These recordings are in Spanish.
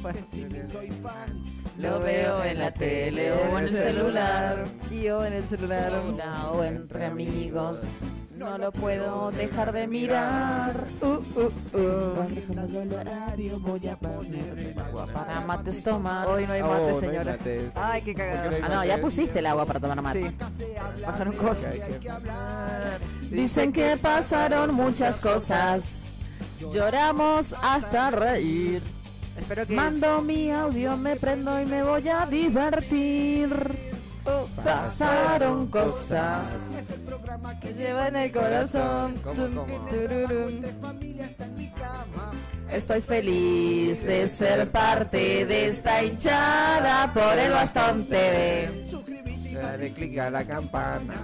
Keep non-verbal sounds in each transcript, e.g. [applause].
fue. Soy fan. Lo veo en la tele o en el celular. Y o en el celular. Sola o entre amigos. No lo puedo dejar de mirar. Uh, uh, uh. Agendando el horario, voy a poner el agua Para mates tomar. Hoy no hay Oh, mate, no hay señora. mates. Ay, qué cagada. hay Ah, no, ya mate. pusiste el agua para tomar mate. Sí, pasaron cosas. Ok, sí. Dicen que pasaron muchas cosas. Lloramos hasta reír. Espero que. Mando mi audio, me prendo y me voy a divertir. Oh, Pasaron cosas. Es el programa que lleva en el corazón. ¿Cómo, Tum, cómo? tururum. de familia está en mi cama. Estoy feliz de ser parte de esta hinchada por el bastón TV. Suscríbete y dale Dale clic a la campana.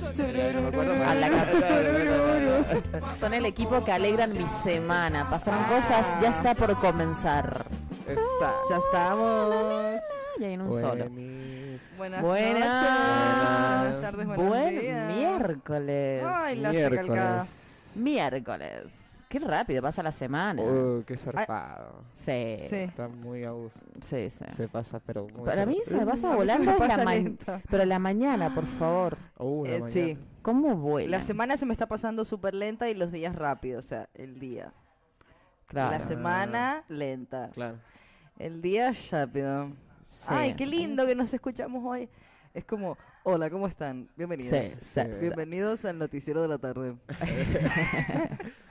A [laughs] la Son el equipo que alegran mi semana. Pasaron cosas, ya está por comenzar. Está. Ya estamos. Ya en un solo. Buenísimo. Buenas, Buenas. noches. Buenas tardes, buenos Buen días. miércoles. Ay, la recalcada. Miércoles. Miércoles. Qué rápido pasa la semana. Uh, qué zarpado. Sí, sí, Sí. Está muy a gusto. sí. Se pasa, pero muy Para mí se pasa A mí se me volando la pasa ma- lento. Pero la mañana, por favor. Uh, la Eh, sí. mañana. ¿Cómo vuela? La semana se me está pasando súper lenta y los días rápido, o sea, el día. La Claro. semana lenta. Claro. El día rápido. Sí. Ay, qué lindo que nos escuchamos hoy. Es como, hola, ¿cómo están? Sí, Bienvenidos. sí, Sí. sí. Bienvenidos al noticiero de la tarde.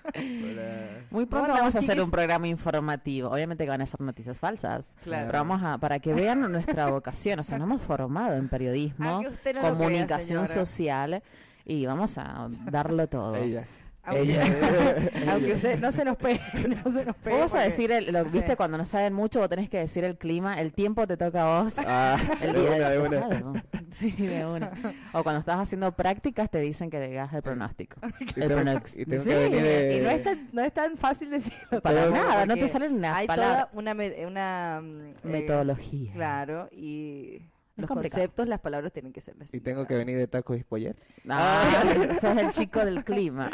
Hola. Muy pronto Hola, vamos a hacer chiquis. un programa informativo. Obviamente que van a ser noticias falsas. Claro. Pero vamos a, para que vean nuestra vocación. O sea, nos hemos formado en periodismo, Aunque usted no lo crea, comunicación señora. social y vamos a [laughs] darlo todo. Ellas. Aunque, [laughs] [laughs] aunque usted no se nos pegue, [laughs] no se nos pegue. Vos vas a porque- [laughs] decir, el- lo, Sí. viste, cuando no saben mucho, vos tenés que decir el clima, el tiempo te toca a [laughs] vos. [laughs] Ah, El de día una, de del una. sábado. Sí, de una. O cuando estás haciendo prácticas te dicen que digas el [laughs] pronóstico. Y El tengo- pronox- y tengo Sí, que venir de- Y no es tan, no es tan fácil decirlo. Eh, Para tampoco, nada, no porque te salen las Hay palabras. toda una, me- una mm, eh, Metodología. Claro, y los complicado. conceptos, las palabras tienen que ser las Y tengo que venir de tacos y pollet. [laughs] Ah, sos el chico del clima.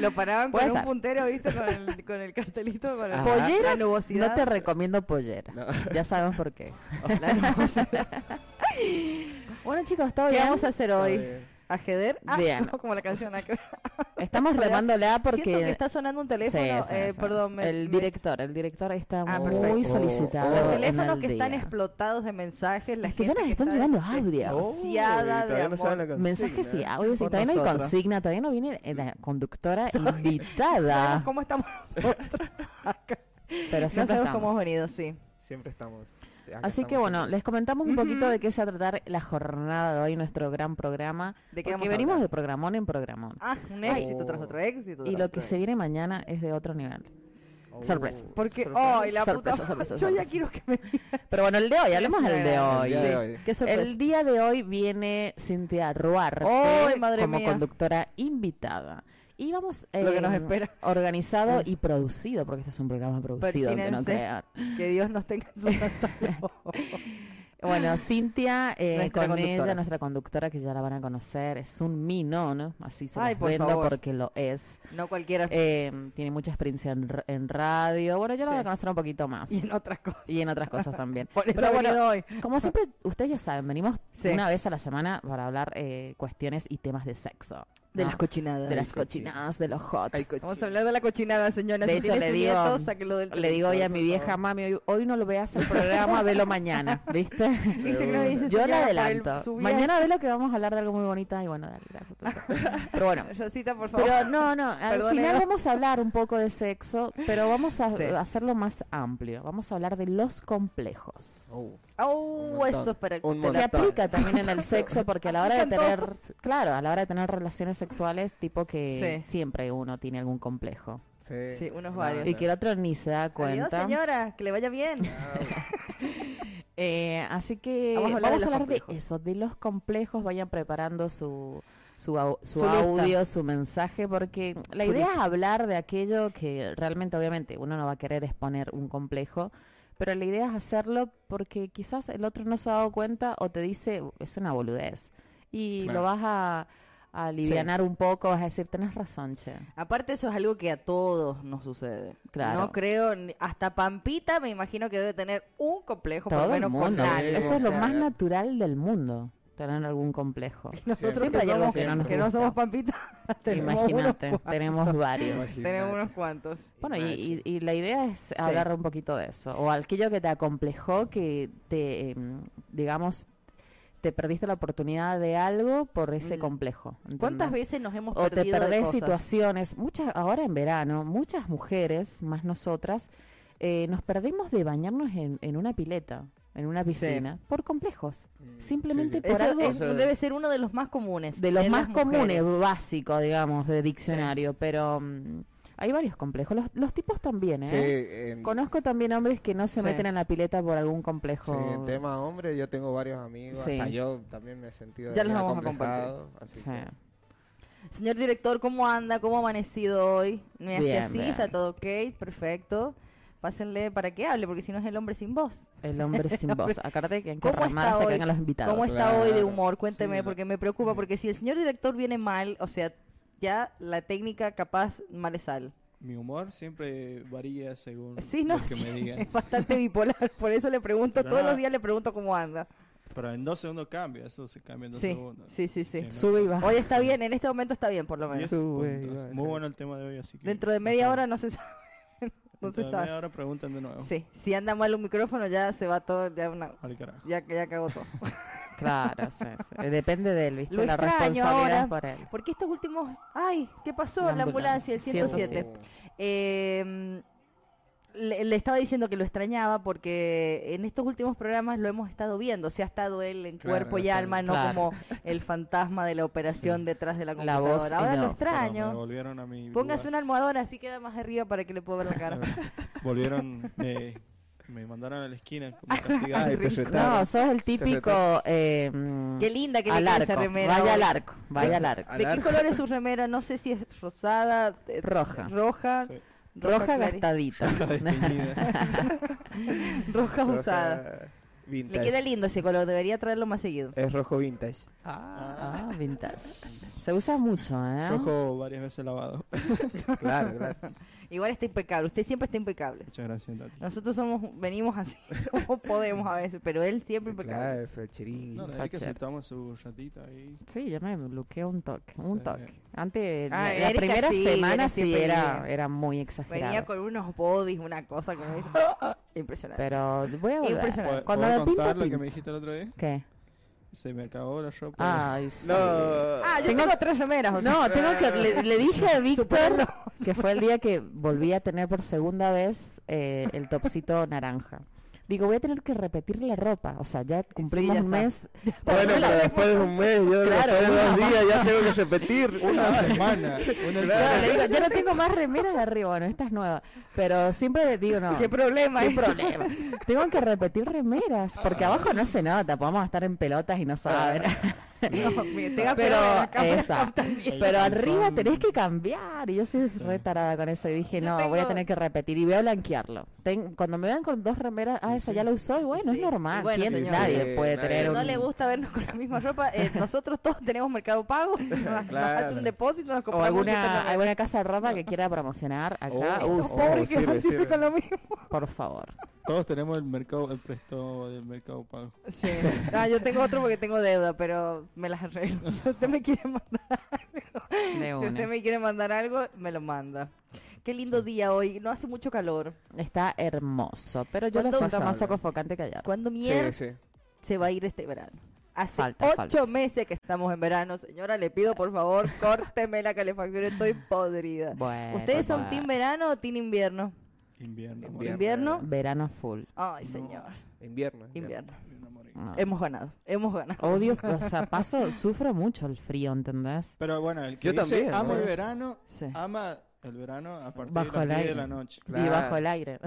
Lo paraban con Puede un ser. puntero, ¿viste? Con el, con el cartelito, con el- Ajá. la Pollera, nubosidad. no te recomiendo pollera. No. Ya sabemos [laughs] por qué. La [laughs] nubosidad. Bueno, chicos, ¿todo ¿Qué bien? vamos a hacer hoy? Eh, ¿Ajeder? Ah, Bien. [laughs] no, como la canción. nada que ver. Estamos remándola porque... Siento que está sonando un teléfono. Sí, sí, eh, sí. Perdón, me- el me- director, el director está Ah, muy perfecto. solicitado. Los Los en teléfonos el que están día. explotados de mensajes. La Es que ya gente nos están está llegando audios. Oh, Demasiada uy, todavía de no saben la consigna. Mensajes y audios. Y Por todavía no hay nosotros. consigna, todavía no viene eh, la [laughs] conductora Sabemos invitada. cómo estamos nosotros acá. [laughs] Pero siempre No sabemos cómo estamos. hemos venido, sí. Siempre estamos. acá Así que estamos bueno, siempre. les comentamos un poquito Ujú. de qué se va a tratar la jornada de hoy, nuestro gran programa. ¿De porque qué vamos a venimos hablar? de programón en programón. Ah, un Ay. éxito tras otro éxito. y tras lo otro que se éxito. viene mañana es de otro nivel. Oh, sorpresa. Porque, oh, sorpresa. ¡ay, la Sorpresa, puta! sorpresa, Yo ya sorpresa. quiero que me Pero bueno, el de hoy, hablemos Sí, del de hoy. día de sí. hoy. Qué sorpresa. El día de hoy viene Cintia Ruar pues ¡Ay, madre como mía! conductora invitada. Y vamos Lo que nos eh, espera. Ah. organizado y producido, porque este es un programa producido, aunque no Persínense. crean. Que Dios nos tenga en su eh, santa gloria. Bueno, Cintia, eh, [laughs] Nuestra con conductora. ella, nuestra conductora, que ya la van a conocer, es un minón, así se Ay, las por vendo favor. porque lo es. [laughs] No cualquiera. Eh, tiene mucha experiencia en, r- en radio. Bueno, ya la Sí. van a conocer un poquito más. y en otras cosas. Y en otras cosas también. [laughs] Por eso Pero bueno, venido hoy. Como siempre, ustedes ya saben, venimos Sí. una vez a la semana para hablar eh, cuestiones y temas de sexo. De ¿no? las cochinadas. de las cochinadas. cochinadas, de los hot. Ay, cochino. Vamos a hablar de la cochinada, señora. De si hecho, tiene le su digo- nieto, sáquelo del Le digo hoy a televisor, mi por vieja, favor. mami, hoy, hoy no lo veas el programa, velo mañana, [laughs] ¿viste? Viste que no me dice, Yo le señora, por el- adelanto. su viaje. Mañana ve lo que vamos a hablar de algo muy bonita y bueno, dale, gracias. tonto. [laughs] Pero bueno. Rosita, por favor. Pero no, no, al Perdóneme. final vamos a hablar un poco de sexo, pero vamos a Sí. hacerlo más amplio. Vamos a hablar de los complejos. Oh. Un Oh, montón. eso es para el Un Que montón. aplica también en el sexo, porque a la hora de Aplica en tener, claro, a la hora de tener relaciones sexuales, tipo que Sí. siempre uno tiene algún complejo. Sí, Sí, unos no, varios. Y que el otro ni se da Adiós, cuenta. señora, que le vaya bien. Eh, así que Vamos vamos a a hablar, hablar de los de, complejos. eso, de los complejos. Vayan preparando su, su, au- su Su lista. audio, su mensaje, porque la Su idea es lista. hablar de aquello que realmente, obviamente, uno no va a querer exponer un complejo, pero la idea es hacerlo porque quizás el otro no se ha dado cuenta o te dice, es una boludez. Y Claro. lo vas a, a alivianar un poco, vas a decir, tenés razón, che. Aparte eso es algo que a todos nos sucede. Claro. No creo, ni- hasta Pampita me imagino que debe tener un complejo, por Todo lo el menos con mundo. algo, Eso es o lo sea, más natural del mundo, tener algún [laughs] complejo. Nosotros Siempre que, hay algo somos, que no nos que no gusta. somos Pampita, [laughs] tenemos unos Imagínate, cuantos. tenemos varios. Imagínate. Tenemos unos cuantos. Bueno, y, y- y la idea es Sí. hablar un poquito de eso, o aquello que te acomplejó, que te, em, digamos, te perdiste la oportunidad de algo por ese Mm. complejo. ¿entendés? ¿Cuántas veces nos hemos O te perdido de perdés cosas? situaciones, muchas, ahora en verano, muchas mujeres, más nosotras, eh, nos perdimos de bañarnos en, en una pileta, en una piscina, por complejos, simplemente por Eso algo ¿eh? es- Eso- debe ser uno de los más comunes. de los las más comunes, mujeres. básico, digamos, de diccionario, pero mm, hay varios complejos. Los, los tipos también, ¿eh? Sí, en, Conozco también hombres que no se Sí. meten en la pileta por algún sí, complejo. en tema hombre, yo tengo varios amigos. Sí. Hasta yo también me he sentido. Ya los vamos a acomplejado, Sí. así que- Señor director, ¿cómo anda? ¿Cómo ha amanecido hoy? Me hace Bien, así, bien. está todo ok, perfecto. Pásenle para que hable, porque si no es el hombre sin voz. El hombre sin [laughs] voz. Acárate que en ¿Cómo Carramar está hasta que hoy? vengan los invitados. ¿Cómo está hoy de Claro, humor? Cuénteme, sí, lo- porque me preocupa, porque si el señor director viene mal, o sea, ya la técnica capaz malesal. Mi humor siempre varía según Sí, no, lo que me sí, [laughs] digan. es bastante bipolar, por eso le pregunto, Pero todos nada. los días le pregunto cómo anda. Pero en dos segundos cambia, eso se cambia en dos Sí, segundos. sí, sí, sí. Bien, Sube y baja. Hoy está bien, en este momento está bien, por lo menos. Diez Sube y puntos. baja. Muy bueno el tema de hoy, así que. Dentro de media hora no se sabe. [laughs] No Dentro se de sabe. media hora preguntan de nuevo. Sí, si anda mal un micrófono ya se va todo, ya una, Al carajo. ya, ya cagó todo. Claro, sí, sí. [laughs] Eh, Depende de él, ¿viste? Lo la extraño responsabilidad ahora. es por él. [laughs] Porque estos últimos, ay, ¿qué pasó? La La, ambulancia, el ambulancia, 107. Eh, le, le estaba diciendo que lo extrañaba porque en estos últimos programas lo hemos estado viendo. Se ha estado él en Claro, cuerpo y está alma, no Claro. como el fantasma de la operación detrás de la La computadora. voz Ahora en lo off. Pero Me extraño. volvieron a mi. Póngase lugar. una almohadona, así queda más arriba para que le [laughs] pueda ver la cara. [laughs] Volvieron. Me, me mandaron a [laughs] la esquina como castigado. Ay, te rico. retaron. No, sos el Se retó. típico. Eh, mm, Qué linda que le al queda esa arco. remera. Vaya al hoy. arco. Vaya al arco. ¿De qué color es su remera? No sé si es rosada, eh, Roja. roja, Sí. roja, Roja clari- gastadita. [laughs] Desteñida. roja usada. Roja Le Vintage. queda lindo ese color, debería traerlo más seguido. Es rojo vintage. Ah, vintage. Se usa mucho, ¿eh? Rojo varias veces lavado. Claro, [laughs] claro. Igual está impecable, usted siempre está impecable. Muchas gracias, Tati. Nosotros somos, venimos así, [laughs] como podemos a veces, pero él siempre impecable. Claro, fue chiringue. No, le que Facher. se toma su ratito ahí. Sí, yo me bloqueé un toque, un Sí. toque. Antes, Ah, la, la Erika primera sí, semana viene sí siempre era, bien. era muy exagerado. Venía con unos bodies, una cosa que me dice, impresionante. [laughs] Pero voy a volver. Impresionante. ¿Puedo, Cuando puedo me pinta, contar lo que pinta. me dijiste el otro día? ¿Qué? Se me acabó la ropa. Ay, sí. ah, yo tengo, Tengo- tres remeras, o sea, No, tengo que le, le dije a Víctor que fue el día [laughs] que volví a tener por segunda vez eh, el [laughs] topsito naranja. Digo, voy a tener que repetir la ropa. O sea, ya cumplimos ya un está. [laughs] mes. Bueno, pero después de un mes, yo Claro, después de una dos más. días ya tengo que [laughs] repetir. [laughs] Una semana. Una Claro, semana. le digo, yo no tengo más remeras de arriba. Bueno, esta es nueva. Pero siempre digo, no. [laughs] qué problema. ¿eh? ¿Qué es? problema? Tengo que repetir remeras, porque Ah. abajo no se nota, podemos estar en pelotas y no saben. [laughs] No, mire, tenga pero cuidado, la cámara esa. [laughs] capta bien. El Pero arriba calzón. tenés que cambiar. Y yo soy retarada con eso. Y dije, Yo no, tengo- voy a tener que repetir y voy a blanquearlo. Ten- Cuando me vean con dos remeras, ah, esa ya la usó. Y bueno, Sí. es normal. Y bueno, ¿quién- señor. Nadie Sí, puede nadie. tener Si un. no le gusta vernos con la misma ropa, eh, nosotros todos tenemos mercado [laughs] pago, nos- nos hace un depósito, nos O compramos alguna, cierta alguna casa de ropa [laughs] que quiera promocionar acá. Oh, Estos usa, oh. pobres que sirve, van siempre sirve. con lo mismo. por [laughs] favor. Todos tenemos el mercado, el presto del mercado pago. [laughs] Sí. Ah, yo tengo otro porque tengo deuda, pero me las arreglo. [laughs] Si usted me quiere mandar De Si una. usted me quiere mandar algo, me lo manda. Qué lindo día hoy. No hace mucho calor. Está hermoso. Pero yo lo ¿Cuándo- siento más Pasable. sofocante que ayer. ¿Cuándo Sí, mier sí. se va a ir este verano? Hace Falta, ocho falta. meses que estamos en verano. Señora, le pido [laughs] por favor, córteme la calefacción. Estoy podrida. Bueno, ¿Ustedes son bueno. team verano o team invierno? Invierno. Invierno. ¿Invierno? Verano full. Ay, señor. Invierno. Invierno. morir. No. Hemos ganado. Hemos ganado. Odio, o [laughs] sea, paso, sufro mucho el frío, ¿entendés? Pero bueno, el que Yo dice también, ama ¿no? el verano, Sí. Ah. ama el verano a partir Bajo de el las 10 aire. de la [laughs] noche. Y Claro. bajo el aire.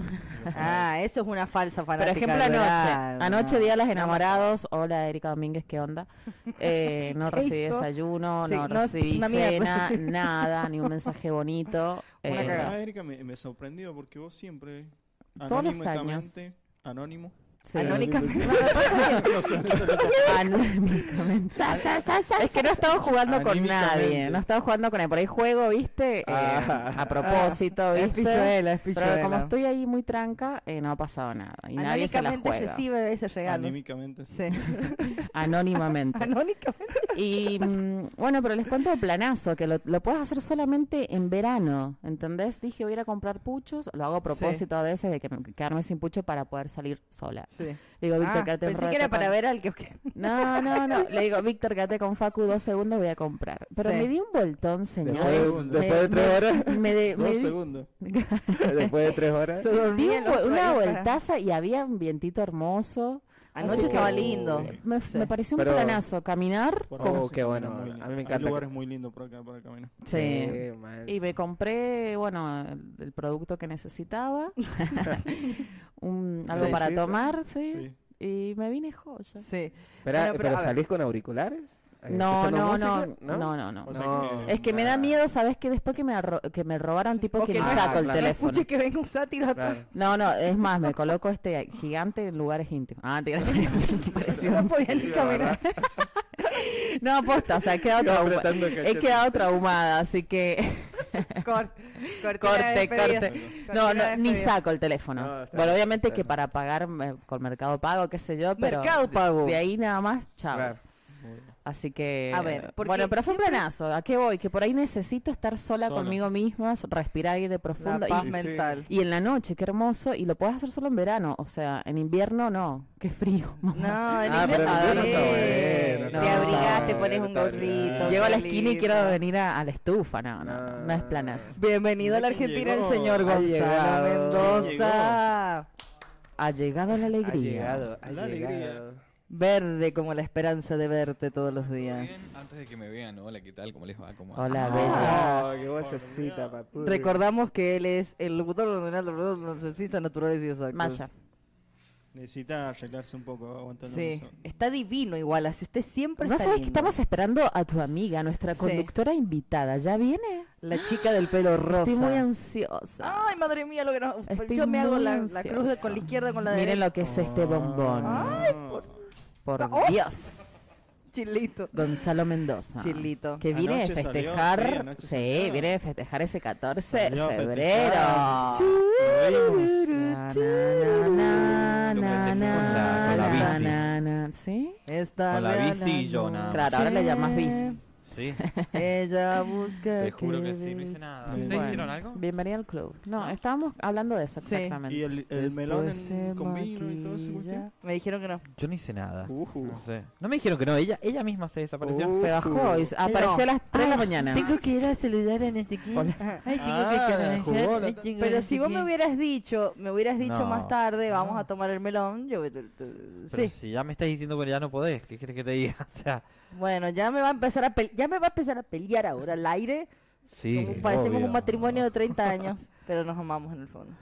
Ah, eso es una falsa Por fanática. ejemplo, del anoche. verano. Anoche, Día de los Enamorados. Hola, Erika Domínguez, ¿qué onda? [laughs] Eh, no ¿Qué recibí hizo? desayuno, Sí, no no, recibí una mierda. [laughs] cena, nada, ni un mensaje bonito. Una Eh, cagada. Ah, Erika, me, me sorprendió porque vos siempre, Todos los anónimamente, anónimo, Sí. Anónicamente. [laughs] No sé, no sé, no [laughs] sé. Anímicamente. Sa, sa, sa, sa, Es que no he estado jugando con nadie, Anímicamente. no he estado jugando con nadie. Por ahí juego, viste, Eh, Ah. a propósito, Es viste. pilluela, es Pero como pilluela. estoy ahí muy tranca, eh, no ha pasado nada. Y nadie se la Anónicamente juega. recibe ese regalo. Anímicamente. sí. Sí. [laughs] Anónimamente. Anónicamente. Y mm, bueno, pero les cuento el planazo, que lo, lo puedes hacer solamente en verano, ¿entendés? Dije, voy a ir a comprar puchos, lo hago a propósito a veces de que me- quedarme sin pucho para poder salir sola. Sí. Le digo, Víctor, Ah, quédate un pensé que rato era para con-". ver al que. que- No, no, no. Le digo, Víctor, quédate con Facu dos segundos, voy a comprar. Pero Sí. me di un voltón, señores. Después, Me- después de tres horas. [laughs] Me de- me Dos di- segundos. [laughs] Después de tres horas. Se di dormía un el otro vu- una ahí para- vueltaza y había un vientito hermoso. Anoche Así estaba que- lindo. Sí. Me, Sí. me pareció un Pero- planazo. Caminar. Por Oh, acá se qué camina bueno, muy a lindo. mí me Hay encanta lugares que- muy lindos por acá para caminar. Sí. Eh, man. Y me compré, bueno, el, el producto que necesitaba. [laughs] un, algo Sí, para sí. tomar, sí. Sí. Y me vine joya. Sí. Espera, Bueno, pero pero, a ver. salís con auriculares? Eh, No, ¿escuchando no, no, música? no, no, no, O sea No. que- Es que me da Nah. miedo, ¿sabes? Que después que me, arro- que me robaron, tipo, O que que le no- saco el Ah, claro. teléfono. Escuche que venga un sátiro [laughs] atrás. Claro. No, no, es más, me coloco este gigante en lugares íntimos. Ah, te pareció. No podía ni caminar. No, aposta, o sea, he quedado, Iba trauma- apretando el he cachete. quedado traumada, así que Cor- cortina de corte, despedida. corte. No, no, Cortina de ni despedida. saco el teléfono. No, está bueno, bien, obviamente está que bien. para pagar eh, con Mercado Pago, qué sé yo, pero Mercado Pago. de ahí nada más, chao. Claro. Así que A ver, porque bueno, pero fue un siempre- planazo. ¿A qué voy? Que por ahí necesito estar sola, Sola. conmigo misma, respirar aire La profundo paz y, Sí, [laughs] sí. mental. y en la noche, qué hermoso, y lo puedes hacer solo en verano, o sea, en invierno no, qué frío. mamá. No, en Ah, pero invierno el invierno sí. está bueno, Te no, está abrigás, te bueno, pones un está bien. [laughs] gorrito. Llego a la qué esquina y lindo. quiero venir a, a la estufa, no, no, no, no es No. planazo. Bienvenido a la Mira quién Argentina el llegó. señor Ha Gonzalo llegado. Mendoza. Ha llegado la Ha alegría. llegado, ha La alegría. llegado. Verde como la esperanza de verte todos los días. Bien, antes de que me vean, hola, ¿qué tal? ¿Cómo les va? ¿Cómo Hola, Ah. bella. Oh, qué vocecita, papu. Recordamos que él es el locutor ordenado de los exercicios naturales y exactos. Maya. Necesita arreglarse un poco, aguantar la Sí, emoción. está divino igual, así usted siempre No está sabes que lindo. estamos esperando a tu amiga, nuestra Sí. conductora invitada. ¿Ya viene? La chica del pelo Estoy muy rosa. ansiosa. Ay, madre mía, lo que no... Estoy Yo me hago muy la, la ansiosa. cruz de- con la izquierda con la Miren derecha. lo que es Ah, este bombón. Ay, por... Por Oh. Dios. Chilito. Gonzalo Mendoza. Chilito. Que viene a Anoche salió, sí, festejar. anoche Sí, salió. viene a festejar ese 14 Salió a de febrero. Ah. festejar. Na, na, na, Lo na, prendemos con la- na, con la na, bici. na, na, ¿Sí? Esta Con la vea bici, yo noche, nada Claro, ahora le llamas bici. [laughs] Sí, Ella busca. te juro que sí, no ves- hice nada. Bueno. ¿Ustedes hicieron algo? Bienvenida al club. No, estábamos hablando de eso Sí. exactamente. Y el, el melón Después en- se con vino y todo ese maquilla. cuestión. Me dijeron que no. Yo no hice nada. Ujú. No sé. No me dijeron que no, ella, ella misma se desapareció. Uh. Se bajó y s- apareció a las 3 de la mañana. que ir a saludar a no sé quién. Ay, Ah, jugó la- Pero si vos me hubieras dicho, me hubieras dicho No. más tarde, vamos No. a tomar el melón, yo... te- te- Pero Sí, si ya me estás diciendo que ya no podés, ¿qué quieres que te diga? [laughs] O sea, bueno, ya me va a empezar a pelear, ya me va a empezar a pelear ahora al aire. sí. Como parecemos obvio. un matrimonio de [laughs] 30 años, pero nos amamos en el fondo.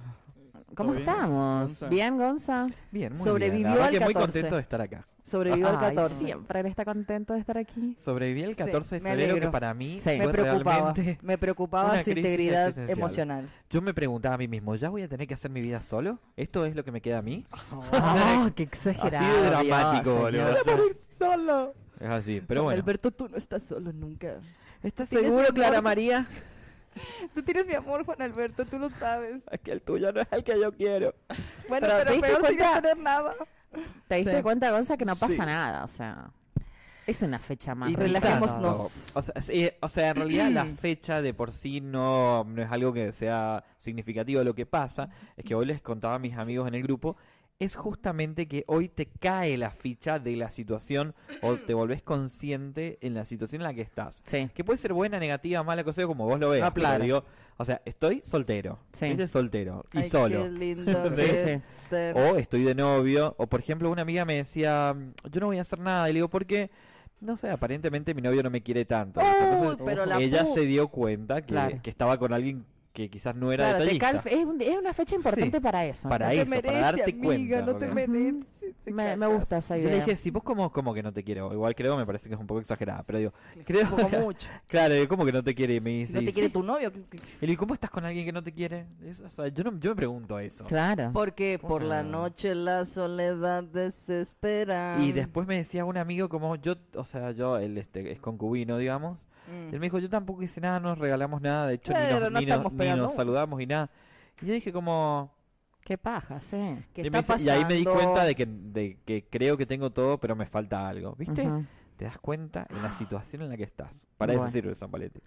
¿Cómo Todo bien, estamos? Gonza. ¿Bien, Gonza? Bien, muy Sobrevivió bien. La verdad al que muy 14. contento de estar acá. Sobrevivió al Ay, 14. Siempre él está contento de estar aquí. Sobreviví el Sí, 14 de me febrero, alegro. que para mí Sí. Me fue preocupaba, realmente... [laughs] me preocupaba una su crisis integridad existencial. emocional. Yo me preguntaba a mí mismo, ¿ya voy a tener que hacer mi vida solo? ¿Esto es lo que me queda a mí? [laughs] ¡Ah, qué Así exagerado! de dramático, Dios, boludo. señor. O sea, Solo. Es así, pero bueno. Alberto, tú no estás solo nunca. ¿Estás ¿Tienes seguro, amor? Clara María? Tú tienes mi amor, Juan Alberto, tú lo sabes. Es que el tuyo no es el que yo quiero. Bueno, Pero, pero, ¿te diste peor sin cuenta? tener nada. ¿Te diste Sí. cuenta, Gonza, que no pasa nada? O sea, es una fecha más. Y relajémonos. tanto. O sea, sí, o sea, en realidad la fecha de por sí no, no es algo que sea significativo. Lo que pasa es que hoy les contaba a mis amigos en el grupo, es justamente que hoy te cae la ficha de la situación o te volvés consciente en la situación en la que estás. Sí, Que puede ser buena, negativa, mala, cosa como vos lo veas. Ah, pero claro. digo, o sea, estoy soltero. Sí. Este es soltero y Ay, solo. Qué lindo Sí, que sí. es ser. O estoy de novio. O por ejemplo, una amiga me decía, "Mm, yo no voy a hacer nada. Y le digo, ¿por qué? No sé, aparentemente mi novio no me quiere tanto. Uy, Entonces, pero Oh, la ella pu- se dio cuenta que, Claro. que estaba con alguien que quizás no era Claro, te detallista. calf- es, un- es una fecha importante Sí, para eso. para ¿no? eso, te merece, para darte amiga, cuenta. no te porque- me- merece. se me, me cagas. gusta esa Yo idea. le dije, si vos como, como que no te quiero, igual creo, me parece que es un poco exagerada, pero digo, Un poco mucho. [laughs] claro, como que no te quiere? Y me dice, Si no te "Y quiere sí". tu novio, ¿qué- qué- Y le digo, ¿cómo estás con alguien que no te quiere? Es- o sea, yo, no- yo me pregunto eso. Claro. Porque por la Ah. noche la soledad desespera. Y después me decía un amigo como yo, o sea, yo, él este, es concubino, digamos. Mm. Él me dijo, yo tampoco hice nada, no nos regalamos nada, de hecho, ni, Claro, nos, no ni nos- estamos ni pegando. nos saludamos y nada. Y yo dije como... Qué paja, sí. ¿Qué y, me está dice- y ahí me di pasando? cuenta de que, de que creo que tengo todo, pero me falta algo, ¿viste? Ujú. Te das cuenta en la situación en la que estás. Para Bueno. eso sirve el Zampaletti.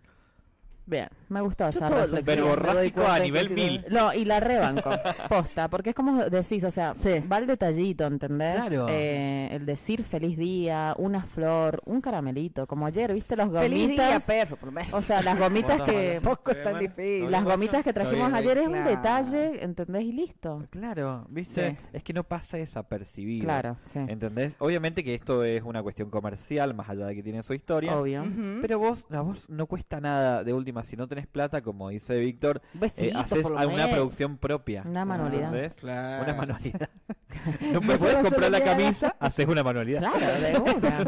Bien, me gustó esa todo lo reflexión. que- Pero me doy borrástico cuenta a que nivel sí, mil. No, y la rebanco, posta, porque es como decís, o sea, Sí. va el detallito, ¿entendés? Claro. Eh, el decir feliz día, una flor, un caramelito, como ayer, ¿viste? Los gomitas. Feliz día, perro, por lo menos. o [laughs] sea, las gomitas Gorda, que... [laughs] Tampoco es tan difícil. Las gomitas que trajimos Está bien, ayer es un claro. detalle, ¿entendés? Y listo. Claro, ¿viste? Mm. Sí. Es que no pasa desapercibido. Claro, sí. ¿Entendés? Obviamente que esto es una cuestión comercial, más allá de que tiene su historia. Obvio. Ujú. Pero vos, a vos no cuesta nada de última. Si no tenés plata, como dice Víctor, Un eh, besito, haces por lo alguna menos. producción propia. Una manualidad. ¿entendés? Claro. Ah. [laughs] Una manualidad. no No se me lo puedes comprar la solía. camisa, haces una manualidad. Claro, [laughs] de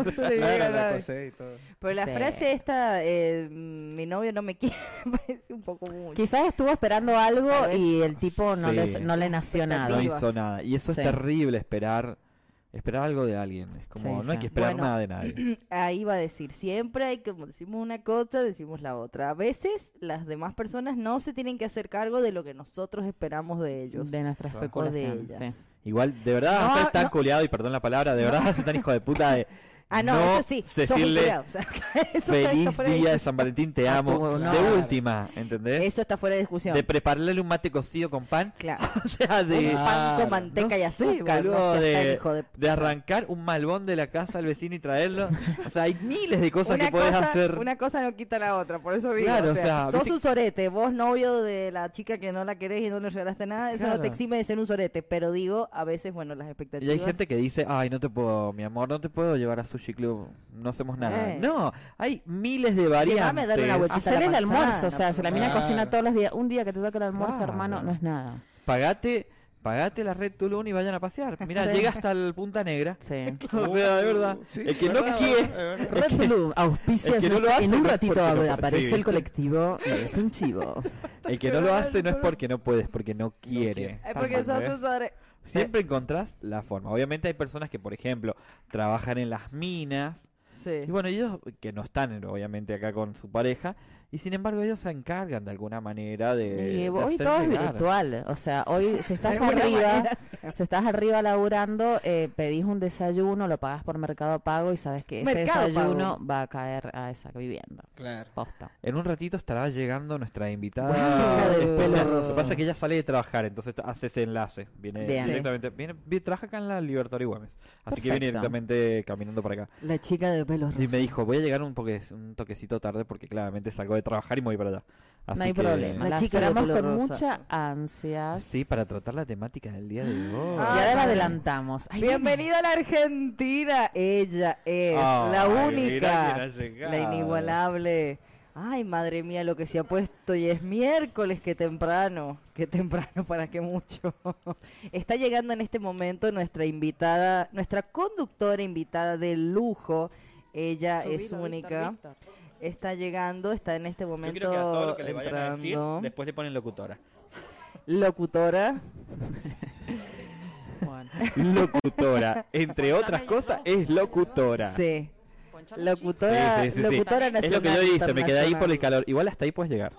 una. Se le llega Claro, la- la cosé y todo. Pero la Sí. frase esta, eh, mi novio no me quiere, [laughs] me parece un poco mucho. Quizás estuvo esperando algo Tal vez. y el tipo no, Sí. les- no le nació No nada. Expectativas. hizo nada. Y eso Sí. es terrible esperar. Esperar algo de alguien. Es como, Sí, no hay sí. que esperar Bueno. nada de [clears throat] nadie. Ahí va a decir, siempre hay que, como decimos una cosa, decimos la otra. A veces las demás personas no se tienen que hacer cargo de lo que nosotros esperamos de ellos. De nuestra Claro. o de especulación. ellas. sí. Igual, de verdad, No, hacer tan no. culiado, y perdón la palabra, de verdad, [laughs] hacer tan hijo de puta de. [laughs] Ah, no, no eso sí, somos decirle culiados, o sea, [laughs] eso, está- está Feliz fuera de, día de San Valentín, te A amo. tu- no. De última, ¿entendés? Ah, eso está fuera de discusión. De prepararle un mate cocido con pan. [laughs] Claro. O sea, de. Un pan con Claro. manteca No y sé, azúcar, no boludo, seas tan de, hijo de de arrancar un malbón de la casa al vecino y traerlo. O [laughs] sea, hay miles de cosas una que podés cosa, hacer. Una cosa no quita la otra, por eso digo. Claro, o o sea, sea, sos viste- un sorete, vos novio de la chica que no la querés y no le regalaste nada, eso no Claro. te exime de ser un sorete, pero digo, a veces, bueno, las Y expectativas. hay gente que dice, ay, no te puedo, mi amor, no te puedo llevar a Sushi Club, no hacemos nada. Eh. No, hay miles de Llévame a variantes. dar una vuelta. Quita Hacer la el manzana, almuerzo, o sea, si la mina claro. cocina todos los días, un día que te toque el almuerzo, Claro. hermano, no es nada. Pagate, pagate la red Tulum y vayan a pasear. Mira, Sí. llega hasta el Punta [laughs] Negra. [laughs] Sí. O sea, de verdad. Sí, el que verdad, no quiere, verdad, verdad. Red Blue, auspicias es que no nuestra- lo hace, en un no es ratito porque no- aparece sí. el colectivo y es un chivo. [laughs] el que no lo hace no es porque no puedes, porque no quiere. Es porque Tal cual, sos ¿eh? eh. ¿ves? un sorete. Siempre encontrás la forma. Obviamente hay personas que, por ejemplo, trabajan en las minas. Sí. Y bueno, ellos que no están obviamente acá con su pareja, y sin embargo ellos se encargan de alguna manera Eh, de... Y de hoy hacer todo es llegar. virtual, o sea, hoy si De estás alguna arriba, manera, si estás arriba laburando, eh, pedís un desayuno, lo pagas por Mercado Pago y sabes que ese Mercado desayuno va a caer a esa vivienda. Claro. Posta. En un ratito estará llegando nuestra invitada. Bueno, chica de especial. pelo Lo rosa. que pasa es que ella sale de trabajar, entonces hace ese enlace. Viene Bien. directamente. Viene, vi- trabaja acá en la Libertador y Güemes. Así que viene Perfecto. directamente caminando para acá. La chica de pelo rosa. Y me dijo, voy a llegar un, poque- un toquecito tarde porque claramente salgo de trabajar y me voy para allá. Así no hay que- problema. La La chica de esperamos pelo con rosa. mucha ansia. Sí, para tratar la temática del día de hoy. Y ahora Ah, la adelantamos. Ay, Bienvenida a la Argentina. Ella es la Ay, Ah, mirá única, quién ha la llegado. inigualable. Ay, madre mía, lo que se ha puesto. Y es miércoles, que temprano. Qué temprano, para qué mucho. [laughs] Está llegando en este momento nuestra invitada, nuestra conductora invitada de lujo. Ella Subilo, es Víctor, única. Víctor. Está llegando, está en este Yo momento creo que a todo lo que le vayan a decir, entrando. después le ponen locutora. Locutora. [laughs] Bueno. [laughs] Locutora, entre otras cosas, es locutora. Sí. Ponchale, Locutora, Sí, sí, sí, sí. locutora nacional. Es lo que yo hice, me quedé ahí por el internacional. calor. Igual hasta ahí puedes llegar.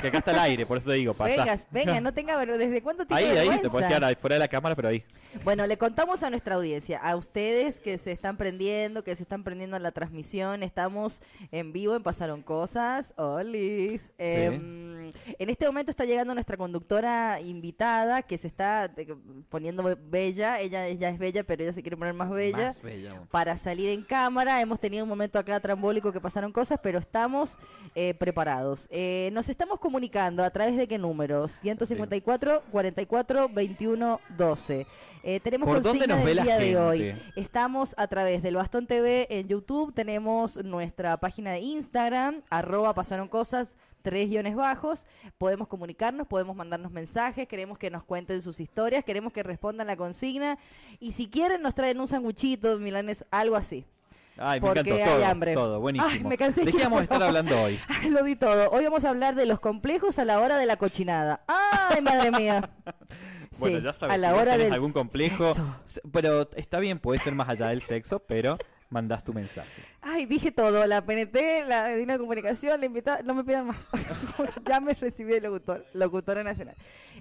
Que acá está el aire, por eso te digo, pasa. Venga, venga, no tenga vergüenza. ¿Desde cuánto tiene ahí, ahí, te puedes vergüenza? quedar ahí, fuera de la cámara, pero ahí. Bueno, le contamos a nuestra audiencia, a ustedes que se están prendiendo, que se están prendiendo a la transmisión, estamos en vivo en Pasaron Cosas. Olis. Em, en este momento está llegando nuestra conductora invitada que se está eh, poniendo be- bella. Ella, ella es bella, pero ella se quiere poner más bella. Más bella aún. para salir en cámara. Hemos tenido un momento acá trambólico que pasaron cosas, pero estamos eh, preparados. Eh, nos estamos comunicando a través de qué números? 154, 44, 21, 12. Eh, tenemos ¿Por dónde consigna nos del ve la día de hoy. gente? Estamos a través del Bastón TV en YouTube. Tenemos nuestra página de Instagram, arroba pasaron cosas. tres guiones bajos. Podemos comunicarnos, podemos mandarnos mensajes, queremos que nos cuenten sus historias, queremos que respondan la consigna. Y si quieren, nos traen un sanguchito, milanes, algo así. [laughs] Ay, me Porque encantó hay todo, hambre. todo, buenísimo. Ay, me cansé, ¿De qué vamos a chico. estar hablando hoy? Ah, Lo di todo. Hoy vamos a hablar de los complejos a la hora de la cochinada. ¡Ay, madre mía! [laughs] Bueno, Sí, ya sabes, a la si vos hora tenés del algún complejo, sexo. se- pero está bien, puede ser más allá del sexo, pero mandás tu mensaje. Ay, dije todo, la PNT, la Dina de Comunicación, la invitada, no me pidan [laughs] más. [laughs] ya me recibí de locutor, locutora nacional.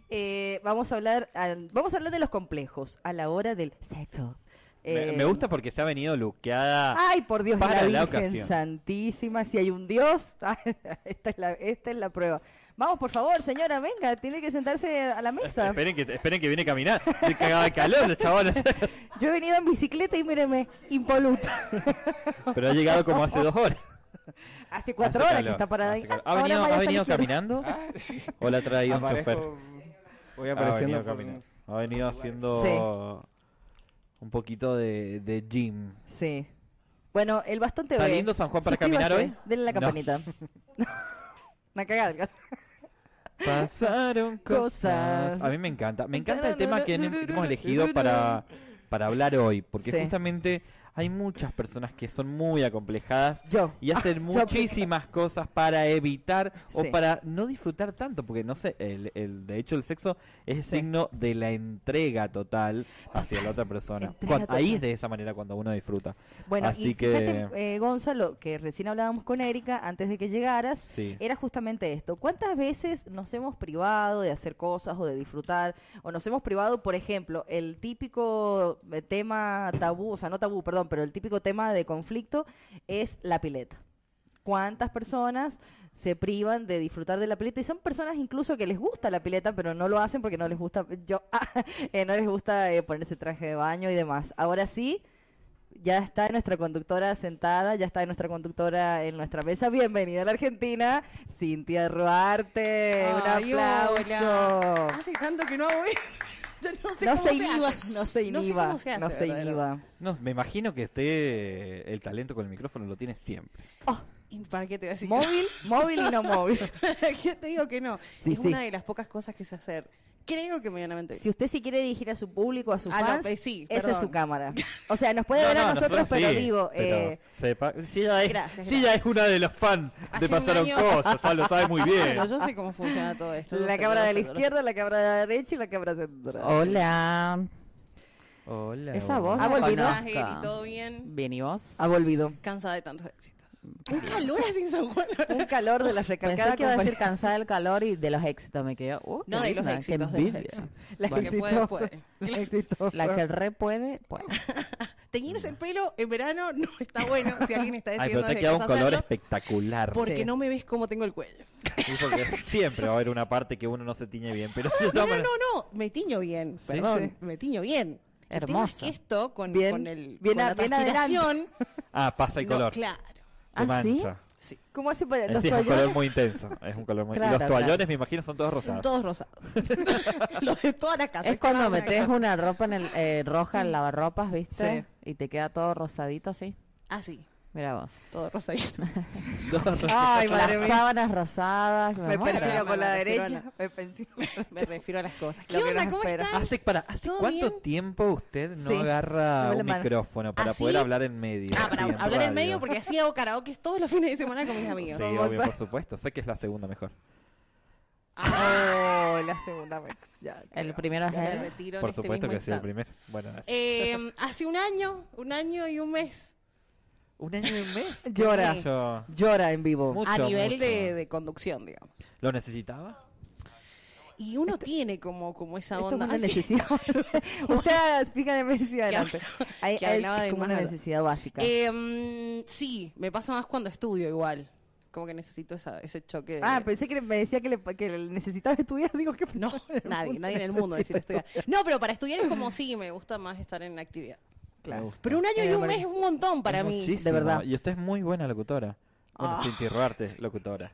Eh, vamos a hablar, al- vamos a hablar de los complejos a la hora del sexo. Me- Eh, Ah, me, gusta porque se ha venido luqueada. Ay, por Dios, para la la Virgen ocasión. Santísima, si hay un Dios, [laughs] Ah, esta es la, esta es la prueba. Vamos, por favor, señora, venga, tiene que sentarse a la mesa. Esperen que, esperen que viene a caminar. Se cagaba de calor, [laughs] los chabones. Yo he venido en bicicleta y míreme, [laughs] impoluta. Pero ha llegado como hace dos horas. Hace cuatro Hace horas que calor, está parada hace ahí. Ah, calor. Ahora ¿Ha venido, Maya ha está venido liquida. caminando? ¿O la ha traído un chofer? Aparezco- Voy Ha apareciendo venido, por- caminando. ha venido haciendo un poquito de, de gym. Sí. Bueno, el bastón te ¿Está ve. lindo San Juan para caminar Suscríbase, hoy? Denle la No. [laughs] campanita. [laughs] Una cagada. Pasaron [laughs] Cosas. cosas. A mí me encanta. Me encanta el tema que hem- hemos elegido para, para hablar hoy. Porque Sí. justamente hay muchas personas que son muy acomplejadas [laughs] Yo. y hacen muchísimas cosas para evitar o Sí. para no disfrutar tanto. Porque no sé, el, el- de hecho el sexo es Sí. signo de la entrega total hacia la otra persona. Entrega Cuan- ahí total. es de esa manera cuando uno disfruta. Bueno, y Así fíjate, eh, Gonzalo, que recién hablábamos con Erika antes de que llegaras, Sí. era justamente esto. ¿Cuántas veces nos hemos privado de hacer cosas o de disfrutar? O nos hemos privado, por ejemplo, el típico eh, tema tabú, o sea, no tabú, perdón, pero el típico tema de conflicto es la pileta. ¿Cuántas personas se privan de disfrutar de la pileta? Y son personas incluso que les gusta la pileta, pero no lo hacen porque no les gusta, yo, [laughs] eh, no les gusta eh, ponerse traje de baño y demás. Ahora sí, ya está nuestra conductora sentada, ya está nuestra conductora en nuestra mesa. Bienvenida a la Argentina, Cintia Ruarte. Ay, Un aplauso. hola. Hace tanto que no hago esto. [laughs] Yo no sé No cómo se hace. inhiba, no se No sé inhiba, cómo se hace, no se verdadero. inhiba. No, me imagino que esté el talento con el micrófono lo tiene siempre. ¿Y ¿Para qué te voy a decir que no? Móvil, móvil y no móvil. ¿Qué te digo que no? [laughs] Sí, es sí. una de las pocas cosas que sé hacer. Creo que medianamente. Si usted sí quiere dirigir a su público, a sus Ah, no, fans, pues sí, esa es perdón. su [laughs] cámara. O sea, nos puede ver a nosotros, pero sí, digo, pero eh, sepa- sí ya es, Gracias, sí ya es una de los fans Hace de un Pasaron año- Cosas, o sea, [laughs] lo sabe muy bien. Bueno, yo sé cómo funciona todo esto. yo la sé, cámara yo de la sé, yo sé. izquierda, la cámara de la derecha y la cámara central. Hola. Hola. Esa voz. Ah, la volvió. Ah, conozco. Eri, ¿Todo bien? Ah, Bien, ¿y vos? Ha volvido. Cansada de tantos éxitos. Un calor así en San Juan. Mm. [laughs] Un calor de la recalcada Pensé que iba a compañía. decir cansada del calor y de los éxitos me quedó. Uh, No, qué de linda, los qué éxitos, de los envidia. éxitos. La Porque exitosa. puede, puede. Este, La exitosa. La que re puede, [laughs] puede. Teñirse el pelo en verano no está bueno si alguien Ah, está Ay, pero te decidiendo desde queda un casa color hacerlo, espectacular. porque Sí. no me ves cómo tengo el cuello. Sí, porque [laughs] siempre va a haber una parte que uno no se tiñe bien, pero de No, todas no, maneras- no, no, me tiño bien, Sí, perdón, me tiño bien. El tema es Hermoso. que esto con, Bien, con el bien con a- la bien adelante. transpiración, Ah, pasa el no, color. claro. te [laughs] ¿Ah, sí? mancha. Sí, ¿Cómo hace para Es, los sí, es un color colores? muy intenso. Es un color muy... y Claro, los claro. toallones, me imagino, son todos son rosados. todos rosados. Los de toda la casa. Es cuando cada una metes casa. una ropa en el, eh, roja en lavarropas, ¿viste? Y te queda todo rosadito así. Así, Mira vos. Ah, [laughs] todo rosadito. Todos rosados. Ay, madre Las mía. sábanas rosadas. Me Me muero. pensé Claro, por la me refiero a derecha. Me [laughs] pensé. Me refiero a las cosas. ¿Qué Lo que onda? nos ¿Cómo espera. [laughs] están? ¿Hace, para, ¿hace ¿Todo cuánto bien? tiempo usted no Sí, agarra dame la un mano. micrófono para ¿Así? poder hablar en medio? Ah, para Sí, hablar en radio. medio porque así hago karaoke todos los fines de semana con mis Sí, amigos. obvio, por supuesto. Sé que es la segunda mejor. Ah. Oh, la segunda vez. Ya, El primero es Me él. retiro en Por este supuesto mismo que sí, el instante. primero. Bueno, Eh, hace un año, un año y un mes. un año y un [laughs] mes. Llora. Sí. Yo- Llora en vivo. Mucho, a nivel mucho. de, de conducción, digamos. ¿Lo necesitaba? Y uno tiene como, como esa Esto es onda. Ah, una así. necesidad. [laughs] Usted fíjate me [laughs] decía adelante. Hay, que hay hablaba de como una más- necesidad básica. Eh, mm, sí, me pasa más cuando estudio igual. Como que necesito esa- ese choque. de- ah, pensé que le- me decía que, le, que le necesitaba estudiar. Digo que Eh, No, nadie, nadie en [laughs] el mundo necesita estudiar. No, pero para estudiar es como sí, me gusta más estar en actividad. Claro. Me gusta. Pero un año Eh, y un bueno. mes es un montón para Es mí. muchísimo. de verdad. Y usted es muy buena locutora. Bueno, Ah. sin interrogarte, [laughs] locutora.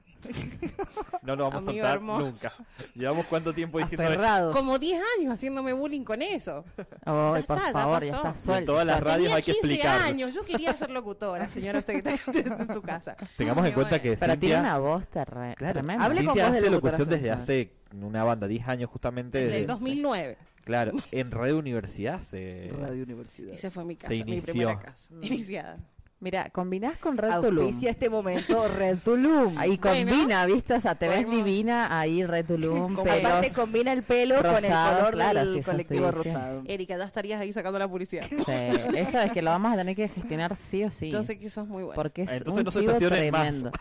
No lo vamos Amigo a soltar hermoso. nunca. Llevamos cuánto tiempo diciendo esto? Aferrados. Como 10 años haciéndome bullying con eso. Ay, ya por está, ya favor, ya pasó. está suelto. todas las suelto. ra- Radios Tenía hay que 15 explicarlo. años, yo quería ser locutora, señora, usted que está en tu casa. Tengamos en Pero cuenta que bueno. Pero tiene Cintia- una voz terre- Claro, tremenda. Hable con Cintia voz de hace locutora locución desde sensual. hace una banda, 10 años justamente. Desde desde- el 2009. Claro, en Radio Universidad se... Radio Universidad. Y se fue mi casa, Se mi inició. primera casa. Iniciada. Mira, combinás con Red Tulum. Auspicia este momento Red Tulum. Ahí Bueno, combina, ¿viste? O sea, te ves podemos- divina ahí Red Tulum, Como pelos. Aparte combina el pelo con el rosado, color claro, sí, del eso te colectivo decía. rosado. Erika, ya estarías ahí sacando la publicidad. Sí, Eso es que lo vamos a tener que gestionar sí o sí. Yo sé que sos muy buena. Porque es Entonces un no se chivo estacionen más. tremendo.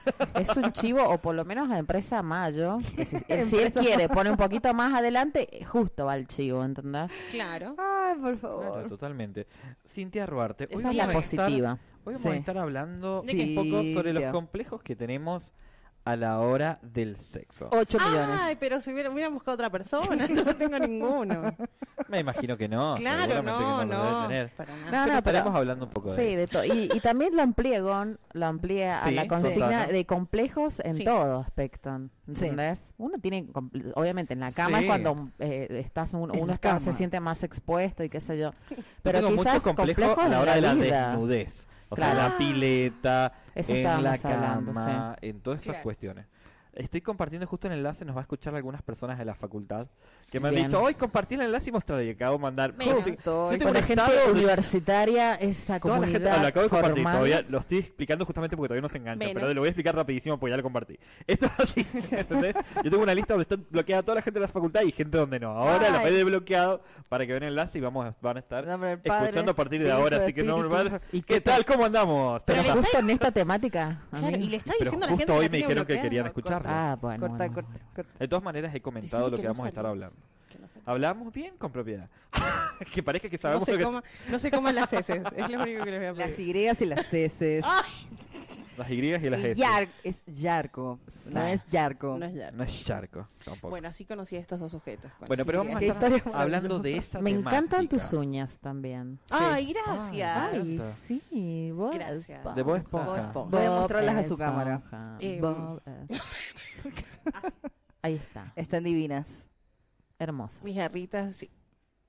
Es un chivo, o por lo menos la empresa Mayo, que [laughs] si, él- si él Empresa quiere, pone un poquito más adelante, eh, justo va el chivo, ¿entendés? Claro. Ay, por Claro, favor. totalmente. Cintia Ruarte, hoy Esa es vamos la a estar- positiva. hoy vamos a Sí. estar hablando ¿De qué? un poco sobre los Cintia. complejos que tenemos a la hora del sexo. 8 Ay, millones. pero si hubiera- hubieran buscado otra persona, [laughs] yo no [laughs] tengo ninguno. Me imagino que no. claro, seguramente no, que no. lo debe no. tener. Para No, Ah, nada. Pero no, estaremos pero... hablando un poco Sí, de de eso. todo. Y, y también lo amplía, Gon, lo amplía a Sí, la consigna total. de complejos en Sí. todo aspecto, Sí. ¿entendés? Uno tiene, compl- obviamente en la cama Sí. es cuando eh, estás un- En uno la está- se cama. siente más expuesto y qué sé [laughs] yo. Yo Pero tengo quizás muchos complejos a en la hora de la vida. desnudez. O sea, Claro. la pileta, Eso en la estábamos cama, hablando, sí. en todas esas Claro. cuestiones. Estoy compartiendo justo el enlace, nos va a escuchar algunas personas de la facultad que me Bien. han dicho, hoy compartí el enlace y mostraré, y acabo de mandar. Menos. Yo Estoy tengo Con un la gente estado de- universitaria, esa Toda la gente, comunidad ah, lo acabo de compartir, formada. todavía lo estoy explicando justamente porque todavía no se engancha, Menos. pero lo voy a explicar rapidísimo porque ya lo compartí. Esto es así, [laughs] ¿entendés? Yo tengo una lista donde está bloqueada toda la gente de la facultad y gente donde no. Ahora la Ay. he desbloqueado para que vean el enlace y vamos, a- van a estar Nombre del Padre, escuchando a partir de del ahora, Hijo, así que del no Espíritu. normal. ¿Y ¿Qué qué tal? ¿Cómo andamos? Pero Tenemos- le Justo en esta temática. Claro, amigo. y le está Pero diciendo a la gente justo hoy la me tiene dijeron que bloqueada. querían escucharlo. Ah, bueno. Corta, bueno, [laughs] corta, corta. De todas maneras he comentado Decile lo que que, no vamos a estar salió. hablando. Que no se- Hablamos bien con propiedad. [laughs] que parezca que No sabemos se, Ah, lo que coma- no se coman las heces, es lo único que les voy a Las pedir. Y y las S. las Y y las S. es Yarco. No Sa. es Yarco. No es ya. No es charco tampoco. Bueno, así conocí a estos dos sujetos. con Bueno, pero las vamos a Qué tijeras. estar historia más hablando de esa Me encantan temática. tus uñas también. Ay, gracias. Ay, Gracias. sí, vos. Gracias. De Bob Esponja. Voy a mostrarlas a su cámara. Eh, Em. Ahí está, Están divinas. hermosa. Mis garritas, sí,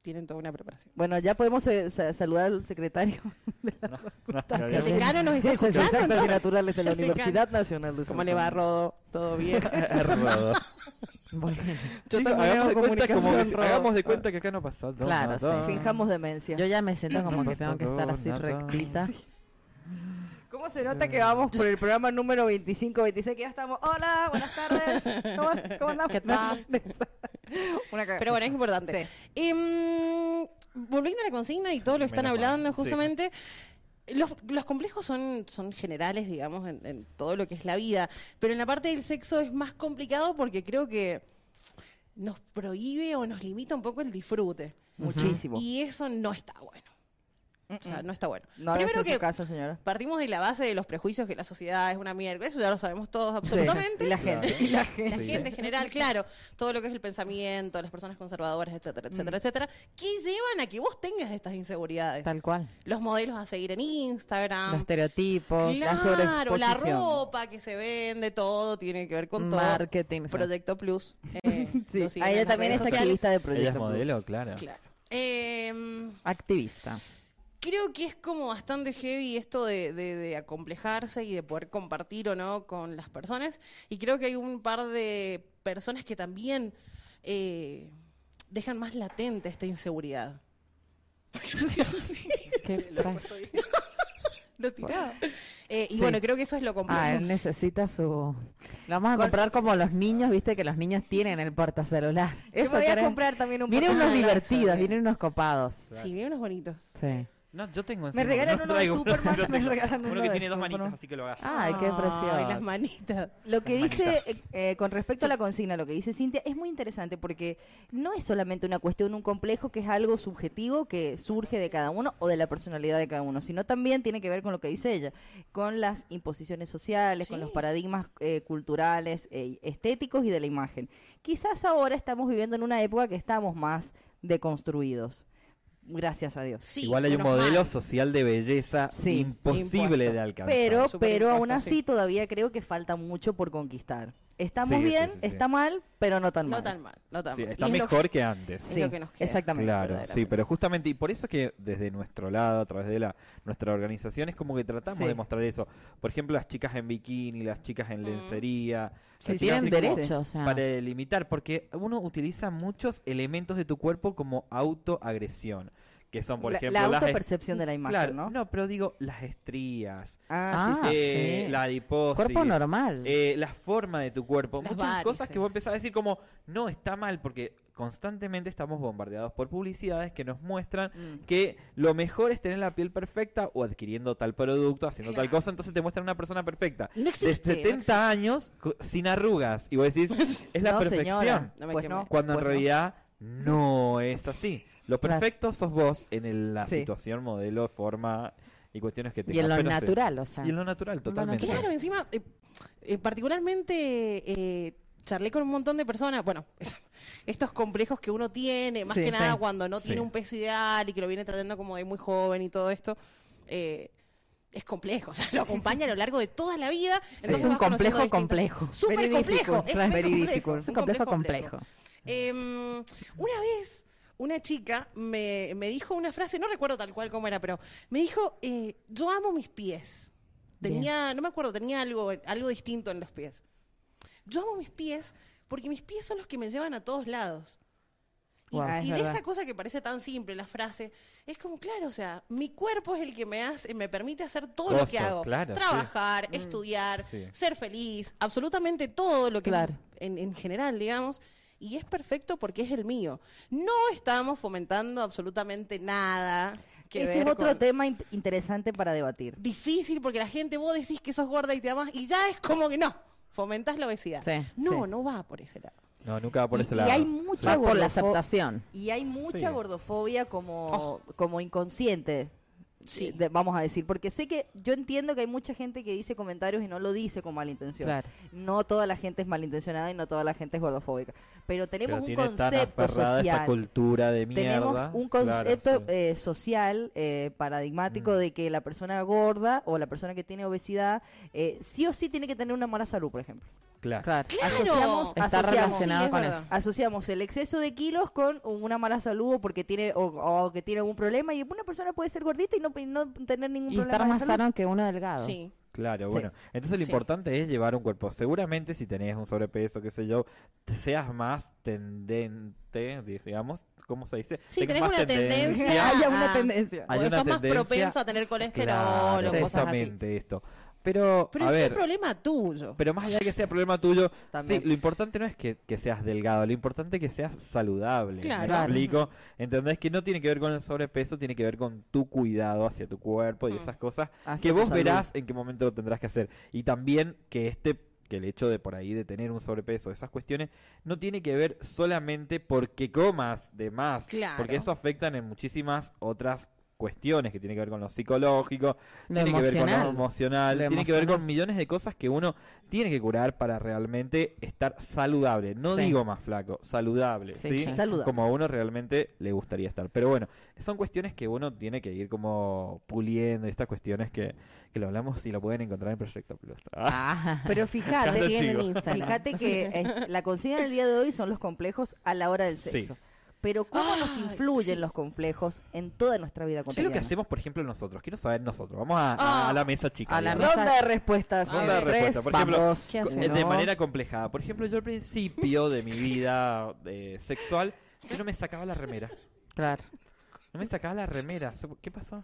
tienen toda una preparación. Bueno, ya podemos eh, sa- saludar al secretario No, El claro. decano nos está de escuchando. Ciencias entonces. Naturales de la El decano. Universidad Nacional de San ¿Cómo le va, Antonio. Rodo? ¿Todo [laughs] bien? Rodo. Bueno, [laughs] Yo Chicos, también hagamos hago de cuenta como comunicación, que- Rodo. hagamos de cuenta que acá no pasó nada. Claro, sí. Fijamos demencia. yo ya me siento como que tengo que estar así Nada. rectita. ¿Cómo se nota que vamos por el programa número 25, 26? Que ya estamos. Hola, buenas tardes. ¿Cómo, cómo andamos? ¿Qué [laughs] tal? Una cagada. Pero bueno, es importante. Em, volviendo a la consigna y todo lo que están Menos mal, hablando, sí. justamente, los, los complejos son, son generales, digamos, en, en todo lo que es la vida, pero en la parte del sexo es más complicado porque creo que nos prohíbe o nos limita un poco el disfrute. Muchísimo. Y eso no está bueno. O sea, no está bueno. Mm. No hagas mm. Primero en que su casa, señora. partimos de la base de los prejuicios que la sociedad es una mierda, eso ya lo sabemos todos [laughs] [laughs] absolutamente. Y la gente. Claro. Y la la gente. gente en general, claro, todo lo que es el pensamiento, las personas conservadoras, etcétera, Mm. etcétera, etcétera, que llevan a que vos tengas estas inseguridades. Tal cual. Los modelos a seguir en Los Instagram, estereotipos, la claro, la sobreexposición. ropa que se vende, todo tiene que ver con todo. marketing. o sea, Proyecto Plus. eh, [laughs] Sí. lo siguen Ah, en ella las también es redes sociales. activista de Ella Proyecto es Plus. modelo, claro. Claro. Em, [laughs] Activista. Creo que es como bastante heavy esto de, de- de acomplejarse y de poder compartir o no con las personas. Y creo que hay un par de personas que también eh, dejan más latente esta inseguridad. [laughs] Qué tra- Lo tiraba. Eh, y bueno, creo que eso es lo complejo. Ah, él necesita su. Lo vamos a Con- comprar como los niños, viste que los niños tienen el portacelular. Yo Eso me voy a querés. comprar también un Vienen portacelular. unos divertidos, portacelular, sí. vienen unos copados. sí, bien unos bonitos. Sí. No, yo tengo Me regalan uno de [laughs] Superman, me regalan uno Uno que de tiene dos Superman. manitas, así que lo agarra. Ay, qué Ay, las precioso. manitas. Lo que Las dice manitas. eh, eh, con respecto a la consigna, lo que dice Cintia, es muy interesante porque no es solamente una cuestión, un complejo que es algo subjetivo que surge de cada uno o de la personalidad de cada uno, sino también tiene que ver con lo que dice ella, con las imposiciones sociales, con los Sí. paradigmas eh, culturales, eh, estéticos y de la imagen. Quizás ahora estamos viviendo en una época que estamos más deconstruidos. gracias a Dios. Sí, Igual hay un menos modelo mal. social de belleza Sí, imposible impuesto. de alcanzar. Pero, Súper pero aún impuesto, así sí. todavía creo que falta mucho por conquistar. Estamos Sí, sí, bien, sí, sí. está mal, pero no tan mal. No tan mal, no tan Sí, mal. está Y es lo mejor que- que antes. Sí, Es lo que nos queda. exactamente. Claro, sí, verdaderamente. pero justamente, y por eso es que desde nuestro lado, a través de la nuestra organización, es como que tratamos Sí. de mostrar eso. Por ejemplo, las chicas en bikini, las chicas en Mm. lencería. Sí, las chicas tienen así como derecho. Ah. o sea. Para limitar, porque uno utiliza muchos elementos de tu cuerpo como autoagresión, que son, por la, ejemplo, la las est- autopercepción de la imagen, Claro, ¿no? pero digo las estrías, Ah, sí, Ah, sí. eh, sí. la adiposis, Cuerpo normal. eh, la forma de tu cuerpo, Las muchas cosas que vos varices. empezás a decir como, no, está mal, porque constantemente estamos bombardeados por publicidades que nos muestran Mm. que lo mejor es tener la piel perfecta o adquiriendo tal producto, haciendo tal Claro. cosa, entonces te muestran una persona perfecta. No De este existe. no 70 años, co- sin arrugas, y vos decís, es la No, perfección. señora. No me pues quemé. no. Cuando pues en no. realidad no es así. Lo Claro. perfecto sos vos en el- la Sí. situación, modelo, forma y cuestiones que tengas. y en lo pero sí. natural, o sea. Y en lo natural, totalmente. Claro, encima, eh, eh, particularmente eh, charlé con un montón de personas, bueno, [laughs] estos complejos que uno tiene, más Sí, que sí. nada cuando no Sí. tiene un peso ideal y que lo viene tratando como de muy joven y todo esto, eh, es complejo, o sea, lo acompaña a lo largo de toda la vida. Es entonces un vas conociendo complejo distintas- complejo. Súper Veridífico, complejo, es claro. muy Veridífico. Es un complejo complejo. Em, una vez, una chica me, me dijo una frase, no recuerdo tal cual cómo era, pero me dijo, eh, yo amo mis pies. Tenía, no me acuerdo, tenía algo, algo distinto en los pies. Yo amo mis pies porque mis pies son los que me llevan a todos lados. Y, Guau. Ah, es y de verdad. esa cosa que parece tan simple, la frase, es como, claro, o sea, mi cuerpo es el que me hace, me permite hacer todo lo que Cosas, hago. claro, sí. Trabajar, estudiar, Sí. ser feliz, absolutamente todo lo que Claro. en, en general, digamos, y es perfecto porque es el mío. No estamos fomentando absolutamente nada. Que Ese es ver otro con- tema in- interesante para debatir. Difícil porque la gente, vos decís que sos gorda y te amas, y ya es como que no, fomentás la obesidad. Sí, no, sí. no va por ese lado. No, nunca va por Y- ese y lado. hay mucho- Va por la Gordofo- aceptación. Y hay mucha Sí. gordofobia como, como inconsciente. Sí. de- vamos a decir, porque sé que yo entiendo que hay mucha gente que dice comentarios y no lo dice con mala intención. Claro. No toda la gente es malintencionada y no toda la gente es gordofóbica. Pero Pero tenemos un tiene tan concepto aferrada esa social. cultura de mierda. Tenemos un Claro, concepto sí. eh, social eh, paradigmático Mm. de que la persona gorda o la persona que tiene obesidad eh, sí o sí tiene que tener una mala salud, por ejemplo. Claro. Claro. Asociamos, Claro. Está asociamos- relacionado sí, es con verdad. eso. asociamos el exceso de kilos con una mala salud o porque tiene o, o que tiene algún problema y una persona puede ser gordita y no, y no tener ningún Y problema estar de más salud. sano que uno delgado. Sí. Claro, Sí. bueno. Entonces lo Sí. importante es llevar un cuerpo. Seguramente si tenés un sobrepeso, qué sé yo, te seas más tendente, digamos, ¿cómo se dice? Sí, Tengas tenés más una tendencia. [laughs] haya una Ah. tendencia. Hay o una sos más tendencia- propenso a tener colesterol Claro, o cosas así. justamente esto. Pero, Pero a ese es ver, un problema tuyo. pero más allá de que sea problema tuyo, También. sí, lo importante no es que, que seas delgado, lo importante es que seas saludable. ¿me Claro. Claro. explico? ¿Entendés? Que no tiene que ver con el sobrepeso, tiene que ver con tu cuidado hacia tu cuerpo y Mm. esas cosas Hacia que tu vos salud. verás en qué momento lo tendrás que hacer. Y también que este que el hecho de por ahí de tener un sobrepeso, esas cuestiones, no tiene que ver solamente porque comas de más, Claro. porque eso afectan en muchísimas otras cuestiones que tiene que ver con lo psicológico, Lo tiene que ver con lo emocional. emocional, Lo tiene que ver emocional. con millones de cosas que uno tiene que curar para realmente estar saludable. No Sí. digo más flaco, saludable, Sí, ¿sí? sí. Saludable. Como a uno realmente le gustaría estar. Pero bueno, son cuestiones que uno tiene que ir como puliendo y estas cuestiones que, que lo hablamos y lo pueden encontrar en Proyecto Plus. Ah, [laughs] Ah, [laughs] Pero Caso fíjate, chico. fíjate que eh, la consigna del día de hoy son los complejos a la hora del Sí. sexo. Pero cómo nos Ay, influyen sí. los complejos en toda nuestra vida ¿Qué es lo que cotidiana. hacemos, por ejemplo, nosotros? Quiero saber nosotros. Vamos a, a- Ah. a la mesa, chicas. A la mesa. digamos. Ronda de respuestas. eh, Ronda de Tres, respuestas. Por ejemplo, vamos. ¿qué hace, Eh, De Uno. [laughs] manera complejada. Por ejemplo, yo al principio de mi vida eh, sexual, yo no me sacaba la remera. claro. No me sacaba la remera. ¿Qué pasó?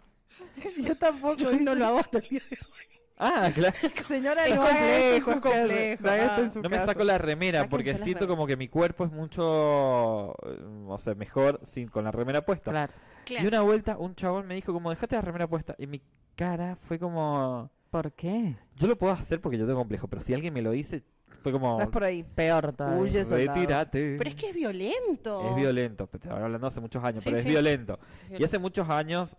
Yo tampoco. Yo no lo hago hasta el día de hoy. Ah, claro. Señora, Es no haga complejo, esto en su es complejo, casa. No haga esto en ah. su No me casa. saco la remera Sáquense porque las siento remeras. como que mi cuerpo es mucho, eh, o sea, mejor sin con la remera puesta. Claro. Claro. Y una vuelta un chabón me dijo como, dejate la remera puesta. Y mi cara fue como, ¿Por qué? yo lo puedo hacer porque yo tengo complejo, pero si alguien me lo dice, fue como, No es por ahí. Peor todavía. Huye soldado. retírate. Pero es que es violento. Es violento, te estaba hablando hace muchos años, Sí, pero es sí. violento. Y violento. hace muchos años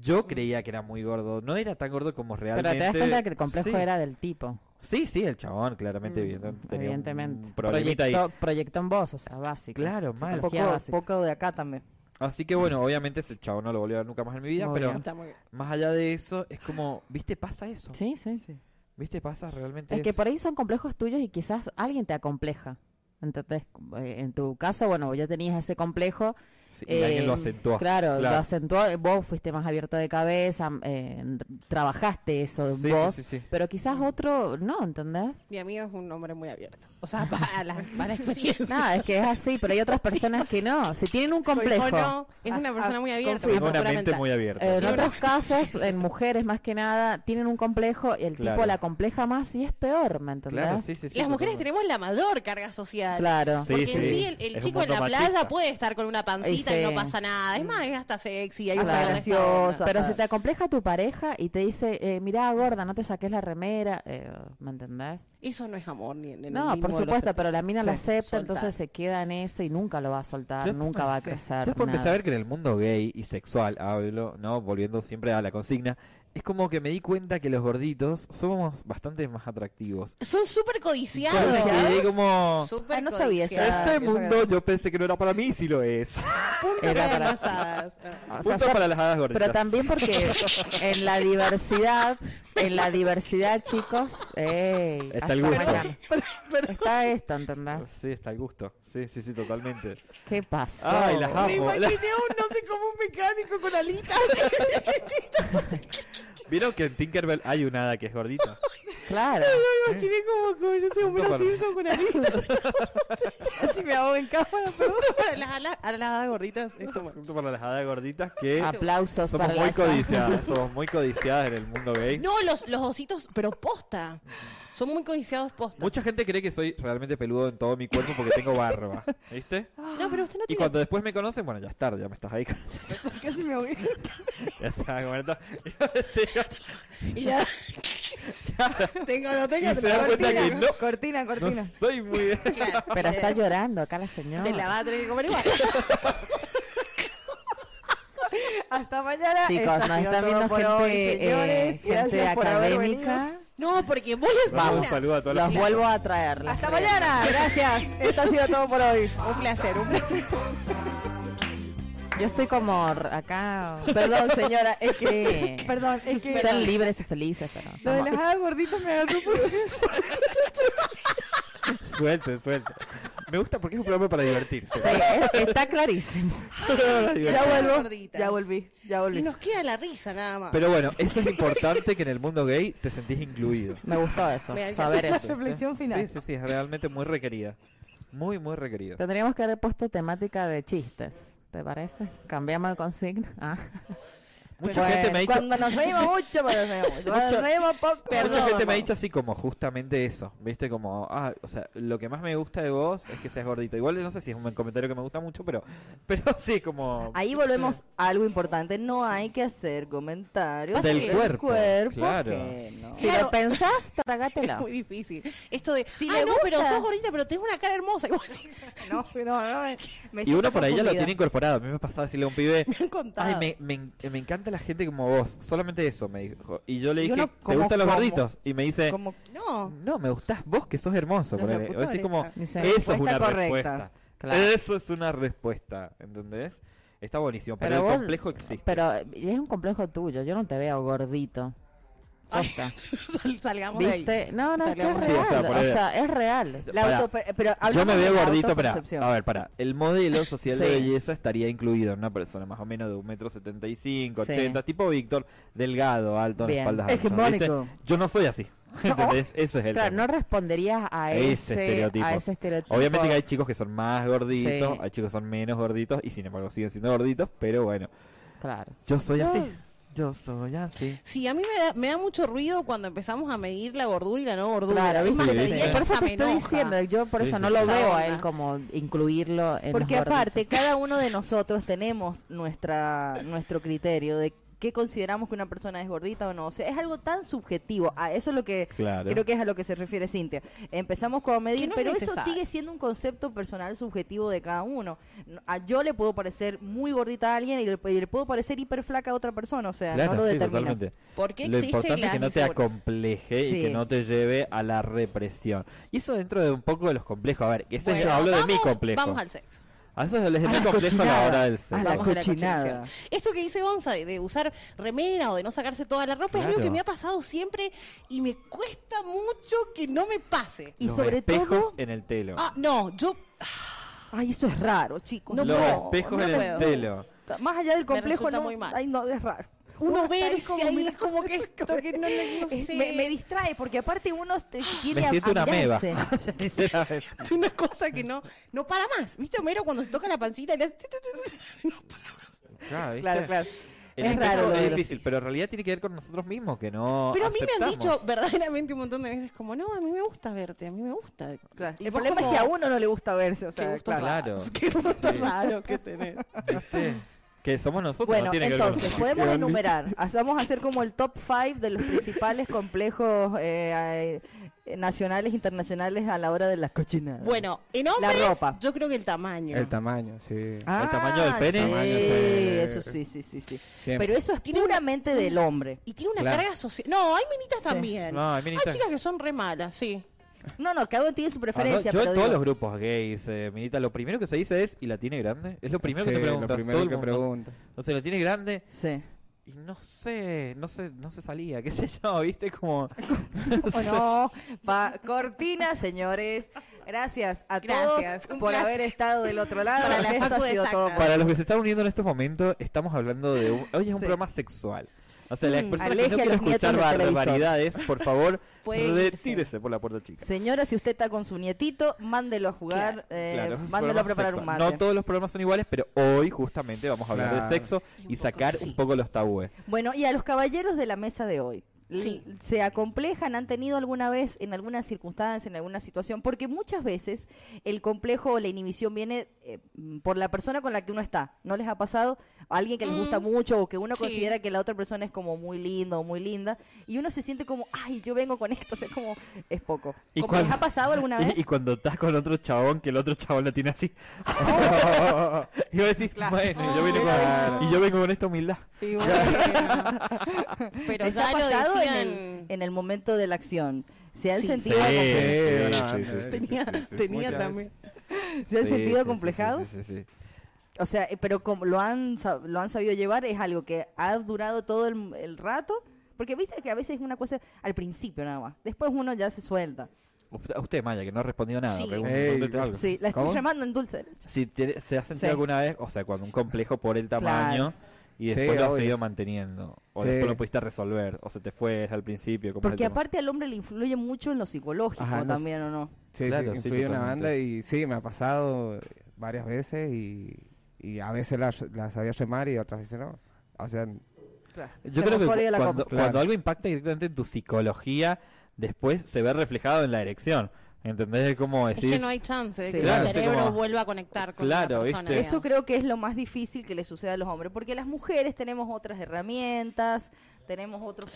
yo creía que era muy gordo, no era tan gordo como Mm. Pero realmente. te das cuenta que el complejo Sí. era del tipo. Sí, sí, el chabón claramente Mm, evidente- tenía evidentemente. un problemita ahí. Proyectó, proyectó en vos, o sea, básico. Claro, mal. Poco, Psicología básica. poco de acá también. Así que bueno, obviamente ese chavo no lo volví a ver nunca más en mi vida, Muy pero bien. Está muy bien. más allá de eso, es como, ¿viste? Pasa eso. Sí, sí. ¿Viste? Pasa realmente Es que eso. por ahí son complejos tuyos y quizás alguien te acompleja. ¿Entendés? Eh, En tu caso, bueno, ya tenías ese complejo. Sí, y alguien lo eh, acentuó. Claro, claro. lo acentuó. eh, Vos fuiste más abierto de cabeza, eh, trabajaste eso Sí, sí, vos. sí, sí. Pero quizás otro no, [laughs] ¿entendés? Mi amigo es un hombre muy abierto. O sea, para la, para la experiencia. Nada, es que es así, pero hay otras personas que no. Si tienen un complejo. Dijo, no, es una Ah, persona ah, muy abierta. confirmo. Tengo una una postura mente mental. muy abierta. Eh, En Digo, otros casos, en mujeres más que nada, tienen un complejo y el Claro. tipo la compleja más y es peor, ¿me entendés? Claro, sí, sí, sí, Las mujeres totalmente. tenemos la mayor carga social. Claro. Sí, Porque en sí. sí el, Es el un chico en mundo la machista. playa puede estar con una pancita Ay, y sí. no pasa nada. Es más, es hasta sexy. Hay un Hasta montón de esta onda. gracioso. Pero Ajá. si te acompleja tu pareja y te dice, eh, mirá, gorda, no te saques la remera, eh, ¿me entendés? Eso no es amor. Ni, ni- No, por ni ninguno de los supuesto, otros. pero la mina lo Sí, acepta, soltar. entonces se queda en eso y nunca lo va a soltar, Yo- nunca va a sí. crecer. Yo porque nada. saber que en el mundo gay y sexual, hablo, ¿no? Volviendo siempre a la consigna, es como que me di cuenta que los gorditos somos bastante más atractivos. Son súper Yo me codiciados. quedé como... Súper Ah, no sabía eso. codiciados. Ah, Este esa mundo yo pensé que no era para mí, sí lo es. Punto Era para para- las pasadas. [laughs] Ah. O sea, Punto ser- para las hadas gorditas. Pero también porque en la diversidad, en la diversidad, chicos, ey, Está hasta el gusto. mañana. Está esto, ¿entendés? Sí, está al gusto. Sí, sí, sí, [laughs] totalmente. ¿Qué pasó? Ay, las Me amo. La- imaginé un, no sé, como un mecánico [laughs] con alitas. ¿Vieron que en Tinkerbell hay una hada que [laughs] es gordita? Claro. Me imaginé como con, no sé, un Punto para- Simpson con [laughs] alitas. Si me ahogo en cámara, pero... Para las alas- a las gorditas. Esto, bueno. Junto para las hadas gorditas que Aplausos somos Ah, para muy las- codiciadas. Somos muy codiciadas en el mundo gay. No, los, los ositos, pero posta. Son muy codiciados posta. Mucha gente cree que soy realmente peludo en todo mi cuerpo porque tengo [laughs] barba. ¿Viste? Ah, No, pero usted no Y tiene. cuando después me conocen, bueno, ya es tarde, ya me estás ahí. Casi me [laughs] ahogué. [laughs] Ya está, [laughs] muerto. Y Y ya- tengo, no tengo, se dan cuenta que no, Cortina, cortina. no soy [laughs] muy. Claro, Pero sí. está llorando acá la señora. Te la va a tener que comer igual. Hasta mañana. Esto ha Chicos, nos sido están todo viendo por gente, hoy, eh, señores. gente Gracias por haber venido. académica. No, porque vos les Vamos, una- saluda a todas Los las vuelvo a traer. los Hasta tres. mañana. Gracias. Esto ha sido todo por hoy. Un placer, un placer. Yo estoy como r- acá. Perdón, señora. Es que. Sí. [laughs] Perdón, es que. Sean libres y felices, pero. Lo de estamos- las hadas gorditas me agarró por. Suelte, suelte. Me gusta porque es un programa para divertirse. [laughs] Sí, es- está clarísimo. Para Ya divertirse. vuelvo. Gorditas. Ya volví. Ya Y volví. nos queda la risa nada más. Pero bueno, eso es importante que en el mundo gay te sentís incluido. Me gustó eso. Me alcanzó. Saber La eso. reflexión final. Sí, sí, sí, es realmente muy requerida. Muy, muy requerida. Tendríamos que haber puesto temática de chistes. ¿Te parece? Cambiamos de consigna. Ah. Mucha Bueno, gente me ha dicho, Pues, Cuando nos [laughs] reímos mucho, pero nos reímos mucho. Cuando Mucho- nos reímos poco. mucha Perdón, gente me ha vamos. dicho así como justamente eso, ¿viste? Como, ah, o sea, lo que más me gusta de vos es que seas gordito. Igual no sé si es un comentario que me gusta mucho, pero [laughs] pero sí, como Ahí volvemos a algo importante. No hay que hacer comentarios Del cuerpo, cuerpo claro. ajeno. Si Claro. lo pensás, [laughs] trágatela. [laughs] Muy difícil. Esto de, Si ah, le no, pero gusta. sos gordita, pero tenés una cara hermosa. [laughs] Y vos así, No, no, no. me- me Y uno siento por ahí ya lo confundida. tiene incorporado. A mí me pasaba decirle a un pibe, me han contado. ay, me, me, en- me encanta la gente como vos. Solamente eso me dijo. Y yo Y le dije, uno ¿te como- gustan los como- gorditos? Y me dice, Como [laughs] No. no, me gustás vos que sos hermoso. Los ponele. O así locutores, como, ah. Ni se- eso es Respuesta una correcta. respuesta. Claro. Eso es una respuesta, ¿entendés? Está buenísimo, pero, Pero el vos- complejo existe. Pero eh, es un complejo tuyo. Yo no te veo gordito. Ay, Posta. [laughs] sal- salgamos de ahí. ¿Viste? No, no, es que es Salgamos. Sí, o sea, real. por o ahí- sea, es real. La Pará. auto, pero Yo me hablemos veo de la gordito, pero autopercepción. a ver, para. El modelo social Sí. de belleza estaría incluido en una persona más o menos de un metro setenta y cinco, Sí. ochenta, tipo Víctor, delgado, alto, en Bien. espaldas anchas, Hegemónico. ¿viste? Yo no soy así, ¿entendés? Eso es el Claro, tema. no responderías a Ese ese, estereotipo. a ese estereotipo. Obviamente que hay chicos que son más gorditos, Sí. hay chicos que son menos gorditos y sin embargo siguen siendo gorditos, pero bueno, Claro. yo soy así. Yo soy así. Sí, a mí me da, me da mucho ruido cuando empezamos a medir la gordura y la no gordura. Claro, Es ¿viste? más, Sí, te ¿viste? diría Por eso hasta te me estoy enoja. diciendo, yo por Sí, eso sí, no lo sí. veo a Esa él onda. como incluirlo en Porque los gorditos. aparte, cada uno de nosotros tenemos nuestra nuestro criterio de qué consideramos que una persona es gordita o no. O sea, es algo tan subjetivo. A eso es lo que Claro. creo que es a lo que se refiere Cintia. Empezamos con Que medir, no es pero eso necesario. sigue siendo un concepto personal subjetivo de cada uno. No- A yo le puedo parecer muy gordita a alguien y le, y le puedo parecer hiper flaca a otra persona. O sea, Claro, no lo sí, determina. totalmente. ¿Por qué Lo existe importante la es que no te inseguridad? acompleje Sí. y que no te lleve a la represión. Y eso dentro de un poco de los complejos. A ver, que ese Bueno, hablo de mi vamos- complejo. Vamos al sexo. A eso les A Ah, es muy la complejo a la cochinada, hora del a sexo. la Vamos a la cochinada. Esto que dice Gonza de, de usar remera o de no sacarse toda la ropa es algo Claro. que me ha pasado siempre y me cuesta mucho que no me pase. Y Los sobre espejos todo, en el telo. Ah, no, yo ay, eso es raro, chicos. No Los puedo, espejos no en puedo. el telo. Más allá del complejo, resulta no, muy mal. ay, no, es raro. uno está ve ahí si como ahí mirando es [laughs] como que esto que no, no- no Es- sé. me, me distrae porque aparte uno te tiene Me a, siento a una meba. [laughs] mirarse. es una cosa que no no para más. ¿Viste Homero cuando se toca la pancita? y le hace tu, tu, tu, tu? No para. Claro, ¿viste? Claro, claro. El Es espejo raro lo de Es los difícil, pero en realidad tiene que ver con nosotros mismos, que no [laughs] Pero a mí me han dicho aceptamos. verdaderamente un montón de veces como, no, a mí me gusta verte, a mí me gusta. Claro. [laughs] Y El vos problema es que como, a uno no le gusta verse, o sea, qué gusto claro. claro. [laughs] raro, [laughs] qué gusto Sí. raro [laughs] que tenés. ¿Viste? Que somos nosotros, no Bueno, tiene que ver entonces, con nosotros. podemos Qué [laughs] enumerar. Haz- Vamos a hacer como el top 5 de los principales complejos eh, eh, nacionales, internacionales a la hora de las cochinadas. Bueno, en hombres, ropa. yo creo que el tamaño. El tamaño, sí. Ah, el tamaño del pene. Sí, Tamaño, sí. eso sí, sí, sí, sí. Siempre. Pero eso es Tiene una- puramente del hombre. Y tiene una Claro. carga social. No, hay minitas Sí. también. No, a mí hay ni tan- chicas que son re malas, sí. No, no, cada uno tiene su Ah, no, preferencia. yo pero en todos digo, los grupos gays, eh, Minita, lo primero que se dice es, ¿y la tiene grande? Es lo primero Sí, que te preguntan. Lo todo primero el que mundo. pregunto. O sea, ¿la tiene grande? Sí. Y no sé, no sé, no se salía, [laughs] qué sé yo, ¿viste? Como... O no. Pa- Cortina, señores. Gracias a Gracias, todos un por placer. haber estado del otro lado. Para la Esto ha Facu de sido todo Sacas. por Para los que se están uniendo en estos momentos, estamos hablando de... un- Hoy es un Sí. programa sexual. O sea, las Mm, personas que aleje no a quieran los nietos escuchar del televisor. barbaridades, por [laughs] favor, Pueden irse. retírese por la puerta chica. Señora, si usted está con su nietito, mándelo a jugar, eh, Claro, es mándelo un programa a preparar sexual. un mate. No todos los programas son iguales, pero hoy justamente vamos a hablar Claro. de sexo Y un y poco sacar sí. un poco los tabúes. Bueno, y a los caballeros de la mesa de hoy. L- Sí. ¿Se acomplejan? ¿Han tenido alguna vez, en alguna circunstancia, en alguna situación? Porque muchas veces el complejo o la inhibición viene eh, mm, por la persona con la que uno está. ¿No les ha pasado? Alguien que les gusta Mm. mucho o que uno Sí. considera que la otra persona es como muy lindo o muy linda y uno se siente como, ay, yo vengo con esto, o sea, es como, es poco. ¿Y ¿Cómo ¿Les cuándo- ha pasado alguna vez? [laughs] Y, y cuando estás con otro chabón, que el otro chabón la tiene así. [laughs] y vos decís, Claro. bueno, yo vengo con- Claro. y yo vengo con esta humildad. [laughs] Y bueno. Pero ¿Les ha ya lo pasado en decían... el- en el momento de la acción? ¿Se han Sí. sentido Sí. como- no, sí, no, sí, no, sí, Tenía, tenía muchas también. ¿Se han Sí, sí, sentido sí, acomplejados? sí, sí, sí. O sea, eh, pero como lo han, sa- lo han sabido llevar, es algo que ha durado todo el, el rato. Porque viste que a veces es una cosa al principio nada más. Después uno ya se suelta. Usted, a usted, Maya, que no ha respondido nada. Sí. pregunta, Ey, pregúntete algo. Sí, la estoy ¿Cómo? llamando en dulce. de leche. Si te- se ha sentido Sí. alguna vez, o sea, cuando un complejo por el tamaño y Sí, después lo has obvio. seguido manteniendo, o Sí. después lo pudiste resolver, o se te fue al principio. como es el Porque tema. aparte al hombre le influye mucho en lo psicológico Ajá, no sé. también, ¿o no? Sí, sí, Claro, sí, influye una totalmente. banda y sí, me ha pasado varias veces y, y a veces las, las sabía remar y otras veces no. O sea, Yo Se creo me que fue de la cuando, copa. cuando Claro. algo impacta directamente en tu psicología, después se ve reflejado en la erección. ¿Entendés? Es como Es decir. que no hay chance de Sí. que Claro, el sí, cerebro como- vuelva a conectar con Claro, la persona. ¿viste? Eso creo que es lo más difícil que le sucede a los hombres. Porque las mujeres tenemos otras herramientas, tenemos otro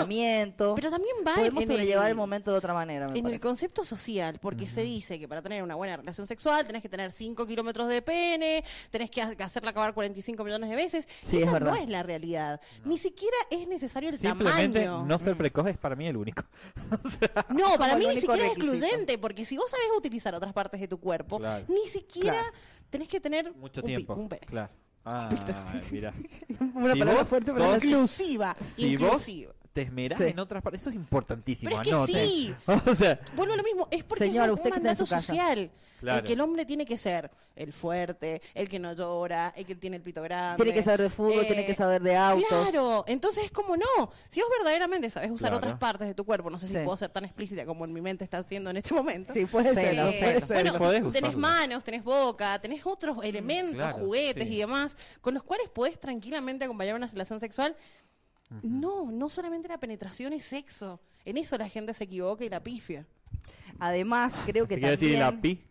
funcionamiento. Pero también va Podemos en sobrellevar el momento de otra manera, me En el parece. concepto social, porque se dice que para tener una buena relación sexual tenés que tener 5 kilómetros de pene, tenés que ha- hacerla acabar 45 millones de veces. Sí, es Esa verdad. no es la realidad. Ni siquiera es necesario el Simplemente tamaño. no ser precoz es para mí el único. No, para el mí ni único siquiera es requisito. excluyente, porque si vos sabés utilizar otras partes de tu cuerpo, Claro. ni siquiera Claro. tenés que tener Mucho un pi- tiempo. un pene. Claro. Ah, mira. [laughs] Una Si palabra vos fuerte, pero sos- Inclusiva, Si vos inclusiva. te esmerás Sí. en otras partes, eso es importantísimo. Pero es que anoten. sí. [laughs] O sea, Vuelvo a lo mismo, es porque Señor, es un- usted un que está en mandato su casa. social. El Claro. que el hombre tiene que ser el fuerte, el que no llora, el que tiene el pito grande. Tiene que saber de fútbol, Eh, tiene que saber de [laughs] autos. Claro, entonces como no, si vos verdaderamente sabes usar Claro. otras partes de tu cuerpo, no sé si Sí. puedo ser tan explícita como en mi mente está haciendo en este momento. Sí, puede Sí, ser. lo puede sé, lo ser. sé. bueno, Podés tenés usarlo. manos, tenés boca, tenés otros elementos, claro, juguetes sí. y demás, con los cuales podés tranquilamente acompañar una relación sexual. No, no solamente la penetración es sexo. En eso la gente se equivoca y la pifia. Además, creo que si quiero decir también la pi.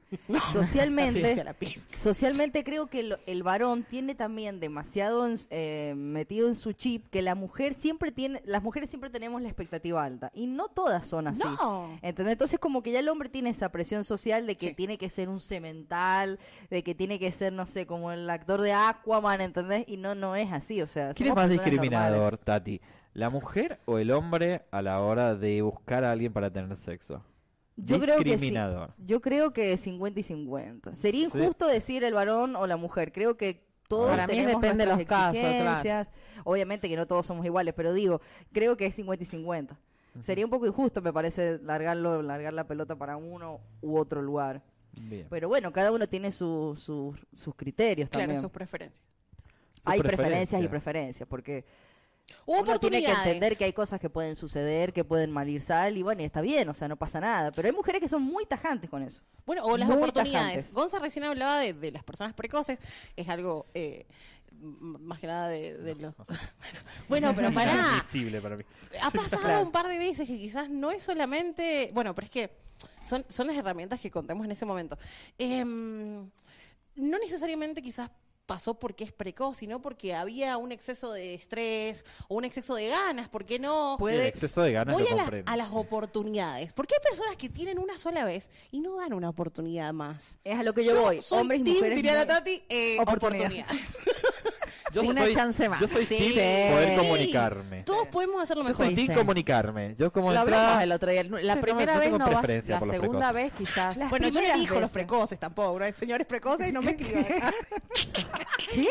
socialmente, La pifia. socialmente creo que lo- el varón tiene también demasiado en- eh, metido en su chip que la mujer siempre tiene, las mujeres siempre tenemos la expectativa alta y no todas son así. No. ¿Entendés? Entonces como que ya el hombre tiene esa presión social de que Sí. tiene que ser un cemental, de que tiene que ser, no sé, como el actor de Aquaman, ¿entendés? Y no, no es así, o sea... ¿Quién es somos más personas discriminador, normales. Tati? ¿La mujer o el hombre a la hora de buscar a alguien para tener sexo? Yo creo que sí. Discriminador. Yo creo que 50 y 50. Sería Sí. injusto decir el varón o la mujer. Creo que todos Para mí tenemos depende de los nuestras casos, claro. exigencias. Obviamente que no todos somos iguales, pero digo, creo que es 50 y 50. Sería un poco injusto, me parece, largarlo, largar la pelota para uno u otro lugar. Bien. Pero bueno, cada uno tiene su- su- sus criterios Claro, también. sus preferencias. hay preferencias y preferencias. preferencias, porque Hubo uno tiene oportunidades. que entender que hay cosas que pueden suceder, que pueden malir sal, y bueno, y está bien, o sea, no pasa nada. Pero hay mujeres que son muy tajantes con eso. Bueno, o las Muy oportunidades. tajantes. Gonza recién hablaba de, de las personas precoces, es algo eh, m- más que nada de, de los... bueno, pero pará, Inadmisible para mí. ha pasado Claro. un par de veces que quizás no es solamente... Bueno, pero es que son, son las herramientas que contamos en ese momento. Em, no necesariamente quizás pasó porque es precoz, sino porque había un exceso de estrés o un exceso de ganas, ¿por qué no? Sí, El exceso de ganas Voy lo a, la- comprendo. a las oportunidades. Porque hay personas que tienen una sola vez y no dan una oportunidad más. Es a lo que yo, voy. soy Hombres y team, mujeres. diría la muy- Tati, eh, Oportunidad. oportunidades. [laughs] Yo Una soy- chance más. Yo soy Sí. team poder comunicarme. Todos podemos hacerlo Yo mejor. soy team Dicen. comunicarme. Yo como Lo hablamos entrada... el otro día. La Sí, no, primera no vez tengo no vas, preferencia la por los segunda vez quizás. Las Bueno, yo no primeras elijo los veces. precoces tampoco, ¿no? Hay señores precoces y [laughs] no me escriban.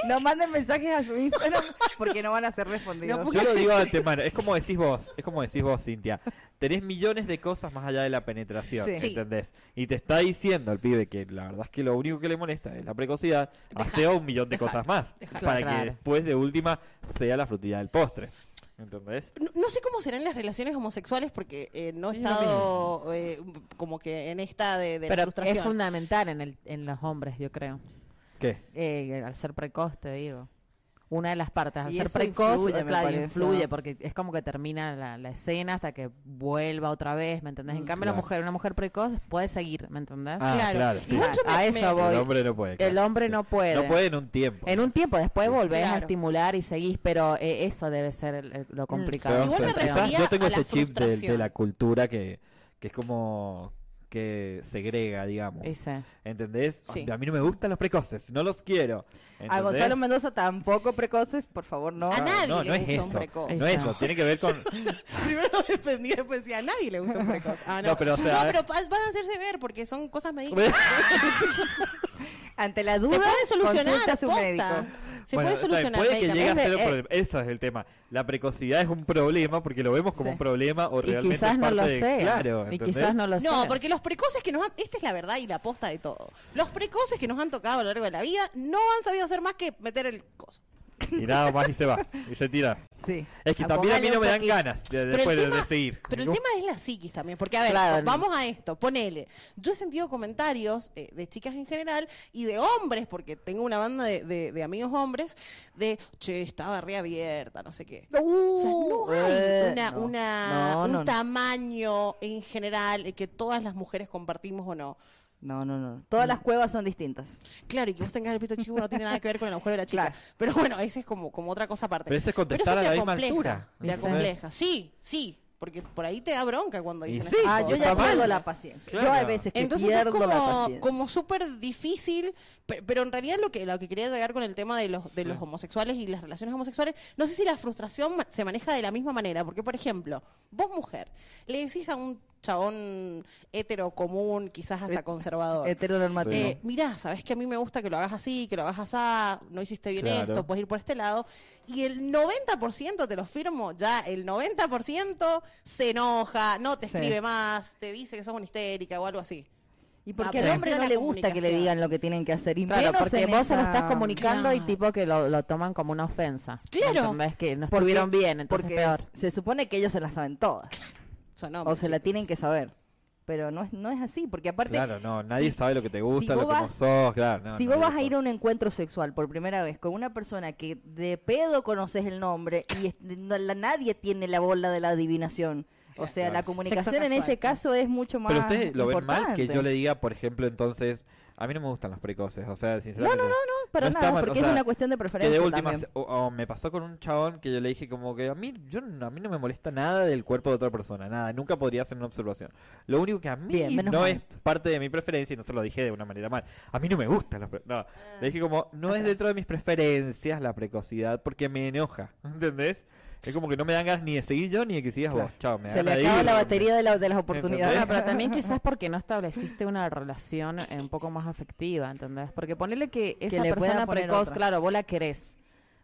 No manden mensajes a su [laughs] Instagram porque no van a ser respondidos. No, Yo lo digo de antemano, es como decís vos, es como decís vos, Cintia. Tenés millones de cosas más allá de la penetración, Sí. Sí. ¿entendés? Y te está diciendo el pibe que la verdad es que lo único que le molesta es la precocidad, hace un millón de cosas más, para Claro. que después de última sea la frutilla del postre, ¿entendés? No, no sé cómo serán las relaciones homosexuales porque eh, no he estado eh, como que en esta de, de la Pero frustración. es fundamental en, el, en los hombres, yo creo. ¿Qué? Eh, al ser precoz, te digo. Una de las partes, al Y ser eso precoz, eh, influye, me claro, parece, influye, ¿no? porque es como que termina la, la escena hasta que vuelva otra vez, ¿me entendés? En Mm, cambio, la claro. mujer, una mujer precoz puede seguir, ¿me entendés? Ah, Claro. claro. sí. Igual yo me- a me- eso voy. El hombre no puede. El claro, hombre sí. no puede. No puede en un tiempo. En un tiempo, después volvés a Claro. estimular y seguís, pero eh, eso debe ser el- el- lo complicado. Pero Igual no me sé, quizás refería yo tengo a la ese chip de, de la frustración. cultura que, que es como que segrega, digamos. Ese. ¿Entendés? Sí. A mí no me gustan los precoces, no los quiero. A ¿entendés? Gonzalo Mendoza tampoco precoces, por favor, no. A Claro, nadie no, le no es gusta un eso. precoz. No Ahí es está. eso, tiene que ver con... [laughs] [laughs] Primero lo defendía, después decía, a nadie le gusta un precoz. Ah, no. No, pero, o sea, eh. No, pero pa- van a hacerse ver porque son cosas médicas. Ante la se duda, puede solucionar consulta a su posta. médico. Se Bueno, está puede bien, solucionar puede que llegue a médicamente. ser un problema. Eso es el tema. La precocidad es un problema porque lo vemos como Sí. un problema o Y realmente es quizás no parte lo de- sea. Claro, y ¿entendés? quizás no lo No, sea. porque los precoces que nos han... Esta es la verdad y la posta de todo. Los precoces que nos han tocado a lo largo de la vida no han sabido hacer más que meter el coso. Y nada más y se va. Y se tira. Sí. Es que Ah, también a póngale mí no un me dan poquito. ganas de, Pero el después de- de tema- seguir. Pero el Ningún- tema es la psiquis también, porque a ver, Claro. vamos a esto, ponele. Yo he sentido comentarios eh, de chicas en general y de hombres, porque tengo una banda de, de- de amigos hombres, de, che, estaba reabierta, no sé qué. O sea, no hay Eh, una, no. una- No, un no, no. tamaño en general eh, que todas las mujeres compartimos o no. No, no, no. Mm. Todas las cuevas son distintas. Claro, y que vos tengas el pito chico no tiene nada que ver con el agujero de la chica. Claro. Pero bueno, ese es como, como otra cosa aparte. Pero eso es contestar eso a te la misma acompleja, altura, Te ¿entendés? acompleja. Sí, sí. Porque por ahí te da bronca cuando Y dicen sí. esas Ah, cosas. yo ya Está mal. pierdo la paciencia. Yo Claro. hay veces que Entonces es pierdo la como, paciencia. como súper difícil, pe- pero en realidad lo que, lo que quería llegar con el tema de los, de los homosexuales y las relaciones homosexuales, no sé si la frustración ma- se maneja de la misma manera, porque por ejemplo, vos mujer, le decís a un chabón hetero común, quizás hasta Het- conservador, Heteronormativo. eh, mirá, sabes que a mí me gusta que lo hagas así, que lo hagas así, no hiciste bien Claro. esto, puedes ir por este lado. Y el 90%, te lo firmo, ya el 90% se enoja, no te Sí. escribe más, te dice que sos una histérica o algo así. y ah, porque sí. al hombre no la le gusta que le comunicación. digan lo que tienen que hacer. Y Claro, menos porque en vos se lo esa- estás comunicando y Claro. tipo que lo, lo toman como una ofensa. Claro. ¿Entendés? Que no estuvieron bien, entonces Porque peor. se supone que ellos se las saben todas. Son o hombres, se la chicos. tienen que saber. Pero no es, no es así, porque aparte, Claro, no, nadie si- sabe lo que te gusta, vos lo que no vas- sos, claro. no, si no vos digo vas a ir todo. a un encuentro sexual por primera vez con una persona que de pedo conoces el nombre y es- no- la- nadie tiene la bola de la adivinación. O Claro. sea, la Claro. comunicación Sexo en casual. ese caso es mucho más Pero ustedes lo ven mal que importante. yo le diga, por ejemplo, entonces, a mí no me gustan los precoces, o sea, sinceramente. No, no, Pero no está nada, mal, porque o es sea, una cuestión de Que preferencia de última, también. o- o me pasó con un chabón que yo le dije como que a mí, yo, a mí no me molesta nada del cuerpo de otra persona, nada, nunca podría hacer una observación. Lo único que a mí Bien, menos no mal. es parte de mi preferencia, y no se lo dije de una manera mal, a mí no me gustan los pre- Ah, no. Le dije como, no es dentro de mis preferencias la precocidad porque me enoja, [laughs] ¿entendés? Es como que no me dan ganas ni de seguir yo ni de que sigas Claro. vos. Chao, me da Se le ganas de acaba ir, la hombre. batería de, la- de las Bueno, oportunidades. pero [laughs] también quizás porque no estableciste una relación eh, un poco más afectiva, ¿entendés? Porque ponele que esa le puedan persona poner precoz, otra. claro, vos la querés.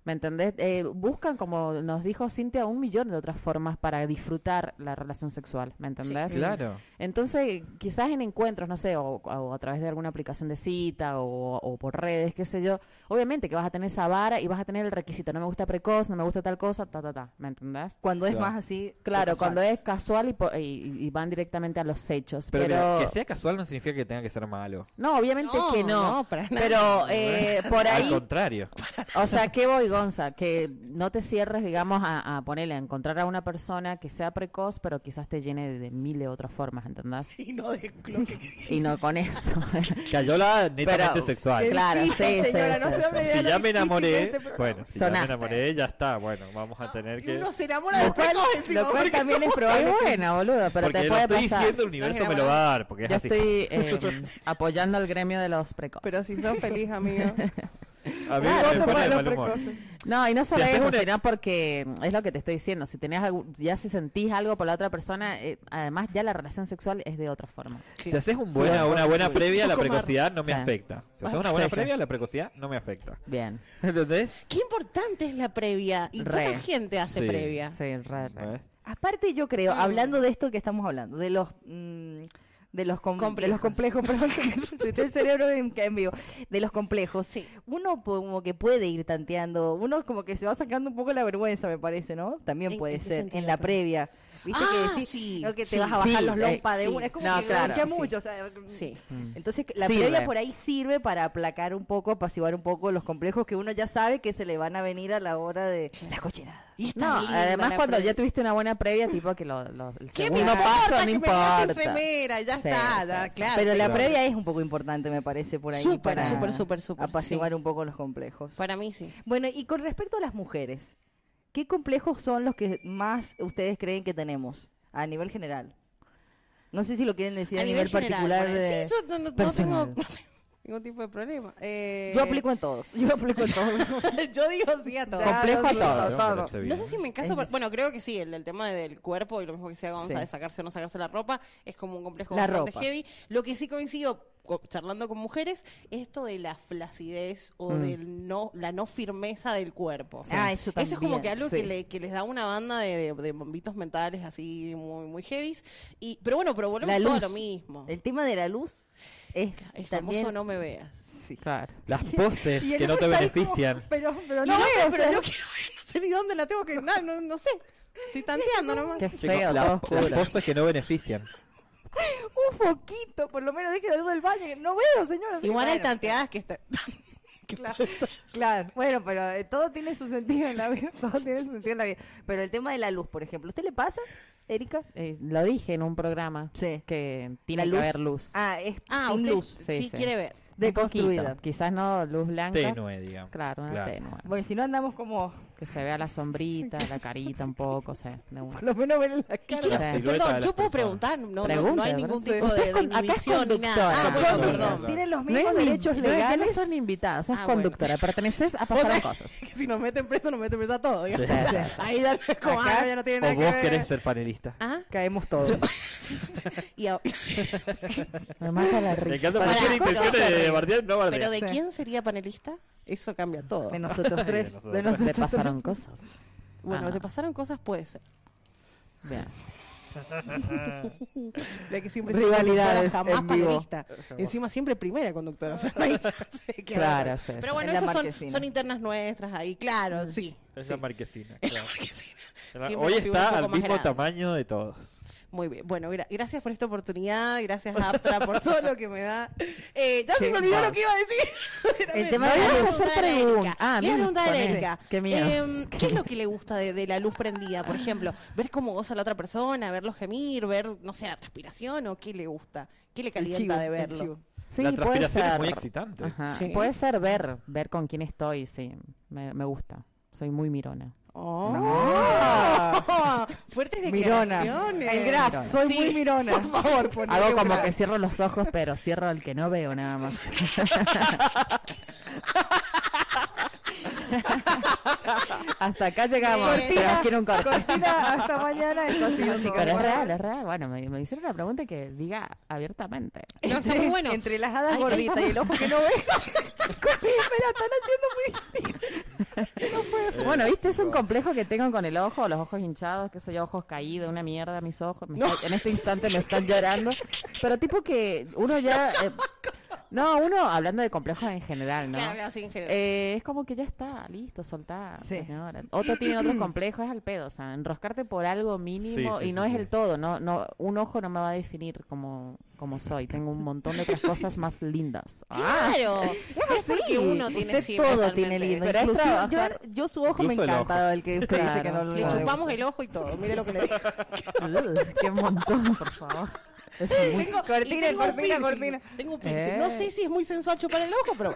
¿Me entendés? Eh, buscan, como nos dijo Cintia, un millón de otras formas para disfrutar la relación sexual, ¿me entendés? Claro. Entonces, quizás en encuentros, no sé, o, o a través de alguna aplicación de cita o, o por redes, qué sé yo, obviamente que vas a tener esa vara y vas a tener el requisito, no me gusta precoz, no me gusta tal cosa, ta, ta, ta, ¿me entendés? Cuando es Claro. más así. Claro, casual. cuando es casual y, por- y- y van directamente a los hechos. Pero, Pero, mira, que sea casual no significa que tenga que ser malo. No, obviamente que no. para nada. [laughs] Pero eh, por Al ahí, [laughs] contrario. o sea, ¿qué voy, Gonza? Que no te cierres, digamos, a, a ponerle, a encontrar a una persona que sea precoz, pero quizás te llene de, de mil de otras formas, ¿entendés? Y no de lo que quería. Y no con eso. [laughs] Cayola netamente Pero- sexual. Qué Claro, difícil, sí, sí, señora, sí, no se sí. da una idea Si lo ya me difícil de enamoré, este programa. bueno, si ya Sonaste. me enamoré, ya está. Bueno, vamos a [laughs] tener Y que. uno se enamora de precoz encima. Lo cual porque [laughs] también es Pero probable. bueno, boludo, pero Porque te lo puede estoy pasar. diciendo, el universo me lo va a dar. Porque es Yo así. estoy eh, apoyando al gremio de los precoces. Pero si sos feliz, amigo. A mí Ah, me no se pone de puede, mal humor. No, y no solo haces eso, una- sino porque mm, es lo que te estoy diciendo. Si tenés algún- ya si sentís algo por la otra persona, eh, además ya la relación sexual es de otra forma. Si haces un buena, Sí, una buena previa, la Poco más. precocidad no Sí. me Ah, afecta. Si haces una buena Sí, sí. previa, la precocidad no [laughs] me afecta. Bien. ¿Entendés? [laughs] Qué importante es la previa. Y Re. poca gente hace Sí. previa. Sí, re, re. ¿Eh? Aparte, yo creo, Mm. hablando de esto que estamos hablando, de los. mm, de los, com- de los complejos, Complejos. perdón, [laughs] se me- se- el cerebro en, en vivo, de los complejos, Sí. uno po- como que puede ir tanteando, uno como que se va sacando un poco la vergüenza, me parece, ¿no? También ¿En- puede en qué ser, sentido en la la previa, ¿viste? Ah, que decís, sí, ¿no? que te sí, vas a bajar sí, los eh, lompas de sí. una, es como No, que se claro, blanquea sí. mucho, o sea, mm, Sí. entonces la Sirve. previa por ahí sirve para aplacar un poco, apaciguar un poco los complejos que uno ya sabe que se le van a venir a la hora de la cochinada. Y está No, bien linda además la cuando previa. ya tuviste una buena previa, tipo que lo, lo- el ¿Qué segundo me paso importa no que me pasen importa. remera? Ya Sí, está, sí, ya, sí. claro. Pero la Claro. previa es un poco importante, me parece, por ahí. Súper, para súper, súper, súper, Apaciguar sí. un poco los complejos. Para mí sí. Bueno, y con respecto a las mujeres, ¿qué complejos son los que más ustedes creen que tenemos a nivel general? No sé si lo quieren decir a, nivel, general, particular. por ahí. de- Sí, yo no, no personal. tengo [laughs] no tengo ningún tipo de problema. Eh, Yo aplico en todos. Yo aplico en todos. [laughs] yo digo sí a todo. Complejo a Pero todos. me parece No bien. sé si me Es caso, pero- neces- bueno, creo que sí, el, el tema del cuerpo y lo mismo que sea Gonza Sí. de sacarse o no sacarse la ropa es como un complejo La bastante ropa. heavy. Lo que sí coincido co- charlando con mujeres, esto de la flacidez o del no la no firmeza del cuerpo. Mm. Ah, eso también. Eso es como que algo que, sí. le- que les da una banda de, de, de bombitos mentales así muy muy heavies y pero bueno, pero volvemos La todo a luz. lo mismo. El, El tema de la luz es famoso también... no me veas. Sí. Claro. Las poses Y el que no te hombre está ahí como, benefician. pero, pero No, no, no, veo, o pero sea, yo quiero ver, no sé ni dónde la tengo que no, no, no sé. [laughs] Estoy tanteando nomás. Qué Chicos, feo, la- todo las oscuro. poses que no benefician. un foquito, por lo menos deje la luz del baño. que No veo, señora. Sí, Igual hay bueno. tanteadas que está. [laughs] que pasa. Claro, bueno, pero eh, todo tiene su sentido en la vida. [laughs] Todo tiene su sentido en la vida. Pero el tema de la luz, por ejemplo, ¿usted le pasa, Erika? Eh, lo dije en un programa Sí. que tiene que La luz. haber luz. Ah, es Ah, sin usted luz, Sí, sí, sí. quiere ver. Un poquito. deconstruida. Quizás no luz blanca. Tenue, digamos. Claro, una tenue. Bueno, si no andamos como, [laughs] Que se vea la sombrita, la carita un poco, o sea, de una. por lo menos ven la Y cara. quiero- silueta de perdón, las yo personas. puedo preguntar, no, no- no, Pregunta, hay ningún pregunta. tipo Usted de es con- acá es división ni conductora. nada. Ah, Acá es bueno, conductora. perdón. Tienen los No es mismos ni- derechos no es que legales. No son invitadas, sos Ah, bueno. conductora. Perteneces [laughs] a Vos pasar sabés cosas. [laughs] que si nos meten preso, nos meten preso a todos. digamos. Sí, sí, sí. Ahí ya no es como, Acá, ah, no, ya no tiene nada O vos que ver. querés ser panelista. Ah, Caemos todos. y a- Me mata la [laughs] Me risa. encanta Pará, porque tiene pero- intenciones de bardear, no bardear. [laughs] pero ¿de Sí. quién sería panelista? Eso cambia [laughs] todo. De nosotros tres. nosotros De tres. nosotros Te tres. pasaron cosas. Bueno, Ah. te pasaron cosas, puede ser. Bien. La que siempre Rivalidades se jamás en vivo. panelista. Encima siempre primera conductora. o sea, no hay [laughs] chance de que Claro, haga. sí, sí. Pero bueno, En la esas son, marquesina. son internas nuestras ahí, claro, sí. Esa [laughs] sí. marquesina. claro. Era- Siempre Hoy una figura está un poco al más mismo grande. tamaño de todos. Muy bien. Bueno, gra- gracias por esta oportunidad, gracias a Aptra por todo lo que me [laughs] da. Eh, ya se me olvidó lo que iba a decir. [laughs] El tema de la Le iba a luz. preguntar a Erika. Pregun- Ah, Le iba a mira, preguntar a poné. Erika. Qué miedo. Eh, em, ¿Qué es lo que le gusta de, de la luz prendida, por ejemplo? ¿Ver cómo goza la otra persona, verlo gemir, ver, no sé, la transpiración o qué le gusta? ¿Qué le El calienta chivo, de el verlo? chivo. Sí, la puede transpiración ser. es muy excitante. Ajá. Sí. Puede ser ver, ver con quién estoy, sí. Me, me gusta. Soy muy mirona. Oh. [laughs] Fuertes Mirona. declaraciones. El graf. Soy Sí. muy [laughs] mirona. Por favor, ponele Hago un como graf. que cierro los ojos, pero cierro el que no veo nada más. Hasta acá llegamos. Cortina. Tenemos que ir a un corte. Cortina, hasta mañana el cocido con Pero es Gorda. real, es real. Bueno, me, me hicieron una pregunta que diga abiertamente. No, está [laughs] muy bueno. Entre las hadas Ay, gorditas y el ojo que no ve. me la están haciendo muy Bueno, viste, es un complejo que tengo con el ojo, los ojos hinchados, qué sé yo, ojos caídos, una mierda, mis ojos. me está- en este instante me están llorando. Pero tipo que uno ya... eh, no, uno hablando de complejos en general, ¿no? Claro, así en general. Eh, es como que ya está, listo, soltá, Sí. señora. Otros tienen otros complejos, es al pedo, o sea, enroscarte por algo mínimo Sí, sí, y no sí, es sí. el todo, no, no, un ojo no me va a definir como, como soy, tengo un montón de otras cosas más lindas. Ah, Claro, es porque uno tiene Usted sí, todo totalmente. tiene lindo. Pero es Inclusive, yo, trabajar. yo su ojo me Incluso el encanta, el, que usted dice que no Claro. lo Le chupamos el ojo y todo. Mire lo que le digo. Ugh, qué montón, por favor. Es muy- Tengo, y Cortina, tengo un cortina, piercing, cortina. Tengo un piercing. Eh. No sé si es muy sensual chupar el ojo, pero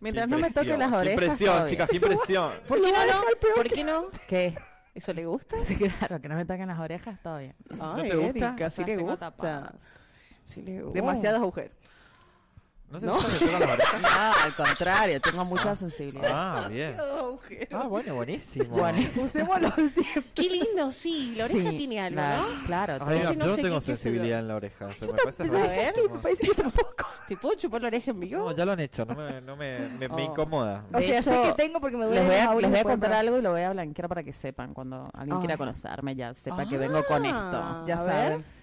Mientras no me toque Impresión, las orejas. Impresión, todo bien. chicas, qué [laughs] impresión. ¿por qué no? ¿Por qué no? ¿Qué? ¿Eso le gusta? Sí, claro, que no me toquen las orejas, todo bien. Ah, te gusta? Sí Las le tengo gusta. tapadas. Sí le gusta. Demasiados agujeros. ¿No te gusta que te tocan las [laughs] orejas? No, Ah, al contrario, tengo mucha sensibilidad. Ah, bien. Demasiados agujeros. Ah, bueno, buenísimo. Bueno. Usémoslo siempre. Qué lindo, sí. La oreja Sí, tiene algo, la- ¿no? Claro, Ay, Ese mira, no yo no sé tengo qué- qué se sensibilidad da. en la oreja. eso me parece también, rarísimo. Me parece que tampoco. ¿Te puedo chupar la oreja en vivo? No, ya lo han hecho, no me, no me, me- me Oh. incomoda. O De sea, sé hecho, que tengo porque me duele Les voy, la a, jaula les voy y no a puedo contar parar. algo y lo voy a blanquear para que sepan. Cuando alguien quiera Ay. conocerme, ya sepa que vengo con esto. Ah. Ya A ver. saben.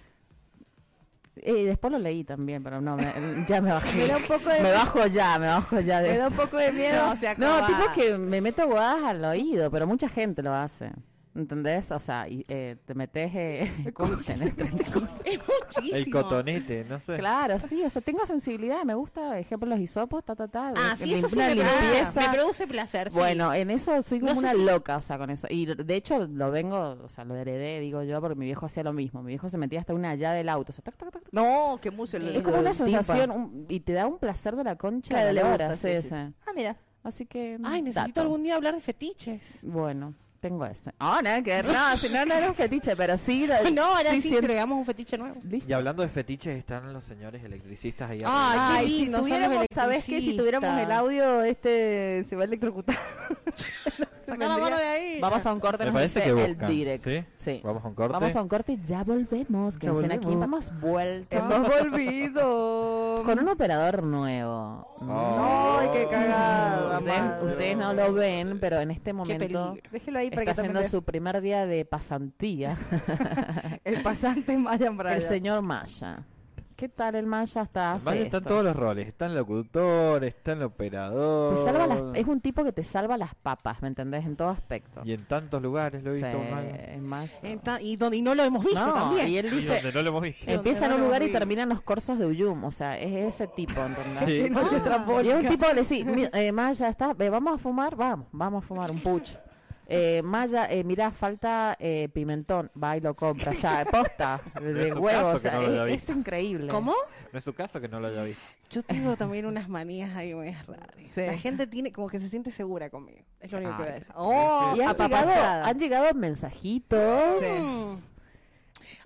Y después lo leí también, pero no, me- ya me Me bajé. da un poco [laughs] me de, bajo ya, me bajo ya. me da De... un poco de miedo. No, se acabó. No, tipo que me meto guadas al oído, pero mucha gente lo hace. ¿Entendés? O sea, y, eh, te metes, eh, [laughs] [laughs] escuchen, este, Es muchísimo. El cotonete, no sé. Claro, sí, o sea, tengo sensibilidad, me gusta, ejemplo, los hisopos, ta, ta, ta. Ah, eh, sí, eso sí una me produce, limpieza. me produce placer. sí. Bueno, en eso soy como No sé una si- loca, o sea, con eso. Y de hecho lo vengo, o sea, lo heredé, digo yo, porque mi viejo hacía lo mismo. Mi viejo se metía hasta una llave del auto, o sea, tac, tac, tac, tac. No, que mucho. Es como una sensación un- y te da un placer de la concha Claro, de le la gusta, hora, sí, sí, sí, sí. Ah, mira. Así que. mm, Ay, necesito dato. algún día hablar de fetiches. Bueno, tengo ese. Ah, nada que ver. No, si no, no era un fetiche, pero sí. lo- [laughs] No, ahora sí, sí siento- creamos un fetiche nuevo. Listo. Y hablando de fetiches, están los señores electricistas ahí Ay, arriba. Ah, qué Ay, si lindo, son los tuviéramos, sabes que si tuviéramos el electricistas. audio, este se va a electrocutar. Saca la mano de ahí. Vamos a un corte. Me nos parece dice que el buscan. direct. ¿sí? Sí. Vamos a un corte. Vamos a un corte y ya volvemos. Que dicen aquí. Vamos vuelta. Hemos volvido. Ah. [laughs] Con un operador nuevo. Oh. Ay, qué cagada, Ustedes, madre. ustedes no lo ven, pero en este momento peligro. [laughs] Déjelo ahí para está que también haciendo su primer día de pasantía vea. [laughs] el pasante Mayan Bryan. el [laughs] señor Maya. ¿Qué tal el Maya? Hasta hace Además están esto? todos los roles, está el locutor, está el Te operador. salva las- es un tipo que te salva las papas, ¿me entendés? En todo aspecto. Y en tantos lugares lo he Sí, visto. Maga. es Maya. Enta- y, donde, y no lo hemos visto No, también. y él dice, no lo hemos visto. donde empieza en no un lo lugar y hemos visto. termina en los corsos de Uyum, o sea, es ese tipo, ¿entendés? [laughs] [laughs] Sí. Noche Ah. trambólica. Y es un tipo que le sí, mi- eh, Maya, está, eh, vamos a fumar, vamos, vamos a fumar un pucho. Eh, Maya, eh, mirá, falta eh, pimentón, va y lo compra, o sea, [laughs] posta, de es un huevo, caso o sea, que no lo es- haya es, visto. increíble. ¿Cómo? No es su caso que no lo haya [laughs] visto. Yo tengo también unas manías ahí medias raras. Sí. La gente tiene como que se siente segura conmigo. Es lo único que voy a decir. Oh, Y han llegado, apapachada. han llegado mensajitos. Mm.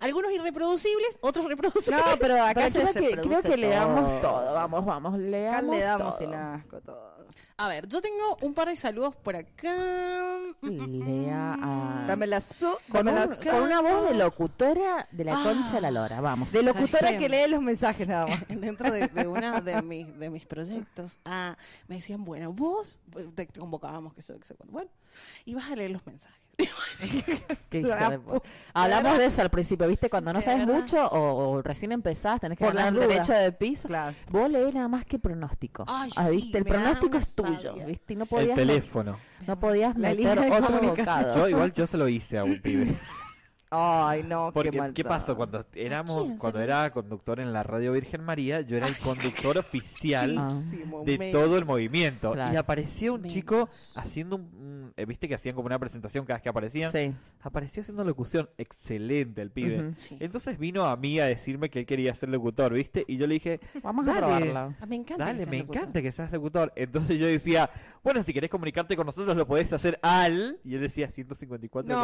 Algunos irreproducibles, otros reproducibles. No, pero acá Pero se creo, que, reproduce creo que le damos todo. todo, vamos, vamos, le Acá damos, le damos todo. sin asco todo. [laughs] A ver, yo tengo un par de saludos por acá. Mm, Lea a- Dame la su. Ah. con, dame la un- su- con una voz de locutora de la Ah. concha de la lora, vamos. De locutora Sí. que lee los mensajes [laughs] nada más. [laughs] Dentro de, de uno de mis, de mis proyectos, ah, me decían, bueno, vos eh, te te convocábamos, que eso, que eso, cuando- bueno, y vas a leer los mensajes. [laughs] Qué hijo La de po- puta. Hablamos de eso al principio, ¿viste? Cuando no De sabes verdad. mucho o, o recién empezás, tenés que Por ganar un las dudas. derecho de piso. Claro. Vos leés nada más que pronóstico. Ay, Ah, sí, ¿viste? El me da pronóstico una es tuyo, rabia. ¿viste? Y no El podías, [laughs] teléfono. no podías La meter línea de otro comunicación. bocado. Yo igual yo se lo hice [laughs] a un pibe. Oh, Ay, no, Porque, qué mal. ¿qué, pasó? Cuando ¿A éramos, quién se cuando lo era conductor en la Radio Virgen María, yo [laughs] era el conductor oficial Muchísimo, de me- todo el movimiento. Claro. Y apareció un Menos. chico haciendo un, un- eh, viste que hacían como una presentación cada vez que aparecían. Sí. Apareció haciendo locución, excelente el pibe. Ujú. Sí. Entonces vino a mí a decirme que él quería ser locutor, ¿viste? Y yo le dije, Vamos Dale. a probarla. Ah, me encanta. que dale, sean me locutores. encanta que seas locutor. Entonces yo decía, bueno, si querés comunicarte con nosotros lo podés hacer al... Y él decía 154.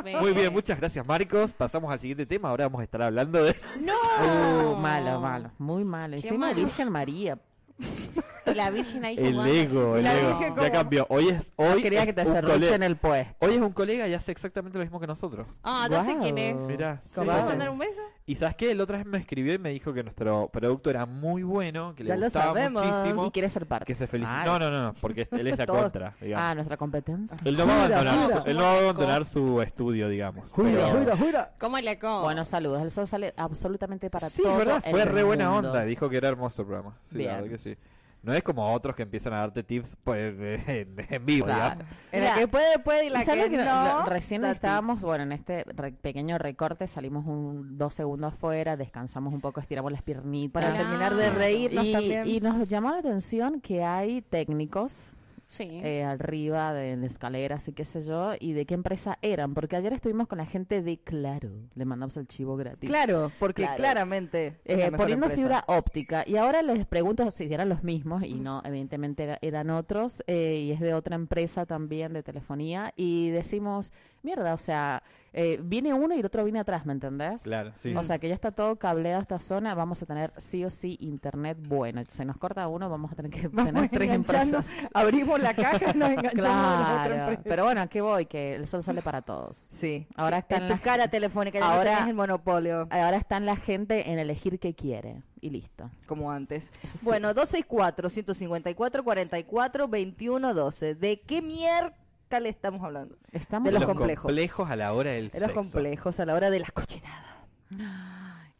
[laughs] No. me- Muy bien, muchas gracias Marcos. Pasamos al siguiente tema. Ahora vamos a estar hablando de... No. Uh, malo, malo. Muy malo. Qué Encima malo. Virgen María. Y la Virgen ahí El jugando. ego, el La ego. dije como- Ya cambió. Hoy es, hoy Quería es que te un acerruchen colega. el puesto. Hoy es un colega y hace exactamente lo mismo que nosotros. Ah, ya sé Guau. quién es. Mirá, ¿Me sí. puedes mandar un beso? Y sabes qué, el otra vez me escribió y me dijo que nuestro producto era muy bueno, que le Ya lo gustaba sabemos. muchísimo, Si quieres ser parte. que se felicitó. Ah, No, no, no, no, porque él es la Todo. contra, digamos. Ah, nuestra competencia. él no va a Jura, abandonar, jura. su, él no va a abandonar su estudio, digamos. Jura, pero- jura, jura. ¿Cómo le Oh. como? Bueno, saludos. El sol sale absolutamente para sí, todo es verdad, el fue re buena mundo. onda, dijo que era hermoso el programa. Sí, la Bien. verdad que sí. No es como otros que empiezan a darte tips pues, en, en vivo, Claro. digamos. En la Mira, que puede, puede y ¿Y la sabes que, lo que no- no. lo- recién da estábamos, tips. bueno, en este re- pequeño recorte salimos un, dos segundos afuera, descansamos un poco, estiramos las piernitas. Para Ah. terminar de reírnos y, también. y nos llamó la atención que hay técnicos Sí. eh, arriba de, de escaleras y qué sé yo, y de qué empresa eran, porque ayer estuvimos con la gente de Claro, le mandamos el chivo gratis. claro, porque Claro. claramente. Eh, es la mejor poniendo empresa. fibra óptica. Y ahora les pregunto si eran los mismos, y no, evidentemente era- eran otros, eh, y es de otra empresa también de telefonía. Y decimos, mierda, o sea, eh, viene uno y el otro viene atrás, ¿me entendés? Claro, sí. O sea, que ya está todo cableado esta zona, vamos a tener sí o sí internet bueno. Se nos corta uno, vamos a tener que [laughs] Vamos tener tres enganchando. empresas. [laughs] Abrimos la caja y nos enganchamos a la otra Claro. empresa. Pero bueno, ¿a qué voy? Que el sol sale para todos. Sí. Ahora Sí, están en tu las- [laughs] cara telefónica, ya Ahora- no tenés el monopolio Ahora está la gente en elegir qué quiere. Y listo. como antes. Eso sí. Bueno, 264 154 44 21 12. ¿De qué miércoles estamos hablando? estamos de los los complejos. complejos. a la hora del De los sexo. complejos a la hora de las cochinadas.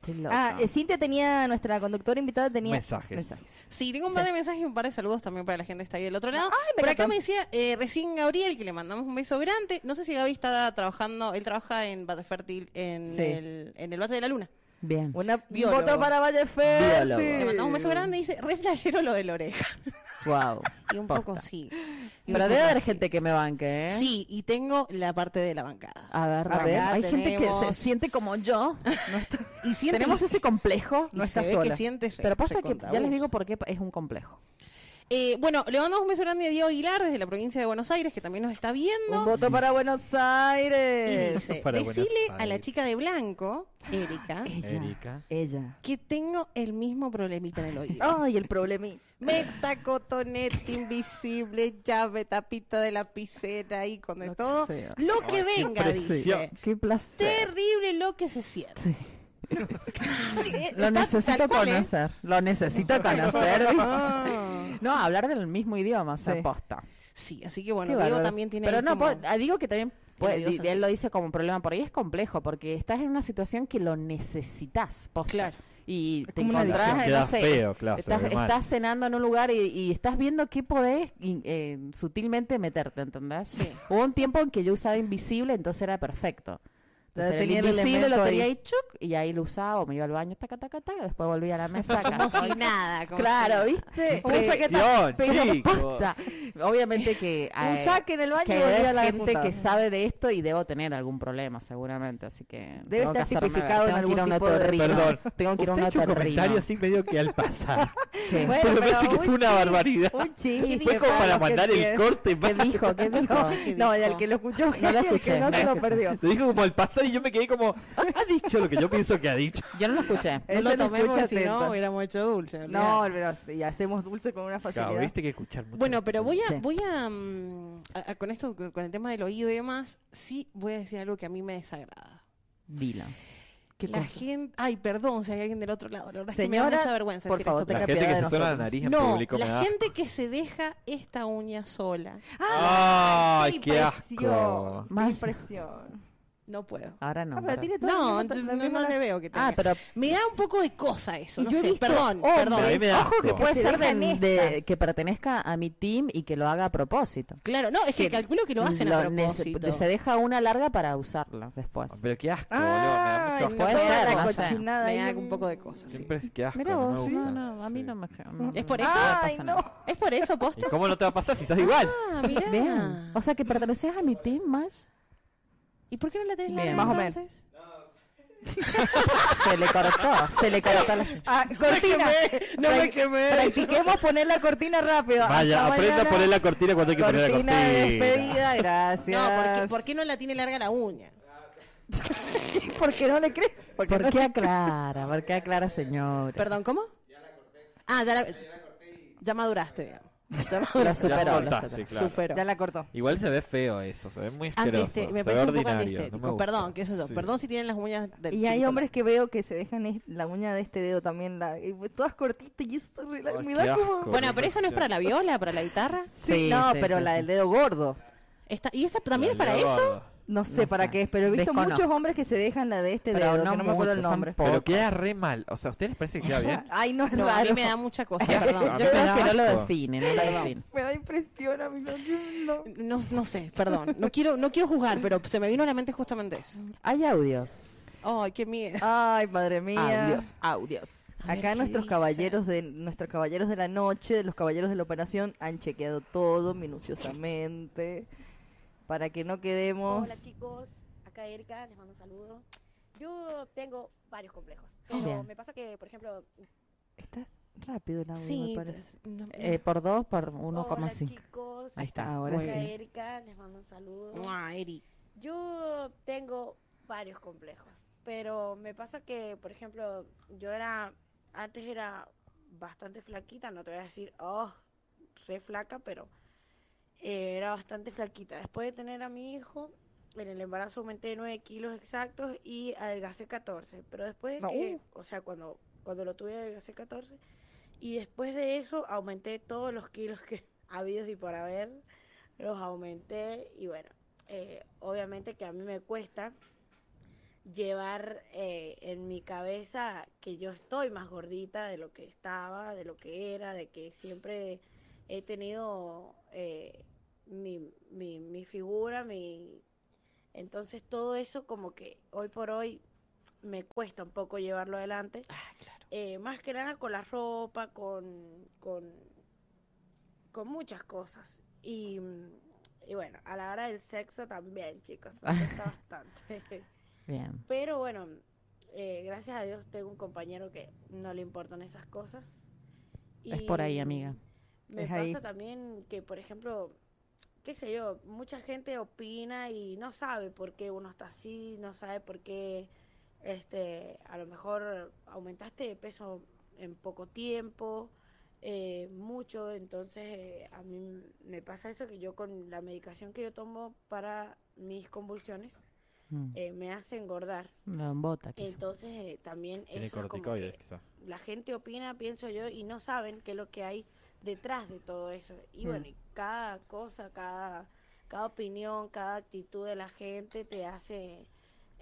Qué loco. Ah, eh, Cintia tenía, nuestra conductora invitada tenía Mensajes. Sí, tengo un par de mensajes y un par de saludos también para la gente que está ahí del otro lado. Ay, me Por acá encantó. me decía eh, recién Gabriel, que le mandamos un beso grande. No sé si Gaby está trabajando, él trabaja en Valle Fértil, en, Sí. el, en el Valle de la Luna. Bien. Una Biólogo. voto para Valle Fértil. Biólogo. Le mandamos un beso grande y dice, re flashero lo de la oreja. Wow. Y un Posta. poco sí. Y un Pero debe poco haber sí. gente que me banque, ¿eh? Ah. Sí, y tengo la parte de la bancada. A ver, Acá a ver, hay gente que se tenemos- siente como [laughs] yo. Y siente- Tenemos ese complejo. y No se está ve sola. que sientes re- Pero posta que recontra ya les vos. digo por qué es un complejo. Eh, bueno, le mandamos un beso grande a Diego Aguilar desde la provincia de Buenos Aires, que también nos está viendo. Un voto para Buenos Y Aires. dice, Para Buenos decile a la Aires. chica de blanco, [laughs] Erika, Eh. Ella. Erika. Ella. que tengo el mismo problemita en el Ah. oído. Ay, el problemita. Meta, cotonete, invisible, llave, tapita de lapicera, y con de Lo que todo. sea. Lo que venga, dice. impresión. Qué placer. Terrible lo que se siente. Sí. Sí, eh, Lo está necesito tal cual, ¿eh? conocer. Lo [laughs] necesito conocer. Ah. No, hablar del mismo idioma, o sea, Sí. posta. Sí, así que bueno, Qué Diego bárbaro. también tiene Pero ahí no, como- po- ah, digo que también puede- oído di- sensible. él lo dice como un problema, por ahí es complejo, porque estás en una situación que lo necesitas, posta. Claro. Y te como una adicción. encontrás, Queda no sé, feo, claro, se estás, ve mal. estás cenando en un lugar y, y estás viendo qué podés y, eh, sutilmente meterte, ¿entendés? Sí. Hubo un tiempo en que yo usaba invisible, entonces era perfecto. Entonces era el tenía el invisible, elemento lo tenía ahí. ahí, chuc, y ahí lo usaba, o me iba al baño, taca, taca, taca, después volvía a la mesa. Como si acá. nada. como claro, si- ¿viste? Un saque- Pero Impresión, chicos. posta. Obviamente que... Un eh, saque en el baño que y volví a hay la gente puta. que sabe de esto y debo tener algún problema seguramente, así que Debe tengo que estar hacerme- tipificado tengo en que ir a algún un tipo de- otorrino. Perdón. Tengo que ir a un Usted ha hecho un comentario otorrino. así medio que al pasar. ¿Qué? Bueno, Pero me parece pero que fue una un barbaridad. Un chiste. Fue como para mandar el corte. ¿Qué basta. dijo? [laughs] ¿Qué dijo? No, [laughs] y al que lo escuchó, No lo el que escuché, no no se lo lo escuché. [laughs] perdió. Lo dijo como al pasar y yo me quedé como, ha dicho lo que yo pienso que ha dicho. Yo no lo escuché. No lo Ese no tomemos escucha porque si no atento. hubiéramos hecho dulce. No, pero y hacemos dulce con una facilidad. Claro, viste que escuchar mucho. Bueno, pero voy a, Sí. voy a, mm, a- a- con esto, con con el tema del oído y demás, sí voy a decir algo que a mí me desagrada. Dilo. ¿Qué la cosa? gente, ay, perdón, si hay alguien del otro lado, la verdad es que me da Señora, mucha vergüenza. por decir favor, esto. La tenga gente piedad que de se suena la nosotros. nariz en No, público me la da. gente que se deja esta uña sola, ¡Ay, qué Ah, impresión, asco! ¡Qué Maya. impresión! no puedo. Ahora Ah, no. pero tiene todo No, el yo mismo- no, la misma- no le veo que [laughs] tenga. Ah, pero me da un poco de cosa eso, Y no yo he sé, visto perdón, hombres- perdón. A mí me da ojo que asco. puede Se ser de, dejan de- esta. que pertenezca a mi team y que lo haga a propósito. Claro, no, es que, Que calculo que lo hacen a Lo nece- propósito. Se deja una larga para usarla después. Ah, Pero qué asco, Ay, boludo. Me da mucho asco. no, Puede toda ser, la no sé. cochinada me ahí. da un poco de cosas. sí. Siempre es que asco. Mira no me vos, no, gusta. no, a mí Sí. no me... no- ¿Es por no eso? me ¡Ay, pasa no! nada. ¿Es por eso, ¿Y posta? cómo no te va a pasar si sos igual? Ah, mirá. Bien. O sea, que perteneces a mi team, más ¿Y por qué no la tenés Bien. larga Más o menos. entonces? Se le cortó, se le cortó la... Ah, cortina. No me Prac- Practiquemos poner la cortina rápido. Vaya, Hasta aprenda mañana. a poner la cortina cuando hay que poner la cortina cortina. de despedida, No, gracias. ¿por qué, por qué no la tiene larga la uña? ¿Por qué no le crees? Porque ¿Por qué aclara? ¿Por qué aclara, señor? Perdón, ¿cómo? Ah, ya la corté. Ah, ya la, corté ya maduraste, digamos. Ya La maduraste. La superó, la soltaste, superó. claro. Superó. Ya la cortó. Igual se ve feo eso, se ve muy asqueroso. Antieste- Ah, este, me se ve parece un poco ordinario. no me antiestético. gusta. Perdón, que eso es yo. Sí. Perdón si tienen las uñas de Y hay hombres que veo que se dejan es- la uña de este dedo también larga, y todas cortitas y eso re largo, Ay, me Oh, qué da como... asco. Bueno, pero eso no es para la viola, para la guitarra. Sí, Sí, no, sí, pero sí, la sí. del dedo gordo. Esta, ¿Y esta también es La para eso? gorda. No sé No para sé. qué es, pero he visto Desconozco. muchos hombres que se dejan la de este Pero dedo, que no no me acuerdo el muchos, son nombre. po- Pero Pocas. queda re mal. O sea, ¿a ustedes les parece que queda bien? Ay, no es No, a raro. mí me da mucha cosa, perdón. A mí Yo me creo da que no lo asco. define, no lo define. [laughs] Me da impresión a mí. No, [laughs] no. No, no sé, perdón. No quiero, no quiero juzgar, pero se me vino a la mente justamente eso. Hay audios. Ay, [laughs] qué miedo. Ay, madre mía. Audios, audios. A ver, Acá ¿qué nuestros dice? caballeros de nuestros caballeros de la noche, los caballeros de la operación han chequeado todo minuciosamente para que no quedemos Hola chicos, acá Erika, les mando un saludo. Yo tengo varios complejos, pero Bien. me pasa que, por ejemplo, Está rápido el audio, Sí, me parece. no- Eh, por dos, por hola 1,5. chicos, Ahí está. Ahora acá sí. Erika, les mando un saludo. Mua, Ah, Eri. Yo tengo varios complejos, pero me pasa que, por ejemplo, yo era, antes era bastante flaquita, no te voy a decir, oh, re flaca, pero eh, era bastante flaquita. Después de tener a mi hijo, en el embarazo aumenté 9 kilos exactos y adelgacé 14, pero después de No, que, o sea, cuando, cuando lo tuve adelgacé 14, y después de eso aumenté todos los kilos que [laughs] habidos y por haber, los aumenté y bueno eh, obviamente que a mí me cuesta llevar eh, en mi cabeza que yo estoy más gordita de lo que estaba, de lo que era, de que siempre he tenido eh, mi, mi, mi figura, mi... Entonces todo eso como que hoy por hoy me cuesta un poco llevarlo adelante. Eh, más que nada con la ropa, con, con, con muchas cosas. Y, mm, y bueno, a la hora del sexo también, chicos, me cuesta bastante. Bien. Pero bueno, eh, gracias a Dios tengo un compañero que no le importan esas cosas. Es por ahí, Y amiga. Me Es pasa ahí. también que, por ejemplo, qué sé yo, mucha gente opina y no sabe por qué uno está así, no sabe por qué, este, a lo mejor aumentaste de peso en poco tiempo, eh, mucho, entonces eh, a mí m- me pasa eso que yo con la medicación que yo tomo para mis convulsiones Mm. eh, me hace engordar. Lo embota, quizás. Entonces eh, también Tiene eso es como corticoides, que quizá. la gente opina, pienso yo, y no saben qué es lo que hay detrás de todo eso. Y bueno, y cada cosa, cada, cada opinión, cada actitud de la gente te hace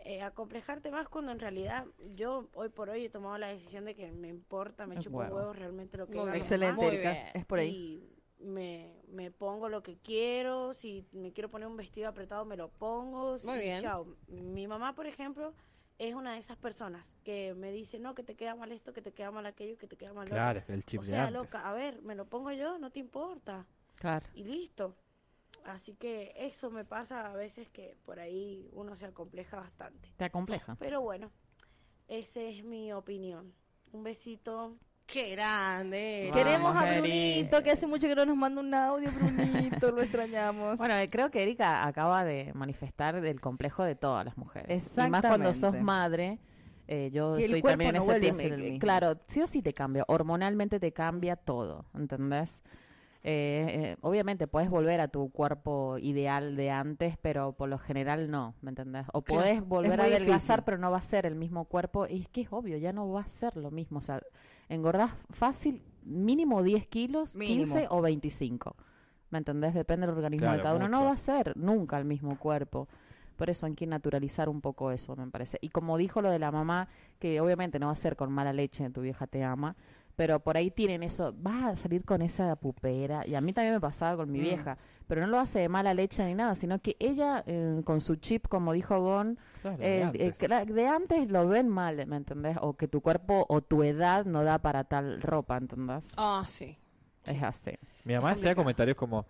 eh, acomplejarte más cuando en realidad yo hoy por hoy he tomado la decisión de que me importa, me Es chupo huevo. huevos realmente lo que Muy digan los Excelente, demás, Muy Erika. bien. Es por ahí. Y me, me pongo lo que quiero, si me quiero poner un vestido apretado me lo pongo. Muy y bien. Chao. Mi mamá, por ejemplo, es una de esas personas que me dice, no, que te queda mal esto, que te queda mal aquello, que te queda mal lo Claro, es que el otro". chip O de sea, antes. loca, a ver, me lo pongo yo, no te importa. Claro. Y listo. Así que eso me pasa a veces que por ahí uno se acompleja bastante. Te acompleja. Pero bueno, esa es mi opinión. Un besito. Qué grande. Eri. Vamos, Queremos a Eri. Brunito, que hace mucho que no nos manda un audio, Brunito, lo extrañamos. Bueno, eh, creo que Erika acaba de manifestar el complejo de todas las mujeres. Y más cuando sos Exactamente. madre, eh, yo Que el estoy cuerpo también en no ese vuelve a team. ser el Eh, mismo. Claro, sí o sí te cambia. Hormonalmente te cambia todo, ¿entendés? Eh, eh, obviamente puedes volver a tu cuerpo ideal de antes, pero por lo general no, ¿me entendés? O Claro, podés volver a muy adelgazar, difícil. pero no va a ser el mismo cuerpo. Y es que es obvio, ya no va a ser lo mismo. O sea, engordás fácil mínimo 10 kilos, Mínimo. 15 o 25. ¿Me entendés? Depende del organismo de Claro, cada uno. No mucho. va a ser nunca el mismo cuerpo. Por eso hay que naturalizar un poco eso, me parece. Y como dijo lo de la mamá, que obviamente no va a ser con mala leche, tu vieja te ama, pero por ahí tienen eso, vas a salir con esa pupera, y a mí también me pasaba con mi Mm. vieja, pero no lo hace de mala leche ni nada, sino que ella eh, con su chip, como dijo Gon, Claro, de eh, eh, antes. cla- de antes lo ven mal, ¿me entendés? O que tu cuerpo o tu edad no da para tal ropa, ¿entendés? Ah, sí. Es así. Mi mamá hacía complicado. comentarios como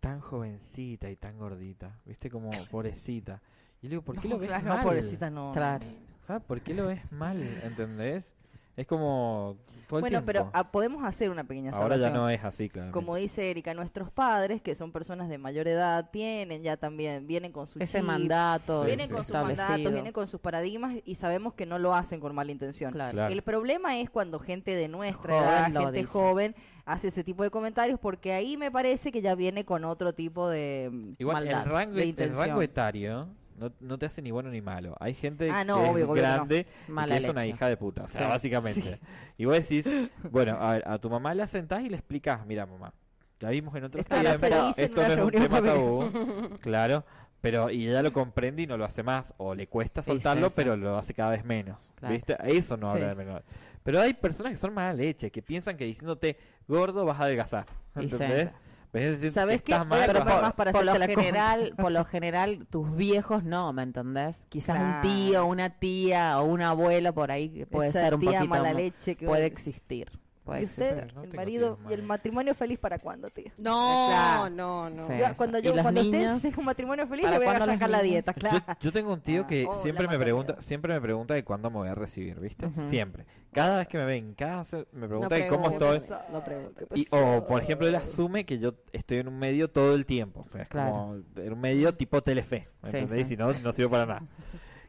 tan jovencita y tan gordita, viste como pobrecita. Y le digo, ¿por qué lo ves claro, mal? Ah. no, pobrecita, no. Claro. Ah, ¿Por qué lo ves mal? ¿Entendés? Es como todo el bueno, pero tiempo. ah, podemos hacer una pequeña ahora ya salvación. no es así, claro. Como dice Erika, nuestros padres, que son personas de mayor edad, tienen ya también, vienen con su Ese chip, mandato. vienen sí, con sus Este, establecido. mandatos, vienen con sus paradigmas y sabemos que no lo hacen con mala intención. Claro. Claro. El problema es cuando gente de nuestra Joven edad, lo gente dice. joven, hace ese tipo de comentarios porque ahí me parece que ya viene con otro tipo de... Igual, el maldad, rango, de el intención. rango etario no, no te hace ni bueno ni malo. Hay gente Ah, no, que obvio, es obvio que no. grande y Mala que es una leche. hija de puta, o sea, Sí. básicamente. Y vos decís, bueno, a, ver, a tu mamá la sentás y le explicás, mira mamá, ya vimos en otros Esto no tiempos, se dice en esto una no es un reunión tema familiar". [laughs] tabú, claro, pero y ella lo comprende y no lo hace más, o le cuesta Sí, soltarlo, sí, pero sí. lo hace cada vez menos, Claro. ¿viste? Eso no habla Sí. de menor. Pero hay personas que son mala leche, que piensan que diciéndote gordo vas a adelgazar, Y sí. ¿entendés? Pero es decir, ¿Sabes que qué? estás Voy a mal, comer pero- más para por lo hacerte la general, por lo general, tus viejos no, ¿me entendés? Quizás Claro. un tío, una tía o un abuelo por ahí que puede esa ser un tía poquito mala mu- leche que puede vos- existir. puede ¿Y existir. usted, Sí, no el tengo marido tío, y el madre. matrimonio feliz para cuándo, tío? No, Claro. no, no. Sí. Yo, cuando ¿Y yo, los cuando niños? usted tenga un matrimonio feliz, ¿Para le voy a cuándo los sacar la niños? dieta, Yo- claro. Yo, tengo un tío Ah, que oh, la siempre me maternidad. pregunta, siempre me pregunta de cuándo me voy a recibir, ¿viste? Ujú. Siempre. Cada vez que me ve en casa me No pregunta de cómo preguntes, estoy. pues, No preguntes. Y, o, por ejemplo, él asume que yo estoy en un medio todo el tiempo. O sea, es eh, Claro. como en un medio tipo Telefe. ¿me Sí, entendés? sí. Si no, no sirve [laughs] para nada.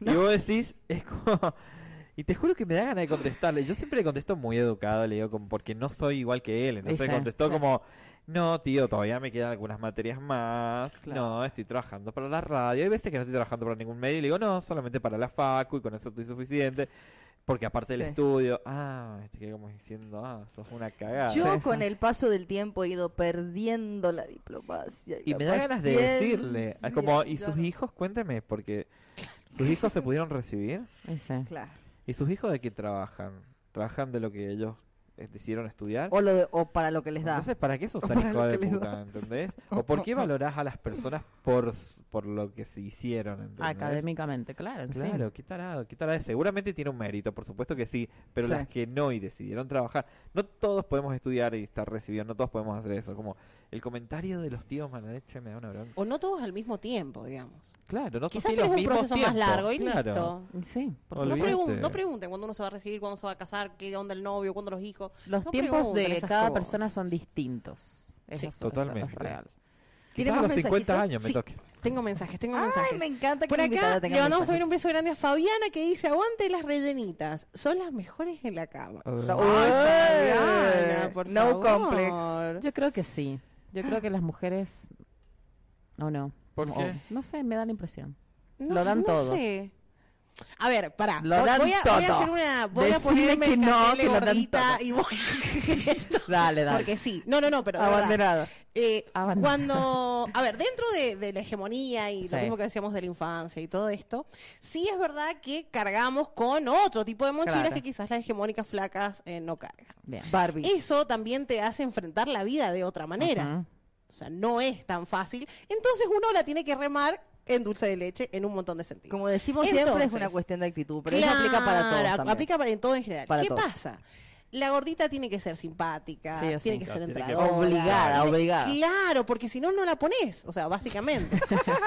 Y vos decís, es como... Y te juro que me da ganas de contestarle. Yo siempre le contesto muy educado, le digo, como porque no soy igual que él. Entonces Sí, sí. contestó como, no, tío, todavía me quedan algunas materias más. Claro. No, estoy trabajando para la radio. Hay veces que no estoy trabajando para ningún medio y le digo, no, solamente para la facu y con eso estoy suficiente. Porque aparte Sí. del estudio, ah, te quedé como diciendo, ah, sos una cagada. Yo Sí, con sí. el paso del tiempo he ido perdiendo la diplomacia. Y la me da ganas de paciencia. decirle, es como, ¿y sus Claro. hijos? Cuénteme, porque sus hijos se pudieron recibir. Y sí. Claro. ¿Y sus hijos de qué trabajan? ¿Trabajan de lo que ellos eh, decidieron estudiar? O, lo de- o para lo que les da. Entonces, ¿para qué sos O tan para hijo lo de que les da. [laughs] puta, entendés? ¿O por qué valorás a las personas por, s- por lo que se hicieron, entendés? Académicamente, claro. sí. Claro, qué tarado, qué tarado. Seguramente tiene un mérito, por supuesto que sí, pero Sí. las que no y decidieron trabajar, no todos podemos estudiar y estar recibidos, no todos podemos hacer eso. Como el comentario de los tíos mala leche me da una bronca. O no todos al mismo tiempo, digamos. Claro, no todos Quizás tienen tenés los un mismos proceso más tiempos, largo y claro. listo. Y Sí, por Olvi- No, supuesto. Olvídate. pregun- no pregunten cuándo uno se va a recibir, cuándo se va a casar, qué onda el novio, cuándo los hijos. Los No tiempos pregunten de esas cada cosas. persona son distintos. Eso Sí, es- eso es totalmente. real. Quizás ¿Tiene a más los 50 mensajitos? años me Sí. toque. Tengo mensajes, tengo Ay, mensajes. me encanta que Por la invitada acá tenga le mandamos mensajes. también un beso grande a Fabiana que dice, aguante las rellenitas, son las mejores en la cama. No, Ay, eh, Fabiana, por no favor. complex. Yo creo que sí. Yo creo que las mujeres. ¿O no? ¿Por O- qué? No sé, me da la impresión. No, Lo dan no todo. sé. A ver, pará. Lo Voy- dan voy, a, voy a todo. hacer una. Voy a Decime ponerme que el no, cartel que lo dan gordita todo. y voy [laughs] a- Dale, dale. Porque sí. No, no, no, pero. de verdad. Abanderada. Eh, Abandono. cuando, a ver, dentro de, de la hegemonía y Sí. lo mismo que decíamos de la infancia y todo esto, sí es verdad que cargamos con otro tipo de mochilas Claro. que quizás las hegemónicas flacas eh, no cargan. Bien. Barbie. Eso también te hace enfrentar la vida de otra manera. Ujú. O sea, no es tan fácil. Entonces uno la tiene que remar en dulce de leche en un montón de sentidos. Como decimos siempre, es Entonces, una cuestión de actitud, pero eso aplica para todos Claro, también. Aplica para en todo en general. Para ¿Qué todos. pasa? La gordita tiene que ser simpática, Sí o sí. tiene que ser Claro, tiene que- entradora. Obligada, tiene- obligada. Claro, porque si no, no la pones. O sea, básicamente.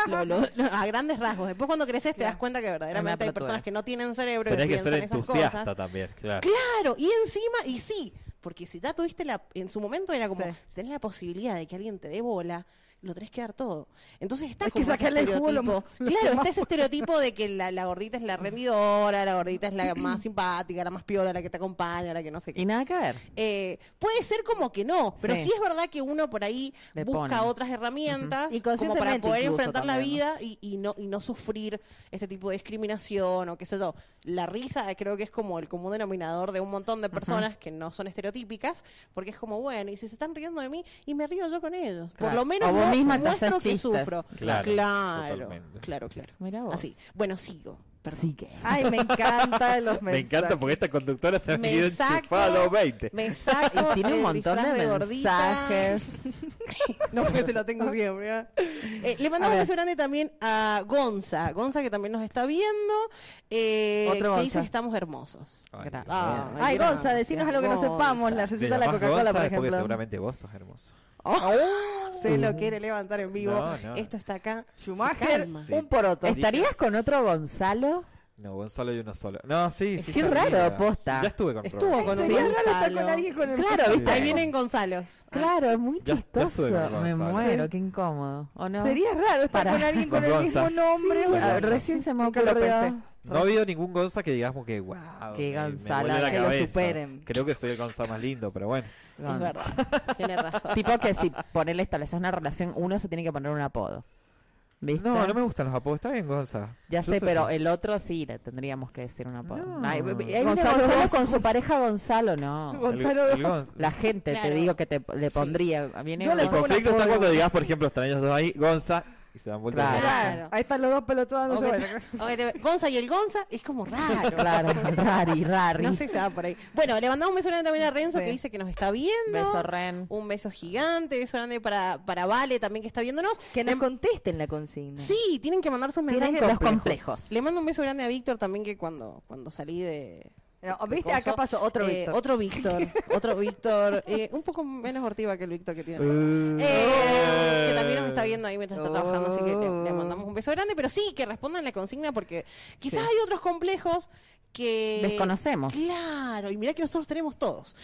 Lo- lo- lo- a grandes rasgos. Después, cuando creces, te das cuenta que verdaderamente hay platura. personas que no tienen cerebro Tenés y que piensan ser esas entusiasta cosas. también, claro. Claro, y encima, y sí, porque si ya tuviste la. En su momento era como, Sí. si tenés la posibilidad de que alguien te dé bola, lo tenés que dar todo. Entonces está Hay que como ese sacarle el jugo lo estereotipo. más- lo que claro, más Mm. está ese estereotipo de que la, la gordita es la rendidora, la gordita es la más simpática, la más piola, la que te acompaña, la que no sé qué. Y nada que ver. Eh, puede ser como que no, pero sí. Sí. es verdad que uno por ahí Le busca ponen. otras herramientas Ujú. Y como para conscientemente poder incluso enfrentar la también, vida y, y no, y no sufrir este tipo de discriminación o qué sé yo. La risa eh, creo que es como el común denominador de un montón de personas que no son estereotípicas, porque es como, bueno, y si se están riendo de mí, y me río yo con ellos. Por Claro. lo menos O vos no misma te muestro haces que chistes. sufro. Claro, claro, totalmente. claro. claro. Mira vos. Así. Bueno, sigo. Perdón. Sí que. Ay, me encanta los mensajes. [laughs] Me encanta porque esta conductora se ha Me ido saco- enchufada a los 20. Me saco. [laughs] Y tiene un [laughs] el montón de disfraz gordita. mensajes. No, porque se lo tengo siempre. ¿eh? Eh, le mandamos A un ver. beso grande también a Gonza. Gonza que también nos está viendo. Eh, Otro que Gonza. dice que estamos hermosos. Gracias. Ah, Ay, gracias, Gonza, decinos algo que no Gonza. sepamos. La Te receta de la llamás Coca-Cola, por Gonza, porque ejemplo. seguramente vos sos hermoso. Oh, se lo quiere levantar en vivo. No, no. Esto está acá. Se Schumacher, calma. Sí. un poroto. Esta- ¿Estarías con otro Gonzalo? No, un solo y uno solo. No, sí, sí. Qué está raro, linda. posta. Ya estuve con Estuvo Robert. con Sí, Gonzalo. claro, está con alguien con el- Claro, ¿viste? Ahí vienen Gonzalos. Claro, es muy Ya- ya chistoso. estuve con Me Gonzalo. muero, qué incómodo. ¿O no? Sería raro estar Para. con alguien con, Con el mismo Gonzas. nombre. Sí, bueno. ah, recién se me Nunca lo ocurrió. pensé. No ha habido ningún Gonza que digamos que, wow. Qué Gonzala, Gonzalo que lo superen. Creo que soy el Gonza más lindo, pero bueno. Es Gonza. [laughs] verdad. Tiene razón. Tipo que si ponerle establecer una relación, uno se tiene que poner un apodo. ¿Viste? No, no me gustan los apodos. Está bien, Gonza. Ya Yo sé, soy- pero el otro sí le tendríamos que decir un apodo. No. Ay, b- b- ahí viene Gonzalo, Gonzalo, vos- con su pareja Gonzalo, no. Gon- El- Gonzalo el Gonza- La gente te Claro. digo que te le pondría. Viene Yo le El Gonza- pongo un conflicto está apodo. cuando digas, por ejemplo, están ellos dos ahí, Gonza, y se dan vuelta. Claro. Claro. Ahí están los dos pelotudos. O que Ah. te- o que te- Gonza y el Gonza es como raro. [laughs] Claro, rari, rari. No sé si se va por ahí. Bueno, le mandamos un beso grande también a Renzo Sí. que dice que nos está viendo. Beso, Ren. Un beso gigante, beso grande para, para Vale también que está viéndonos. Que nos Em- contesten la consigna. Sí, tienen que mandar sus Tienen mensajes. los complejos. Le mando un beso grande a Víctor también que cuando, cuando salí de... No, de ¿Viste? coso, Acá pasó otro eh, Víctor. Otro Víctor. otro Víctor. eh, un poco menos hortiva que el Víctor que tiene. Eh, Eh, que también nos está viendo ahí mientras está Oh. trabajando, así que le, le mandamos un beso grande, pero sí, que respondan la consigna porque quizás hay otros complejos que... Desconocemos. Claro, y mirá que nosotros tenemos todos.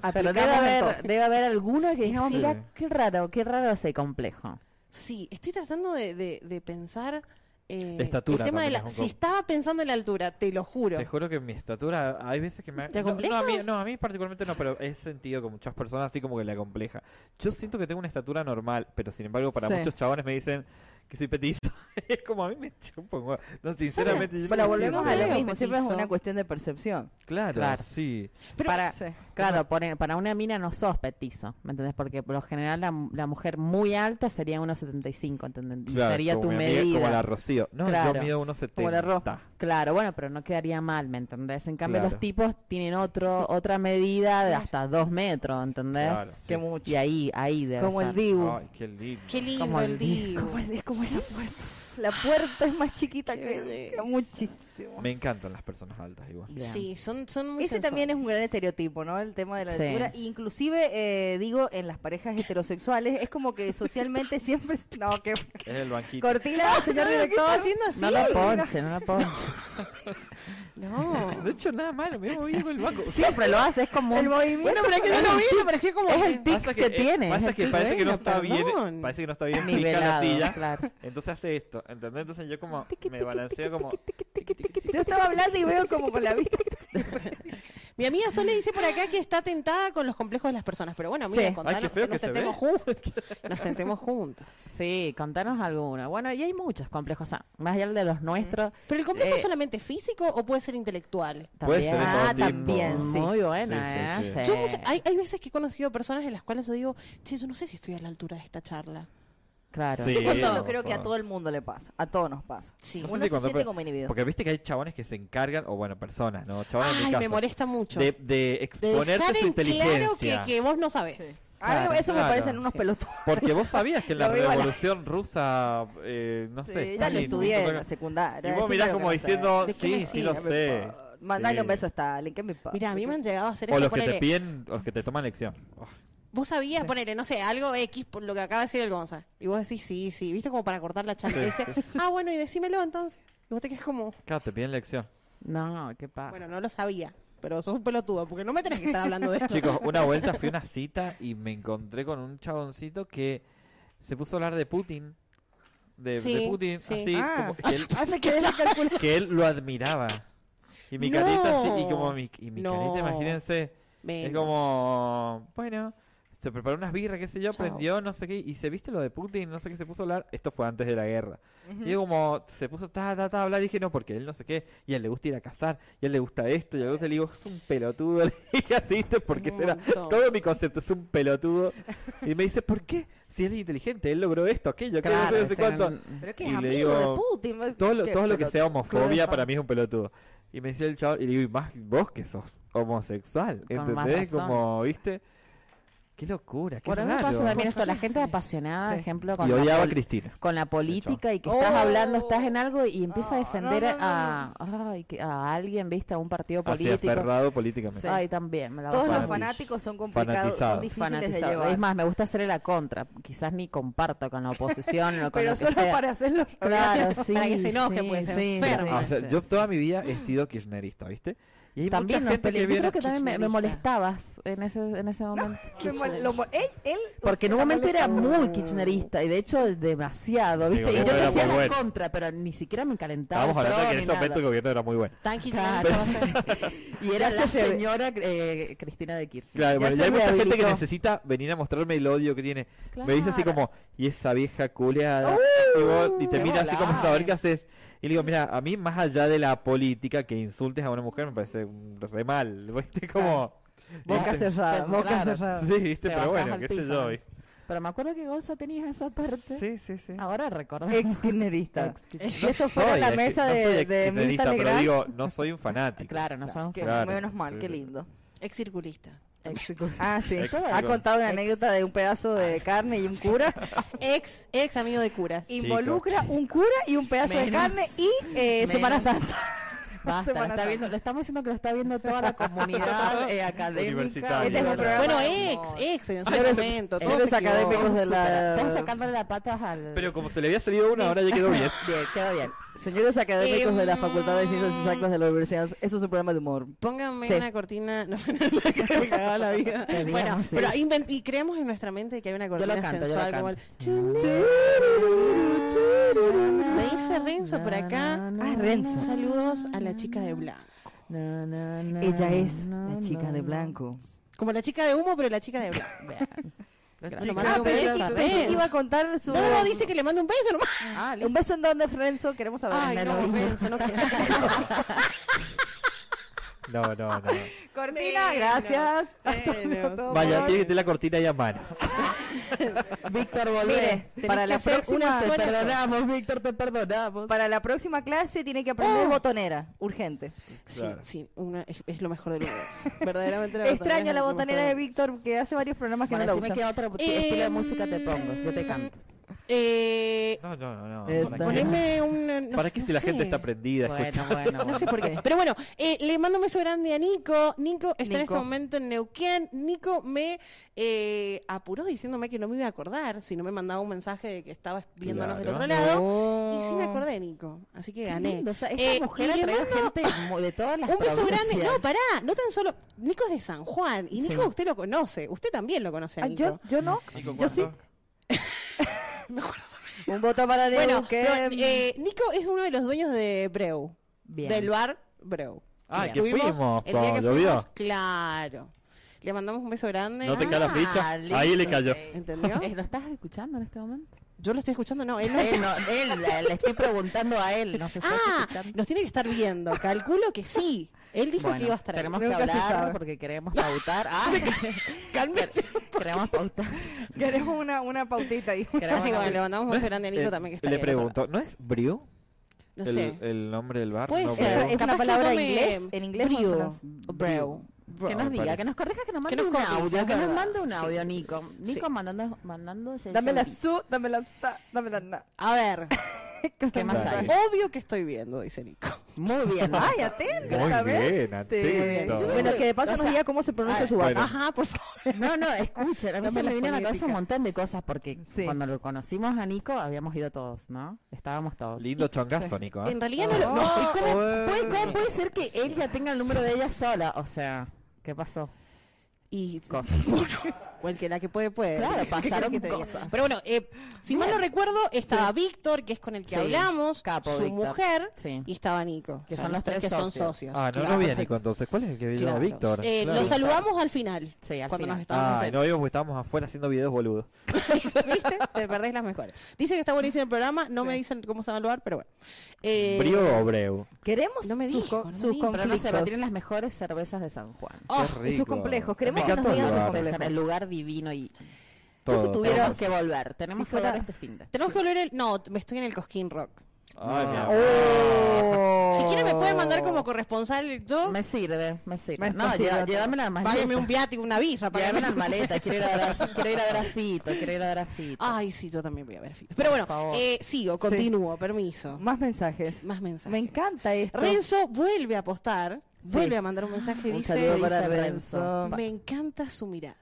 Ah, Pero debe Aplicamos haber, entonces. debe haber alguno que digamos, Sí. mira, qué raro, qué raro ese complejo. Sí, estoy tratando de, de- de pensar... eh, La estatura el tema de también la- es un Si com- estaba pensando en la altura, te lo juro. Te juro que mi estatura, hay veces que me... ¿Te no, no, acompleja? a mí, no, a mí particularmente no, pero he sentido que muchas personas así como que le compleja. Yo siento que tengo una estatura normal, pero sin embargo para Sí. muchos chabones me dicen que soy petizo. [laughs] es como a mí me chupa un huevo. No, sinceramente... yo Bueno, me volvemos siento- a lo medio mismo. Siempre es petizo. una cuestión de percepción. Claro, Claro. sí. Pero- para, Sí. Claro, por- para una mina no sos petizo, ¿me entendés? Porque por lo general la, la mujer muy alta sería 1,75, ¿entendés? Y Claro, sería como tu mi amiga- medida. como la Rocío. No, Claro. yo mido unos 70. Como la ropa. Claro, bueno, pero no quedaría mal, ¿me entendés? En cambio Claro. los tipos tienen otro otra medida de hasta dos metros, ¿entendés? Claro, sí. Que mucho. Y ahí, ahí debe Como el ser. Dibu. Ay, qué lindo. Qué lindo Como el el- día. Como es, es como esa puerta. La puerta es más chiquita Qué que, que belleza. muchísimo. Me encantan las personas altas igual. Bien. Sí, son, son muy Ese también sensuales. es un gran estereotipo, ¿no? El tema de la Sí. altura. Inclusive, eh, digo, en las parejas heterosexuales, es como que socialmente [laughs] siempre... No, que... Es el banquito. Cortina, señor ¿Qué está director. haciendo así? No lo ponche, no lo ponche. No. De hecho, nada malo, me voy con el banco. Siempre lo hace, es como un- El movimiento. Bueno, [laughs] pero es que yo lo vi, me parecía como. Es que- el tic Pasa que, eh, tiene. es Pasa el que tic parece que no Bueno, está bien. perdón. Parece que no está bien fija la nivelado, silla. claro. Entonces hace esto, ¿entendés? Entonces yo como me balanceo como... Yo estaba hablando y veo como con la vista. Mi amiga Sole dice por acá que está tentada con los complejos de las personas. Pero bueno, mira, Sí. contanos, Ay, qué feo nos que se tentemos juntos. [laughs] Nos tentemos juntos. Sí, contanos alguna. Bueno, y hay muchos complejos, o sea, más allá de los nuestros. ¿Pero el complejo Eh, es solamente físico o puede ser intelectual? Puede ser de También. todo Ah, tipo. también, sí. Muy buena, Sí, sí, ¿eh? Yo Sí. mucha- hay, hay veces que he conocido personas en las cuales yo digo, che, yo no sé si estoy a la altura de esta charla. Claro. Sí, pasó? no, Yo creo que a pa. todo el mundo le pasa. A todos nos pasa. Sí. No sé Uno si se cuando- siente como inhibido. Porque viste que hay chabones que se encargan, o bueno, personas, ¿no? Chabones en mi Ay, me caso, molesta mucho. De, de De exponerte dejar su en claro inteligencia. que, que vos no sabés. Sí. Ah, Claro, eso claro, me parecen unos sí. pelotudos. Porque vos sabías que en la Lo vivo a la- revolución rusa, eh, no sé... ya lo Stalin, estudié en Hitler- la secundaria. Y vos sí, mirás creo como que no sé. diciendo, ¿De qué me sí, sí lo me sé. importa. Mandale Sí. un beso a Stalin, que me importa. Mira, a mí me han llegado a hacer O esto. los que te ponele, piden, o los que te toman lección. Oh, Vos sabías, ponele, no sé, algo X por lo que acaba de decir el Gonza. Y vos decís, sí, sí, viste como para cortar la charla. Y dice, ah, bueno, y decímelo entonces. Y vos te quedas como, claro, te piden lección. No, qué pasa. bueno, no lo sabía, pero sos un pelotudo, porque no me tenés que estar hablando [laughs] de esto. Chicos, una vuelta fui a una cita y me encontré con un chaboncito que se puso a hablar de Putin. De, de Sí, Putin, sí. así, Ah. como que él, [laughs] Hace que deje calcular. que él lo admiraba. Y mi No. carita así, y como mi, y mi No. carita, imagínense, Me- es como, bueno, se preparó unas birras, qué sé yo, Chao. prendió, no sé qué, y se viste lo de Putin, no sé qué, se puso a hablar, esto fue antes de la guerra. Y yo como se puso ta, ta, ta, a hablar, y dije, no, porque él no sé qué, y a él le gusta ir a cazar, y a él le gusta esto, y a otro le digo, es un pelotudo, [laughs] le dije así, ¿viste? porque Un será montón. todo mi concepto, es un pelotudo. Y me dice, ¿por qué? Si él es inteligente, él logró esto, aquello, aquello, no sé, Claro, no sé ese cuánto. no- Pero es que Y es le amigo digo, de Putin. ¿no? Todo lo, Qué todo lo que pelotudo. sea Cruel homofobia para fans. mí es un pelotudo. Y me decía el chaval, y le digo, y más vos que sos homosexual, Con más ¿entendés? razón. Como, ¿viste? Qué locura, qué Por mí me pasa raro. también eso, la gente Sí. apasionada, Sí. ejemplo, con Y la odiaba a poli- Cristina. con la política y que estás Oh. hablando, estás en algo y empieza a No, no, defender no, no, a, ay, que- a alguien, viste, a un partido Así político. aferrado políticamente. Sí. Ay, también, me la Todos los Fanatis- fanáticos son complicados, son fanatizados. difíciles de fanatizado. llevar. Es más, me gusta hacerle la contra. Quizás ni comparto con la [laughs] oposición o con pero lo que solo sea. para hacerlo. Claro, sí, [laughs] Para que se enoje, sí, pues, se sí, enferme. Ah, o sí, sea, sí, yo sí. toda mi vida he sido kirchnerista, ¿viste? Y hay también mucha nos gente que peleamos. Yo viene... creo que también me, me kirchnerista. molestabas en ese, en ese momento. Me mol- lo mol- él- él- Porque en un momento era muy kirchnerista y de hecho demasiado, ¿viste? El Y yo gobierno te era hacía muy la bueno. contra, pero ni siquiera me calentaba. Estábamos el hablando de pro que en ni ese momento el nada. gobierno era muy bueno. Tan kirchnerista, Claro. no sé. Y era [laughs] Ya la se ve. señora eh, Cristina de Kirchner. Claro, bueno, se y hay mucha gente que rehabilitó. necesita venir a mostrarme el odio que tiene. Me dice así Claro. como, y esa vieja culeada. Uh, y, vos- y te qué mira así como, volada. a ver qué haces. Y le digo, mira, a mí más allá de la política, que insultes a una mujer me parece mm, re mal. [laughs] ¿Viste? Como... Boca ¿viste? cerrada, Claro. boca cerrada. Sí, ¿viste? Te Pero bajás bueno, al qué sé piso, yo. ¿no? ¿viste? Pero me acuerdo que Gonza tenías esa parte. Sí, sí, sí. Ahora recordamos. Ex kirchnerista. Ex- Si esto fuera Soy la ex- mesa no soy de, ex- de Mirta kirchnerista, pero Legrand, digo, no soy un fanático. Claro, no somos que Claro. menos mal, Sí, qué sí. lindo. Ex circulista. ex- Ah, sí. Ex- Ah. Ha contado una anécdota de un pedazo de carne y un cura. Ex, ex amigo de curas. Involucra un cura y un pedazo de Menos. carne y eh, Menos. Semana Santa. [laughs] Basta, lo, Semana está Santa. viendo, lo estamos diciendo que lo está viendo toda [laughs] la comunidad eh, académica. Universitaria. Este es un programa Bueno, de ex, amor. ex, en su Señores- momento. todos señores se equivocan. académicos de la- Estamos sacándole las patas al... Pero como se le había salido una, ahora ya quedó bien. Bien, quedó bien. Señores académicos de la Em, Facultad de Ciencias Exactas de la Universidad, eso es un programa de humor. Pónganme Sí. una cortina. [laughs] No, no, me cagaba la vida. Te digo, Bueno, sí. pero invent- y creemos en nuestra mente que hay una Yo cortina lo canto, yo sensual lo como canto. el. Me dice Renzo por acá. Ah, Renzo. Saludos a la chica de blanco. Na, na, na, Ella es na, la chica na, de na. blanco. Como la chica de humo, pero la chica de blanco. Gracias. chica Ah, pensé que- pensé que iba iba a a contar su... No, no, no, dice que le mande un beso nomás. Ah, Un listo. beso en donde, Renzo, queremos saber. Ay, no, Renzo, [laughs] no quiero. No, no, no. [laughs] Cortina, Menos, gracias. [laughs] menos. Todo Vaya, por- tiene que tener la cortina ahí a mano. [laughs] Víctor, volvé. Mire, Tenés para que la, hacer próxima, una te Suena- perdonamos, Víctor, te perdonamos. para la próxima clase tiene que aprender Oh. botonera, urgente. Sí, Claro. sí, una, es, es lo mejor [laughs] del universo. Verdaderamente la Extraño la botonera de Víctor. Víctor, que hace varios programas que Bueno, no la decime usa. qué otro tu- estilo de música te pongo. Yo te canto. Eh, No, no, no. no. Esta- ¿Para qué? poneme una. no ¿Para sé- qué no si la gente sé. está [laughs] prendida? Bueno, escucha? bueno. No sé bueno. por qué. Pero bueno, eh, le mando un beso grande a Nico. Nico está en este Nico. momento en Neuquén. Nico me eh, apuró diciéndome que no me iba a acordar si no me mandaba un mensaje de que estaba viéndonos del Claro. otro lado. Y sí me acordé, Nico. Así que Qué gané. lindo, o sea, esta Eh, mujer y ha le traído mando gente mu- de todas las Un beso grande. No, provincias. pará. No tan solo. Nico es de San Juan. Y Nico usted lo conoce. Usted también lo conoce a Ah, Nico. yo, yo no. Nico, Yo sí. ¿cuánto? Me acuerdo. Un voto para Bueno, Neuquén. pero, eh, Nico es uno de los dueños de Breu. Bien. Del bar Breu. Ah, Que que estuvimos fuimos, El día que cuando fuimos, vio. claro. Le mandamos un beso grande. No te Ah, cae la ficha. listo, Ahí le cayó. [laughs] ¿Entendió? Eh, ¿Lo estás escuchando en este momento? Yo lo estoy escuchando, no, él no. Él, no, él, le, le estoy preguntando a él. No sé si está Ah, escuchando. nos tiene que estar viendo. Calculo que sí. Él dijo Bueno, que iba a estar. ahí. Tenemos que Nunca se sabe. hablar porque queremos pautar. [laughs] [laughs] Ah, Cálmense. queremos pautar. [laughs] Queremos una, una pautita ahí. Queremos Así que bueno, le hablar. mandamos un ¿No beso es- grande a Nico eh, también que está Le ahí del otro pregunto, ¿no es Brio lado. No el, sé. el nombre del bar? Puede No, ser. Brio. Es una Capaz que palabra en tome inglés. En inglés. brío. no es francés. Brew. que me nos diga, parece. que nos corrija, que nos mande nos un corrija, audio, es que nos verdad. mande un Sí. audio, Nico. Nico Sí. mandando, mandándose el Dame la sonido. su, dame la sa, dame la na. A ver, ¿Qué más Dale. hay? obvio que estoy viendo, dice Nico. Muy [laughs] bien. Ay, atento. Muy esta vez. bien, Sí. atento. Bueno, que de paso O nos sea, diga cómo se pronuncia a- ah, su barco. Bueno. Ajá, por favor. No, no, escuchen, a mí Dame se me la vienen a la cabeza un fonética. montón de cosas porque Sí. cuando lo conocimos a Nico habíamos ido todos, ¿no? Estábamos todos. Lindo chongazo, Nico. ¿eh? En realidad no lo. Ah. no, ¿Y cómo puede, cómo puede ser que él ya tenga el número de ella sola? O sea, ¿qué pasó? y Cosas. o el que la que puede puede [laughs] Claro, ¿Qué querés pasaron que te diga? cosas. pero bueno eh, si mal no recuerdo estaba Víctor que es con el que Sí, hablamos capo, su Víctor. mujer Sí. y estaba Nico Que son los tres que son socios. socios Ah, no Claro. lo vi a Nico entonces. ¿Cuál es el que vio Claro. Víctor? Eh, Claro. lo saludamos al final Sí, al cuando final. nos estábamos Ah, no vimos porque estábamos afuera haciendo videos boludos. haciendo. [laughs] viste te perdés las mejores dice que está buenísimo el programa no me dicen cómo se va el lugar pero bueno Eh, ¿Brio o Breu? Queremos No me sus, dijo, co- no me sus dijo, Pero no se conflictos. tienen las mejores cervezas de San Juan. oh, Qué y sus rico. complejos. Queremos Me que nos encantó el digan sus lugar. complejos. el lugar divino y Todo, si tuviera- tenemos Tuvieras- que volver. Tenemos si que volver fuera- este fin de. tenemos que volver el no me estoy en el Cosquín Rock Ay, Ah, mi amor. Oh. Si quiere me puede mandar como corresponsal. Yo, Me sirve, me sirve. Me no, está lleva- sirviendo. llévame las maletas. págueme un viático, una birra. [laughs] Llévame págueme las una maletas. Quiero ir a ver a, quiero ir a, ver a Fito, quiero ir a ver a Fito. Ay, sí, yo también voy a ver Fito. Pero Por favor. bueno, eh, sigo, continúo, permiso. Más mensajes. Más mensajes. Me encanta esto. Renzo vuelve a apostar, vuelve a mandar un mensaje, Un dice, saludo para dice Renzo. Renzo. me encanta su mirada.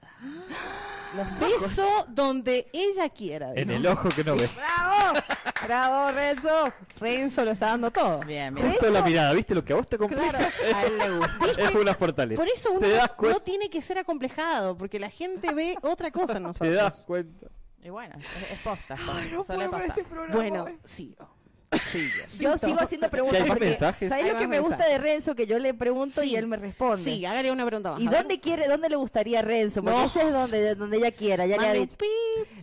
Los ojos. Beso donde ella quiera. En dice. el ojo que no [laughs] ve. ¡Bravo! ¡Bravo, Renzo! Renzo lo está dando todo. Bien, bien. Justo la mirada, ¿viste lo que a vos te complica? Claro, [laughs] a él le gusta. Es una fortaleza. Por eso uno te das no cuenta. tiene que ser acomplejado, porque la gente ve otra cosa en Te das nosotros. cuenta. Y bueno, es, es posta. suele pasar. Bueno, sigo. Yo sigo haciendo preguntas. ¿Y hay más porque, mensajes? ¿Sabés Hay lo que más me gusta mensajes. de Renzo? Que yo le pregunto Sí. y él me responde. Sí, hágale una pregunta más. ¿Y a ver. dónde quiere, dónde le gustaría a Renzo? Porque No. ese es donde, donde ella quiera, ya le ha Mande un dicho.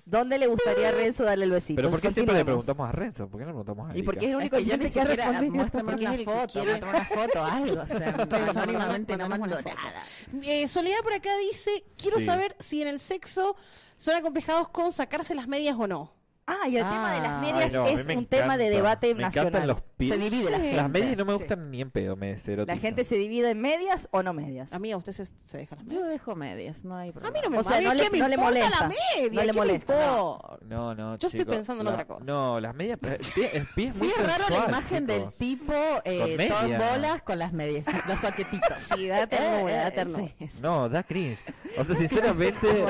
¿Dónde le gustaría a Renzo darle el besito? Pero ¿por qué siempre le Continuemos. preguntamos a Renzo? ¿Por qué no le preguntamos a ¿Y Erika? por qué es el Es único que yo ni oyente que ha siquiera respondido? muéstrame Porque es una el que foto, quiere. muéstrame una foto, algo, o sea, anónimamente no mandamos mando una foto. nada. Eh, Soledad por acá dice, quiero Sí. saber si en el sexo son acomplejados con sacarse las medias o no. Ah, y el tema de las Ah, medias Ay, no, a mí es un me tema de encanta. debate me nacional. Encantan los pies. Se divide la Las medias no me Sí. gustan ni en pedo, me deserotizo. La gente se divide en medias o no medias. Amiga, usted se, se deja las medias. Yo dejo medias, no hay problema. A mí no me, O sea, a mí no le- ¿qué me no le importa molesta. la media, No le ¿Qué me molesta, importa? No, no, Yo estoy chicos, pensando en la- otra cosa. No, las medias... eh, El pie, el pie es Sí, muy es raro la sensual, imagen del chicos. tipo eh, Con todo en media. bolas con las medias, los soquetitos. Sí, da ternura, da ternura. Sí, sí. No, da cringe. O sea, sinceramente...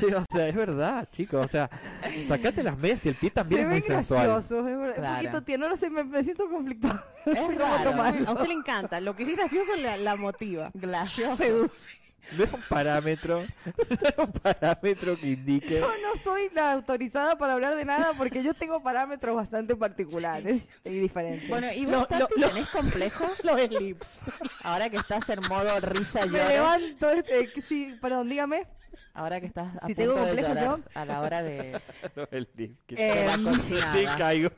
sí, o sea, es verdad, chicos. O sea, sacate las medias y el pie también Se es muy ven sensual. graciosos, es verdad, un Claro. poquito tierno, no sé, me, me siento conflictuado. Es raro. A usted le encanta. Lo que es gracioso la, la motiva. Gracioso. Seduce. No es un parámetro. [laughs] No es un parámetro que indique... Yo [laughs] no soy la autorizada para hablar de nada porque yo tengo parámetros bastante particulares y diferentes. Bueno, y Lo- vos, Tati, lo- lo- tenés complejos Los slips. ahora que estás en modo [laughs] risa me llora. levanto, este, que sí, perdón, dígame. Ahora que estás a Si punto tengo de complejos, llorar yo- a la hora de, [laughs] No, [laughs] el lip, [laughs] que Eh, de la sí, sí, cochinada. caigo.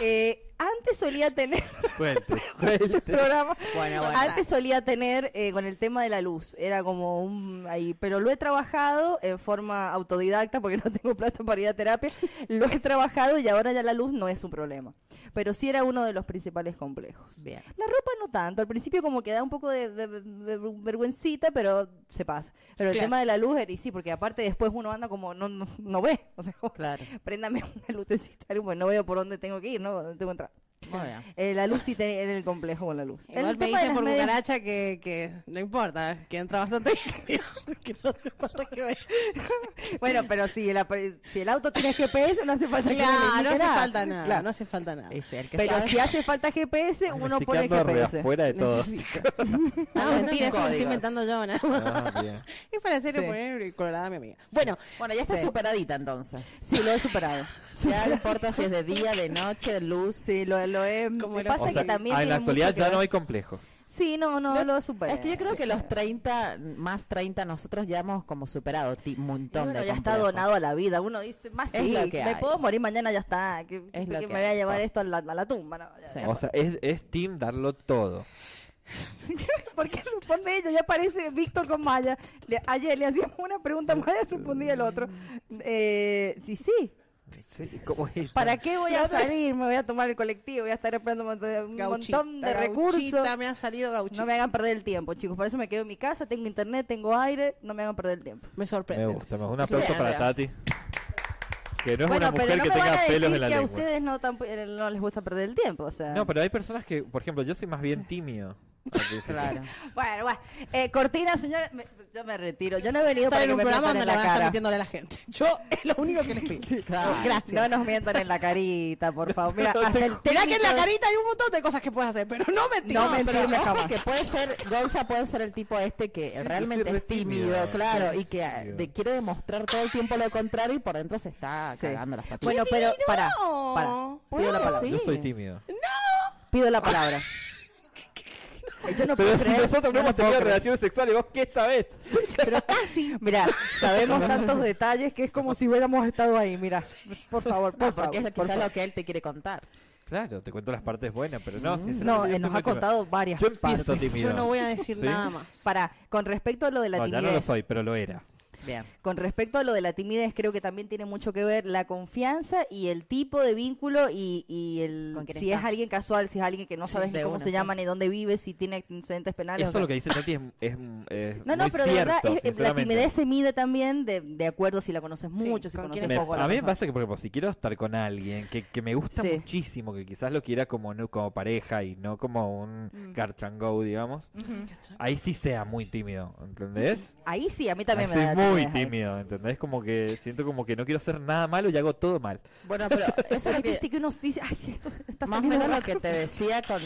Eh, antes solía tener [laughs] Suelte, este suelte. programa. [laughs] Bueno, bueno. Antes solía tener eh, con el tema de la luz, era como un ahí, pero lo he trabajado en forma autodidacta porque no tengo plata para ir [laughs] a terapia, lo he trabajado y ahora ya la luz no es un problema, pero sí era uno de los principales complejos. Bien. La ropa no tanto, al principio como que da un poco de, de- de vergüencita, pero se pasa. Pero el Claro. tema de la luz, eh, y sí, porque aparte después uno anda como no, no, no ve, o sea, como, Claro. préndame [laughs] una lucecita, algo, pues no veo por dónde tengo que ir, no, dónde tengo que entrar. Muy bien. [laughs] Eh, la luz sí te- era el complejo con la luz. Igual el me tema de dicen las por medias- cucaracha que, que no importa, que entra bastante [laughs] bien, que no hace falta que vea. [laughs] Bueno, pero si el, apare- si el auto tiene GPS, no hace falta que le Claro, indique no hace nada. falta nada, Claro. no hace falta nada. Es el que Pero sabe. si hace falta GPS, Me uno estoy pone el quedando re GPS. afuera de todo. [laughs] No, Ah, mentira, eso lo estoy Códigos. inventando yo, nada más. [laughs] Ah, bien. Es para hacerle Sí. poner colorada a mi amiga. Bueno, Bueno, ya está Sí. superadita entonces. Sí, lo he superado. Ya no importa si es de día, de noche, luz. Sí, lo, lo he... Como me era- [laughs] pasa O sea, que también ah, en tiene la actualidad mucho que ya ver. no hay complejos. Sí, no, no, No, lo superé. Es que yo creo que los 30, más 30, nosotros ya hemos como superado ti- un Y montón bueno, de ya está complejos. donado a la vida. Uno dice, más Es sí, lo que me hay. puedo morir mañana, ya está. Que, Es lo que que me voy a hay. llevar esto a la, a la tumba. No, ya- Sí. ya O sea, es, es team darlo todo. ¿Por qué responde ella? Ya aparece Víctor con Maya. Le- ayer le hacíamos una pregunta a Maya, respondía el otro. Eh, sí, sí. Sí, ¿Cómo es esto? ¿Para qué voy a salir? Me voy a tomar el colectivo, voy a estar esperando un montón de, un gauchita, montón de gauchita, recursos. me ha salido gauchita. No me hagan perder el tiempo, chicos. Por eso me quedo en mi casa, tengo internet, tengo aire, no me hagan perder el tiempo. [laughs] Me Me sorprende. gusta, me gusta. Un aplauso Bien, para Andrea. Tati. Que no es bueno, una pero mujer no que me van tenga a decir pelos en la que a lengua. ustedes no, tampo- eh, no les gusta perder el tiempo, o sea. No, pero hay personas que, por ejemplo, yo soy más bien [laughs] tímido. Ah, al principio. Claro. Bueno, bueno. Eh, cortina, señora, me- yo me retiro. Yo no he venido Estar para en que un me programa mientan donde en la van la a estar cara. mintiendo a la gente. Yo es lo único [laughs] que les pido. claro. Gracias. No nos mientan en la carita, por favor. Mira, No te hasta el juro. Mirá que en la técnico- carita hay un montón de cosas que puedes hacer, pero no mentir. No pero mentirme ojo jamás. que puede ser, Gonza puede ser el tipo este que yo realmente soy re es tímido, tímido, claro, y que tímido. de- quiere demostrar todo el tiempo lo contrario y por dentro se está Sí. cagando las patitas. Bueno, pero pará, no. pará. Pido Bueno, la palabra. sí. Yo soy tímido. Pido la palabra. Yo no puedo Pero si creer. nosotros no lo hemos puedo tenido creer. relaciones sexuales, ¿vos qué sabés? Pero casi. Mira, sabemos tantos detalles que es como si hubiéramos estado ahí. Mira, por favor, por No, porque es lo- favor. por quizás favor. lo que él te quiere contar. Claro, te cuento las partes buenas, pero no. sinceramente, No, Mm. yo eh, soy nos muy ha tímido. contado varias Yo empiezo partes. tímido. Yo no voy a decir ¿Sí? nada más. Para, con respecto a lo de la No, ya timidez. no lo soy, pero lo era. Bien. Con respecto a lo de la timidez, creo que también tiene mucho que ver la confianza y el tipo de vínculo y, y el Con quién si estás. es alguien casual, si es alguien que no Sí, sabes ni de cómo una, se sí. llama, ni dónde vive, si tiene antecedentes penales. Eso o sea, lo que dice Tati es, es, es no, no, muy pero de cierto, verdad, es- es- la sinceramente. timidez se mide también de, de acuerdo si la conoces Sí, mucho, si con conoces quién Me- poco. a la a mí me persona. pasa que, por ejemplo, si quiero estar con alguien que, que me gusta Sí. muchísimo, que quizás lo quiera como, no- como pareja y no como un Mm. cartrango, digamos, Ujú. ahí sí sea muy tímido, ¿entendés? Ahí sí, a mí [laughs] también Ahí me da soy muy timidez ahí. tímido, ¿entendés? Como que siento como que no quiero hacer nada malo y hago todo mal. Bueno, pero eso Eso es lo [laughs] que, viste que uno dice, ay, esto está más o saliendo menos lo raro. que te decía con,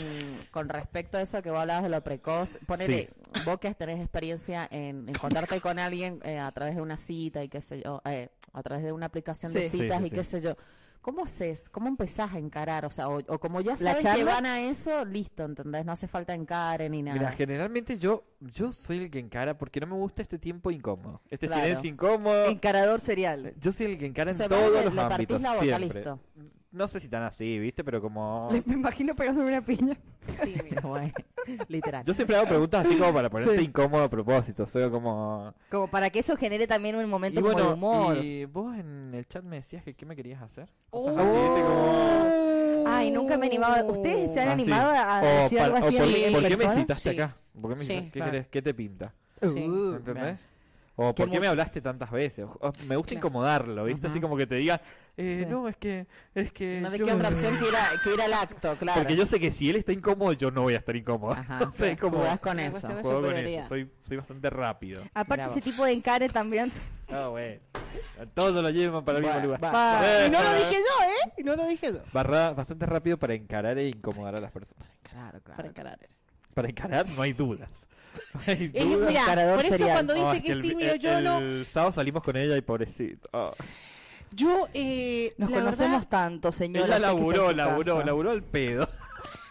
con respecto a eso que vos hablabas de lo precoz. Ponele, vos que tenés experiencia en encontrarte con alguien eh, a través de una cita y qué sé yo, eh, a través de una aplicación de Sí. Sí, citas sí, y sí. qué sé yo. ¿Cómo haces? ¿Cómo empezás a encarar? O sea, o, o como ya ¿La sabes que charla? van a eso, listo, ¿entendés? No hace falta encare ni nada. Mira, generalmente yo, yo soy el que encara porque no me gusta este tiempo incómodo. Este Claro. silencio incómodo. [laughs] Encarador serial. Yo soy el que encara en O sea, vos todos le- los le partís ámbitos, la boca, siempre. listo. [laughs] No sé si tan así, ¿viste? Pero como... Le- Me imagino pegándome una piña. Bueno, literal. Yo siempre hago preguntas así como para [laughs] ponerte Sí. incómodo a propósito. Soy como... Como para que eso genere también un momento Y como de bueno, humor. y vos en el chat me decías que qué me querías hacer. Oh. así, ¿viste? Como- Ay, nunca me animaba. ¿Ustedes se han Ah, sí. animado a O decir para- algo o así por, en- qué- en ¿por qué me persona? citaste Sí. acá? ¿Por qué, me Sí, citas- ¿Qué, claro. querés- qué te pinta? Sí. Uh, ¿Entendés? O Qué por qué me mucho. hablaste tantas veces. O- o me gusta Claro. incomodarlo, ¿viste? Así Ajá. como que te digan, eh, Sí. no, es que... Es que No te yo- queda otra opción que ir, a- que ir al acto, claro. Porque yo sé que si él está incómodo, yo [laughs] no voy a estar incómodo. Ajá, O sea, es como... jugás con Una eso. cuestión de Juego con superioridad. eso. Soy, soy bastante rápido. Aparte Bravo. ese tipo de encare también. Ah, bueno. A Todos lo llevan para el mismo Bueno, lugar. va- Va. Eh, Y no lo dije yo, ¿eh? Y no lo dije yo. Barra bastante rápido para encarar e incomodar a las personas. Claro, claro. Para encarar. Para encarar no hay dudas. No [laughs] hay Es, dudas. mira, encarador por eso serial. cuando dice Oh, es que es el- tímido, el- yo no. El sábado salimos con ella y pobrecito. Oh. Yo, eh, [laughs] Nos la conocemos verdad, tanto, señora. Ella usted que está en laburó, su laburó, casa. laburó el pedo.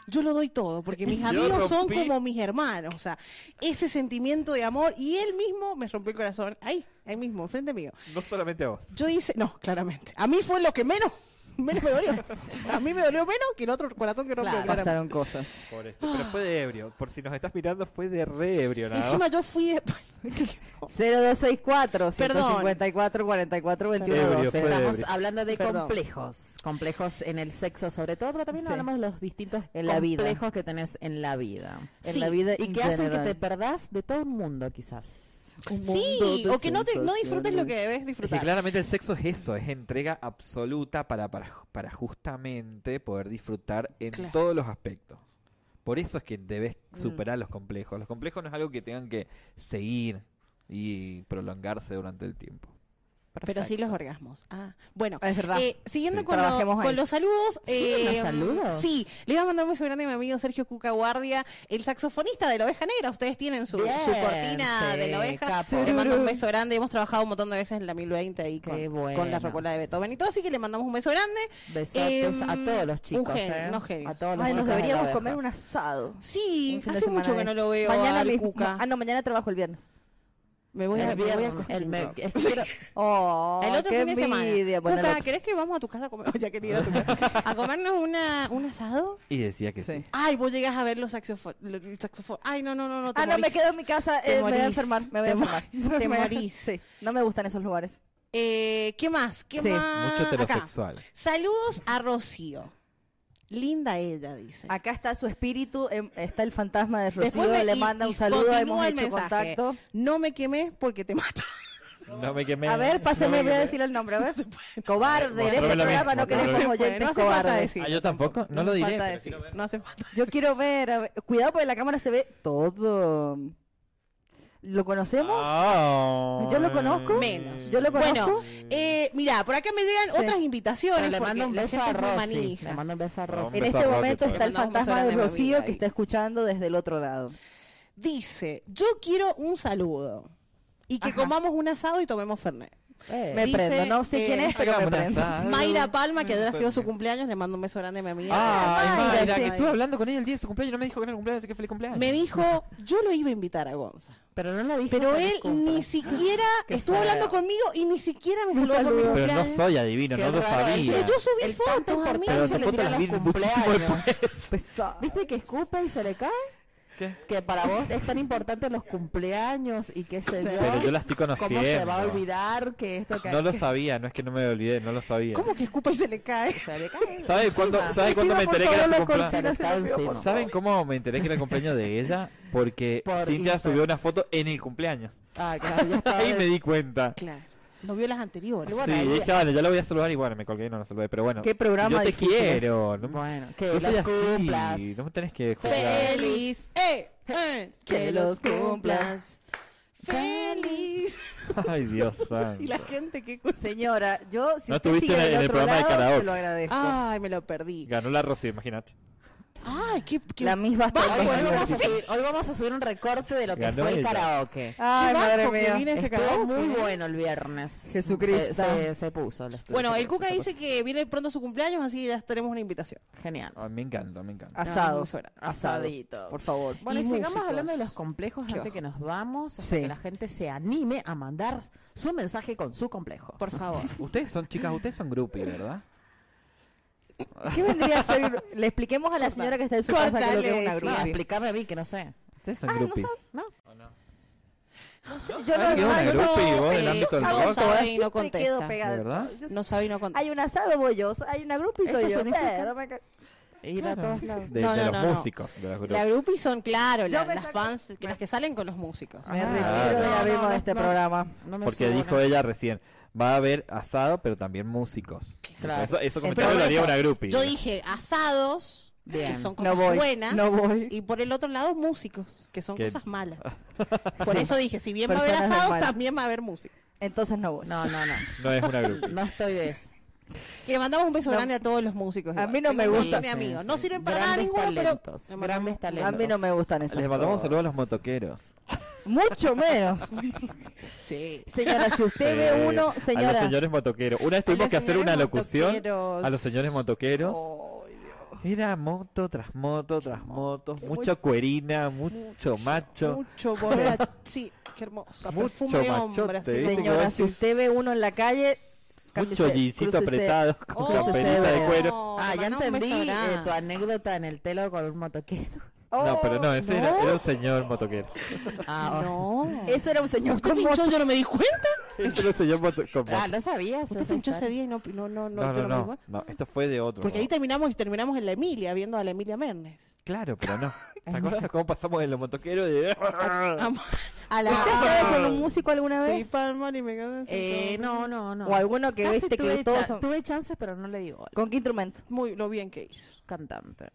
yo lo doy todo, porque mis Yo amigos son rompí- como mis hermanos. O sea, ese sentimiento de amor, y él mismo me rompió el corazón, ahí, ahí mismo, enfrente mío. No solamente a vos. Yo hice, no, claramente. A mí fue lo que menos, menos me dolió. O sea, A mí me dolió menos que el otro corazón que rompió. Claro. claramente. Pasaron cosas. Pobrecito. Pero fue de ebrio. Por si nos estás mirando, fue de re ebrio, nada más. Encima yo fui. de- 0264 Perdón. 154 44 21 Ebrio, 12. fue Estamos ebrio. hablando de Perdón. complejos, complejos en el sexo sobre todo, pero también Sí. hablamos de los distintos En la vida. complejos que tenés en la vida. En Sí, la vida Y en que hacen que general. te perdás de todo el mundo, quizás. Sí, o que no, te, no disfrutes lo que debes Es que disfrutar. claramente el sexo es eso, es entrega absoluta para, para, para justamente poder disfrutar en Claro. todos los aspectos. Por eso es que debes Mm. superar los complejos. Los complejos no es algo que tengan que seguir y prolongarse durante el tiempo. Pero sí Perfecto. los orgasmos. Ah, bueno. Ah, Es verdad. Eh, siguiendo Sí. con, lo- Trabajemos ahí. con los saludos. ¿Siguen los eh, saludos? Sí, le voy a mandar un beso grande a mi amigo Sergio Cuca Guardia, el saxofonista de la Oveja Negra. Ustedes tienen su, su Bien, cortina sí, de la Oveja. capo. Le mando [laughs] un beso grande. Hemos trabajado un montón de veces en la 1020 ahí Qué con, bueno. con la rocola de Beethoven y todo, así que le mandamos un beso grande. Besotes Em, a todos los chicos, un genio, ¿eh? unos genios. A todos los Ay, nos chicos de la deberíamos oveja. comer un asado. Sí, Un fin de hace mucho semana que de- no lo veo mañana al mismo. Cuca. Ah, no, mañana trabajo el viernes. me voy a El me voy al viernes, el me- Cosquín Rock. es que [laughs] quiero- Oh, El otro qué fin de semana. envidia. Bueno, el Cuca, otro. ¿querés que vamos a tu casa a comer? Ya quería ir [laughs] a tu casa. ¿A comernos una, un asado? Y decía que sí. Sí. Ay, vos llegas a ver los saxofón, lo- el saxofón. Ay, no, no, no, no. te Ah, no, me morís. quedo en mi casa. Te eh, me voy morís, a enfermar. Me voy a te enfermar. [laughs] te Me- morís. Sí, no me gustan esos lugares. Eh, ¿Qué más? ¿Qué Sí. más? Mucho Ah, Acá. heterosexual. Saludos a Rocío. Linda ella, dice. Acá está su espíritu, em, está el fantasma de Después Rocío, me- le y- manda y un saludo, hemos continúa el hecho mensaje. contacto. No me quemes porque te mato. No me quemé. A ver, no pásame, me voy a quemé. decir el nombre, a [laughs] ver. Cobarde, en Mostrame este la programa misma, no mostrame la queremos misma. oyentes No hace falta cobardes. decir. Ah, yo tampoco. No lo hace diré. falta pero decir, quiero ver. No hace falta. Yo quiero ver, a ver, cuidado porque la cámara se ve todo. ¿Lo conocemos? Ah. Yo lo conozco. Menos. Yo lo conozco. Bueno, Mm. eh, mirá, por acá me llegan Sí. otras invitaciones. Pero le porque mando un la beso gente a es muy Rosy. manija. Le mando un beso a Rosy. en beso a este Roque, momento pues. está el Le mandamos fantasma un de grande a mi amiga Rocío que ahí. está escuchando desde el otro lado. Dice, yo quiero un saludo. Y que Ajá. comamos un asado y tomemos Fernet. Eh, Me Dice, prendo, no sé eh, quién es, pero me Hagamos un prendo. asado. Mayra Palma, que ayer ha sido su Fernet. cumpleaños, le mando un beso grande a mi amiga. Ah, Mayra, Mayra, sí. que estuve hablando con ella el día de su cumpleaños y no me dijo que era el cumpleaños, así que feliz cumpleaños. Me dijo, yo lo iba a invitar a Gonza. Pero no lo dije. Pero feliz él cumple. ni siquiera Qué estuvo feo. hablando conmigo y ni siquiera Ah, me Un saludó por mi saludo. Pero no cumpleaños. soy adivino, Qué no lo raro, sabía. Pero yo subí El tanto fotos, por amigo. tanto Pero se le tus fotos tiran las los vi muchísimo cumpleaños. después. Pesado. ¿Viste que escupe y se le cae? ¿Qué? que para vos es tan importante los cumpleaños y qué sé Sí. yo. Pero yo la estoy conociendo. ¿Cómo se va a olvidar que esto que No lo sabía, no es que no me olvidé, no lo sabía. ¿Cómo que escupa y se le cae? Se le cae ¿Sabe encima. cuándo- sabe cuándo me Por enteré que era todos su los cumpleaños? consejos que le pido, por favor. ¿Saben cómo me enteré que era el cumpleaños de ella? Porque [laughs] Por Cintia Instagram. subió una foto en el cumpleaños. Ah, claro, ya estaba Ahí me de- di cuenta. Claro. No vio las anteriores. bueno, sí, ahí- dije, vale, ya la voy a saludar y bueno, me colgué y no la saludé. Pero bueno, Qué programa yo te difícil este. quiero. No, me- Bueno, que yo soy las así, cumplas. no me tenés que juzgar. [laughs] ¡Feliz! ¡Eh! eh, Que los cumplas. ¡Feliz! [laughs] Ay, Dios Y la santo. gente que escucha. Señora, yo si usted No estuviste sigue en el- del en el otro programa de lado, karaoke. se lo agradezco. Ay, me lo perdí. Ganó la Rocío, imagínate. Ay, qué, qué la misma Hoy, Vamos, hoy Bueno, vamos a sí. subir, hoy vamos a subir un recorte de lo que Ganó fue el ella. karaoke. Ay, Qué madre bajo que mía. viene ese Estuvo karaoke, Ah, muy ¿eh? bueno el viernes. Jesucristo. Se, se- se puso. les pido, Bueno, se el puso, Cuca se dice que viene pronto su cumpleaños, así ya tenemos una invitación. puso. Genial. Ay, Ah, me encanta, me encanta. Asado. Ay, suena. Asado. Asadito. Por favor. Bueno, y, sigamos músicos. hablando de los complejos Qué antes que nos vamos, hasta Sí. que la gente se anime a mandar su mensaje con su complejo. Por [laughs] favor. Ustedes son chicas, ustedes son groupies, ¿verdad? ¿Qué vendría a ser? Le expliquemos a la señora que está en su casa que lo que es una Córtale, No, sí. groupie. explícame a mí que no sé. Ustedes son groupies. ¿No? Yo Ah, no, qué yo buena no- groupie. vos, del eh, ámbito del no rock. sabe y siempre no quedo contesta. pegada. ¿De verdad? Yo- No sabe y no contesta. Hay un asado voy yo, hay una groupie soy Eso yo. significa- pero me ca- Ir a todos lados. De, No, de los no, no, no. músicos. De los La groupies. groupie son, claro, la- Yo me las saco- fans, que las que salen con los músicos. Me Ah, retiro de claro. la No, de no, este no. programa. No me Porque subo, dijo no. ella recién, va a haber asado, pero también músicos. Claro. Eso, eso El comentario lo problema haría es- una groupie. Yo dije asados, Bien. que son No cosas voy. buenas. No voy. Y por el otro lado, músicos, que son Que- [laughs] cosas malas. Por eso dije, si bien va a haber Personas asados, normales. también va a haber música. Entonces no voy. No, no, no. No es una [laughs] groupie. No estoy de eso. Que le mandamos un beso No. grande a todos los músicos. A igual. mí no Tengo me un gusta. montón de amigos. Sí, No sí. sirven para nada Grandes ninguno, pero... talentos, le mandamos grandes un- A mí no me gustan esas Les mandamos un cosas. saludo a los motoqueros. Mucho menos. Sí. Señora, si usted Eh, ve uno, A los señora. señores motoqueros. Una vez A los tuvimos que hacer una señores locución motoqueros. a los señores motoqueros. Ay, Dios. Era moto tras moto tras moto, mucha cuerina, mucho macho. [laughs] Mucho borracho. Sí, qué hermoso. Mucho Perfume de hombre. machote, así ¿viste? como- Señora, si usted ve uno en la calle, cámbiese, Mucho jeansito crúcese. apretado con Oh, camperita de crucese. cuero. Ah, te ya mandamos un entendí beso eh, grande. tu anécdota en el telo con un motoquero. [laughs] No, pero no, ese Era, no. era un señor motoquero. Ah, oh. No. Eso era un señor ¿Usted con moto. pinchó? Yo no me di cuenta. Ese era un señor moto- con moto- Ah, no sabías. Usted esa pinchó ese historia. día y no, no, no, no, No, yo no, no me di no, cuenta. no, esto fue de otro. Porque ahí terminamos y terminamos en la Emilia, viendo a la Emilia Mernes. Claro, pero no. ¿Te acuerdas cómo pasamos de los motoqueros de... Am- Ah, A ¿Usted la... ha estado con un músico alguna Fui vez? palmar y me quedé así Eh, no, todo. no, no. O alguno que Casi viste tuve, que todos cha- son- tuve chances, pero no le digo. ¿Con qué instrumento? Muy lo bien que hizo. Cantante.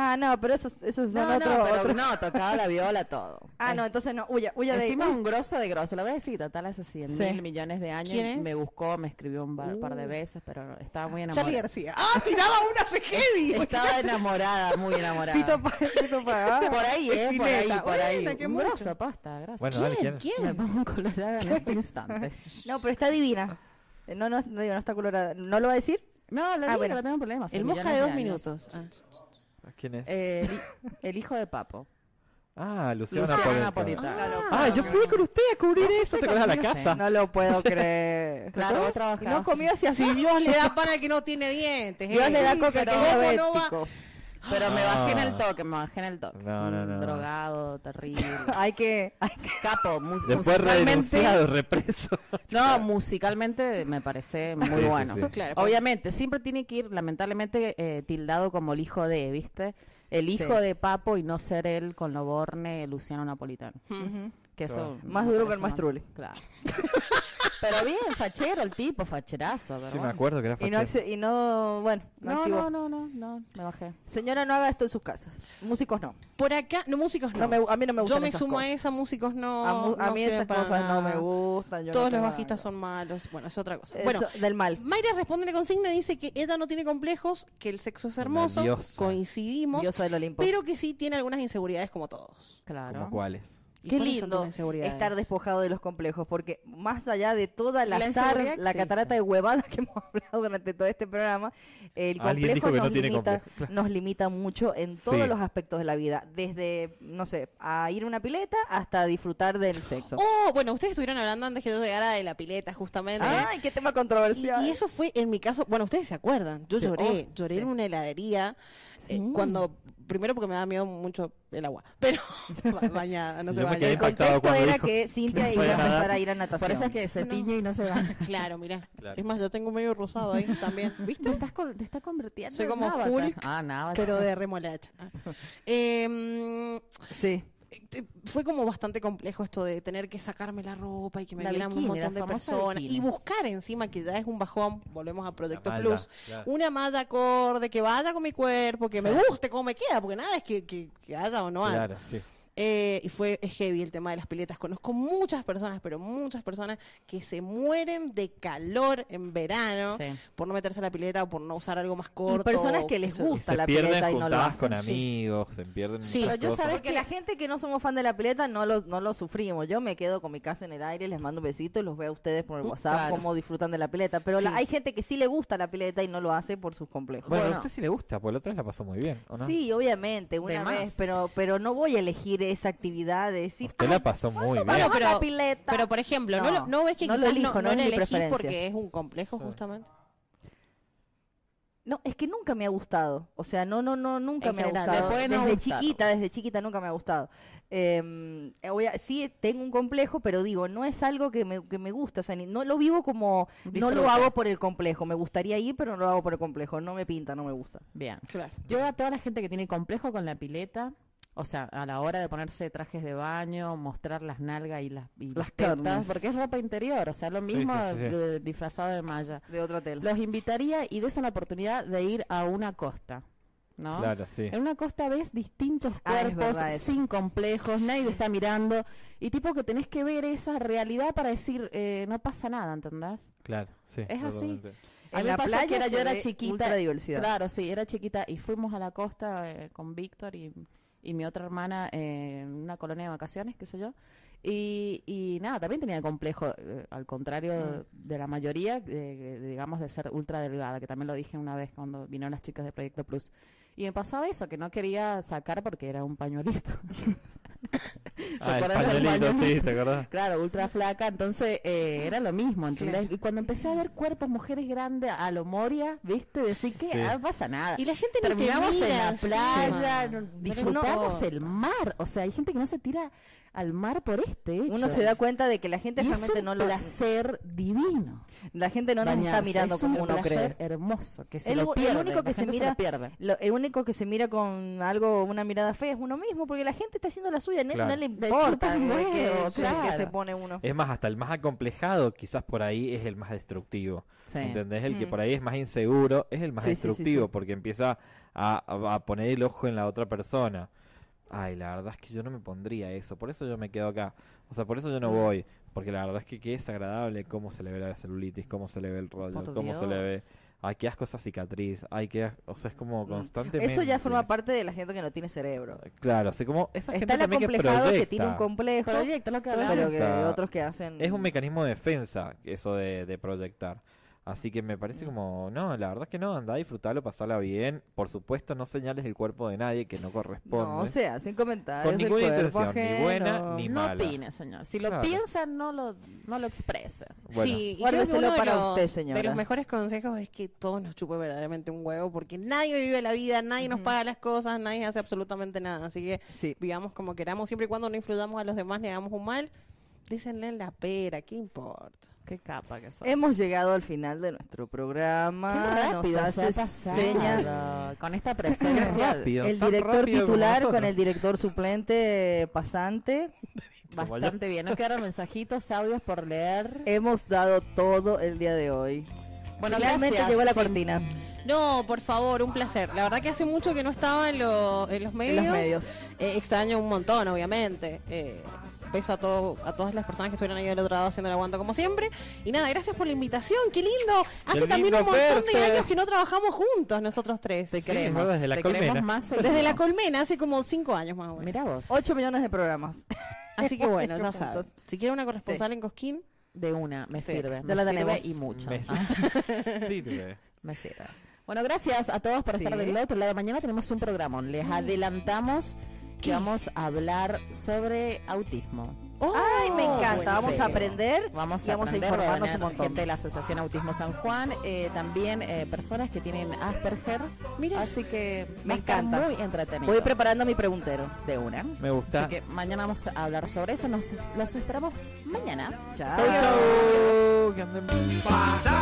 Ah, no, pero esos, esos son no, otro, no, pero otro- no, tocaba la viola todo. Ah, Eh, no, entonces no, huya, huya de Encima Uy, un grosso de grosso, la voy a decir, total es así, en Sí. mil millones de años ¿Quién es? me buscó, me escribió un par, par de veces, pero estaba muy Charlie enamorada. García. ¡Ah! Tiraba una re heavy. [laughs] Estaba enamorada, muy enamorada. Pito pa- Pito pa- ah. por ahí, eh, por ahí, Espineta. por ahí. Bueno, qué un mucho. grosso, pasta, gracias. Bueno, dale, ¿quién? [laughs] Me pongo colorada en este instante. No, pero está divina. Eh, No, no, no digo, no está colorada. ¿No lo va a decir? No, lo digo, bueno. no tengo problemas. El en mosca de millones dos años. minutos. Ah. [laughs] ¿Quién es? Eh, el, el hijo de Papo. Ah, Luciana, Luciana Napolitano. Napolitano. Ah, yo fui con usted a cubrir fuiste eso, te acuerdas a la conmigo, casa. No lo [laughs] puedo creer. Claro, vos Y trabajabas. No comió hacia así. Si Dios le da pan al que no tiene dientes. Dios eh. le da Sí, coca que es pero ¿cómo no va? diabético. Pero me bajé en el Ah. toque, me bajé en el toque. No, no, Mm, no. Drogado, [laughs] terrible. Hay que, hay que- Capo, mus- Después musicalmente. redenunciado, represo. No, musicalmente me parece muy Sí, sí, bueno. sí. Claro, porque- Obviamente, siempre tiene que ir, lamentablemente, eh, tildado como el hijo de, ¿viste? El hijo Sí. de Papo y no ser él con lo borne Luciano Napolitano. Que eso Claro. Más me duro parece que mal. el Mastrulli. Claro. [laughs] Pero bien, fachero el tipo, facherazo, ¿verdad? Sí, me acuerdo que era y no, fachero. acce- y no, bueno, no, No, activó. no, no, no, no, me bajé. Señora, no haga esto en sus casas. Músicos no. Por acá, no, músicos no. No me- a mí no me Yo gustan me esas sumo a cosas. esa, músicos no. a, mu- a no mí sirven esas para cosas no nada. me gustan. yo no Todos los tengo bajistas nada. son malos. Bueno, es otra cosa. Eso, Bueno, del mal. Mayra responde la consigna dice que Eda no tiene complejos, que el sexo es hermoso, diosa. coincidimos, Diosa del Olimpo. pero que sí tiene algunas inseguridades como todos. Claro. ¿Como cuáles? ¿Y Qué cuáles son tus lindo inseguridades? estar despojado de los complejos, porque más allá de toda la, La zar- inseguridad la existe. catarata de huevadas que [laughs] hemos hablado durante todo este programa, el Alguien complejo, dijo que no nos, tiene limita, complejo, claro. nos limita mucho en Sí. todos los aspectos de la vida, desde, no sé, a ir a una pileta hasta disfrutar del sexo. Oh, bueno, ustedes estuvieron hablando antes que yo llegara de la pileta, justamente. ¡Ay, qué tema Y, controversial! y eso fue en mi caso, bueno, ustedes se acuerdan, yo Sí, lloré, oh, lloré sí. en una heladería, eh, Sí. cuando, primero porque me daba miedo mucho el agua. Pero [laughs] ba- bañada, no se Yo me baña. quedé El contexto cuando era dijo que Cintia iba no a sabía nadar. empezar a ir a natación. Por eso es que se No. tiñe y no se va. [laughs] Claro, mirá. Claro. Es más, yo tengo medio rosado ahí [laughs] también. Te ¿Viste? estás, col- te estás convirtiendo Soy en como Avatar. Hulk, Ah, nada. Pero de remolacha. Ah. Eh, Sí. te- fue como bastante complejo esto de tener que sacarme la ropa y que me La vieran un bikini, montón la de famosa personas bikini. y buscar encima que ya es un bajón volvemos a Protecto malla, Plus claro. una malla acorde que vaya con mi cuerpo que me guste cómo me queda porque nada es que, que- que haya o no haya Claro, sí. Eh, y fue es heavy el tema de las piletas. Conozco muchas personas, pero muchas personas que se mueren de calor en verano Sí. por no meterse a la pileta o por no usar algo más Y corto. personas que o les qué sé yo. Y gusta se la pierden pileta y no lo juntadas hacen. con amigos, se pierden Sí. muchas Pero yo cosas. sabes Porque la gente que no somos fan de la pileta no lo, no lo sufrimos. Yo me quedo con mi casa en el aire, les mando un besito y los veo a ustedes por el Mm, WhatsApp claro. cómo disfrutan de la pileta. Pero la- Sí. hay gente que sí le gusta la pileta y no lo hace por sus complejos. Bueno, Bueno. a usted sí le gusta, porque la otra vez la pasó muy bien, ¿o no? Sí, obviamente, una más. vez, pero, pero no voy a elegir esa actividad de decir, Usted la pasó muy bien. Bueno, vamos a la pero- pileta. Pero por ejemplo, no, No, lo- no ves que no lo quizás elijo, no, no no es la mi elegís preferencia. porque es un complejo justamente. No, es que nunca me ha gustado. O sea, no, no, no, nunca En me general, ha te gustado. puede no desde gustar. chiquita, desde chiquita nunca me ha gustado. Eh, obvia- sí, tengo un complejo, pero digo, no es algo que me, que me gusta. O sea, ni- no lo vivo como, no lo Disfruta. hago por el complejo. Me gustaría ir, pero no lo hago por el complejo. No me pinta, no me gusta. Bien. Claro. Yo a toda la gente que tiene complejo con la pileta, o sea, a la hora de ponerse trajes de baño, mostrar las nalgas y las, y Las tetas, carnes. porque es ropa interior, o sea, lo Sí, mismo sí, sí, sí. de- disfrazado de malla. De otro hotel. Los invitaría y des la oportunidad de ir a una costa, ¿no? Claro, sí. En una costa ves distintos Ah, es cuerpos verdad eso. sin complejos, nadie te está mirando y tipo que tenés que ver esa realidad para decir, eh, no pasa nada, ¿entendás? Claro, sí. Es así. totalmente. En la pasó playa que era, se yo era ve chiquita. ultra diversidad. Claro, sí, era chiquita y fuimos a la costa eh, con Víctor y, y mi otra hermana eh, en una colonia de vacaciones, qué sé yo. Y, y nada, también tenía complejo, eh, al contrario de la mayoría, de- de- digamos, de ser ultra delgada, que también lo dije una vez cuando vinieron las chicas de Proyecto Plus. Y me pasaba eso, que no quería sacar porque era un pañuelito. Ah, el ¿Recuerdas el pañuelito, sí, pañuelito? ¿te acordás? Claro, ultra flaca, entonces eh, era lo mismo. ¿entendés? Y cuando empecé a ver cuerpos, mujeres grandes, a lo Moria, ¿viste? Decir que Sí. ah, no pasa nada. Y la gente ni te Terminamos en mira, la sí. playa, no- disfrutamos no- el mar. O sea, hay gente que no se tira al mar por este hecho. Uno se da cuenta de que la gente y es realmente un no lo placer divino. la gente no nos está bañarse. mirando Es como un uno cree. placer hermoso que se El- lo el pierde. único la que se gente mira- lo pierde. Lo, el único que se mira con algo, una mirada fea es uno mismo, porque la gente está haciendo la suya, no, Claro. no le Le importa pues, chupa un de huevo, qué- de eh, claro. qué se pone uno. Es más, hasta el más acomplejado, quizás por ahí es el más destructivo. Sí. ¿Entendés? El que Mm. por ahí es más inseguro es el más Sí, sí, sí, destructivo porque empieza a, a- a poner el ojo en la otra persona. Ay, la verdad es que yo no me pondría eso, por eso yo me quedo acá. O sea, por eso Mm. yo no voy. Porque la verdad es que, que es agradable cómo se le ve la celulitis, cómo se le ve el rollo, Por cómo se le ve. Dios. Mm. Ay, qué asco esa cicatriz. Ay, qué asco. O sea, es como constantemente. Eso ya forma parte de la gente que no tiene cerebro. [laughs] Claro, así como esa gente Está el también que acomplejado que, tiene un proyecta. complejo, Proyecto, lo que hablamos. pero que Proyecta. otros que hacen... Es un mecanismo de defensa, eso de, de proyectar. Así que me parece Mm. como, no, la verdad que no, anda a disfrutarlo, pasarla bien. Por supuesto, no señales el cuerpo de nadie que no corresponde. No, o sea, sin comentarios ¿eh? Con del ninguna cuerpo intención, ni ajeno. buena, ni- No mala. opine, señor. Si lo Claro. piensa, no lo, no lo expresa. Bueno, Sí, y creo que Guárdeselo uno de para los- usted, señora. De los mejores consejos es que todos nos chupe verdaderamente un huevo porque nadie vive la vida, nadie nos paga las cosas, nadie hace absolutamente nada. Así que Sí. vivamos como queramos, siempre y cuando no influyamos a los demás ni hagamos un mal, dícenle en la pera, ¿qué importa? Qué capa que soy. Hemos llegado al final de nuestro programa. Nos hace seña Con esta Qué presencia rápido, el tan director rápido como titular con nosotros. el director suplente eh, pasante. bastante bien. Nos quedaron mensajitos, audios por leer. Hemos dado todo el día de hoy. Bueno, Finalmente gracias. llegó la Sí. cortina No, por favor, un placer. La verdad que hace mucho que no estaba en, lo- en los en medios. los medios. Eh, extraño un montón, obviamente. Eh, beso a, todo, a todas las personas que estuvieron ahí del otro lado haciendo el aguanto como siempre. Y nada, gracias por la invitación, qué lindo. Hace también lindo un montón de verte. años que no trabajamos juntos nosotros tres. Te Sí, queremos. desde la te colmena. queremos más Desde la colmena, hace como cinco años más o menos. Mira vos. 8 millones de programas. Así que bueno, ya Juntos. sabes. Si quiere una corresponsal en Cosquín, De una, me Sí, sirve. ya me la sirve tenemos. y mucho. Me [laughs] Ah, sirve. me sirve. Bueno, gracias a todos por estar Sí. Mm. del otro lado. Mañana tenemos un programa. Les adelantamos que vamos a hablar sobre autismo. ¡Oh! Ay, me encanta. Vamos Buenísimo. a aprender. Vamos y a, vamos aprender, a va a informarnos venir un montón. gente de la Asociación Autismo San Juan, eh, también eh, personas que tienen Asperger. Mira. Así que va Me a estar encanta. Muy entretenido. Voy preparando mi preguntero. de una. Me gusta. Así que mañana vamos a hablar sobre eso. Nos los esperamos mañana. Chao. Chau, que anden bien. Pasa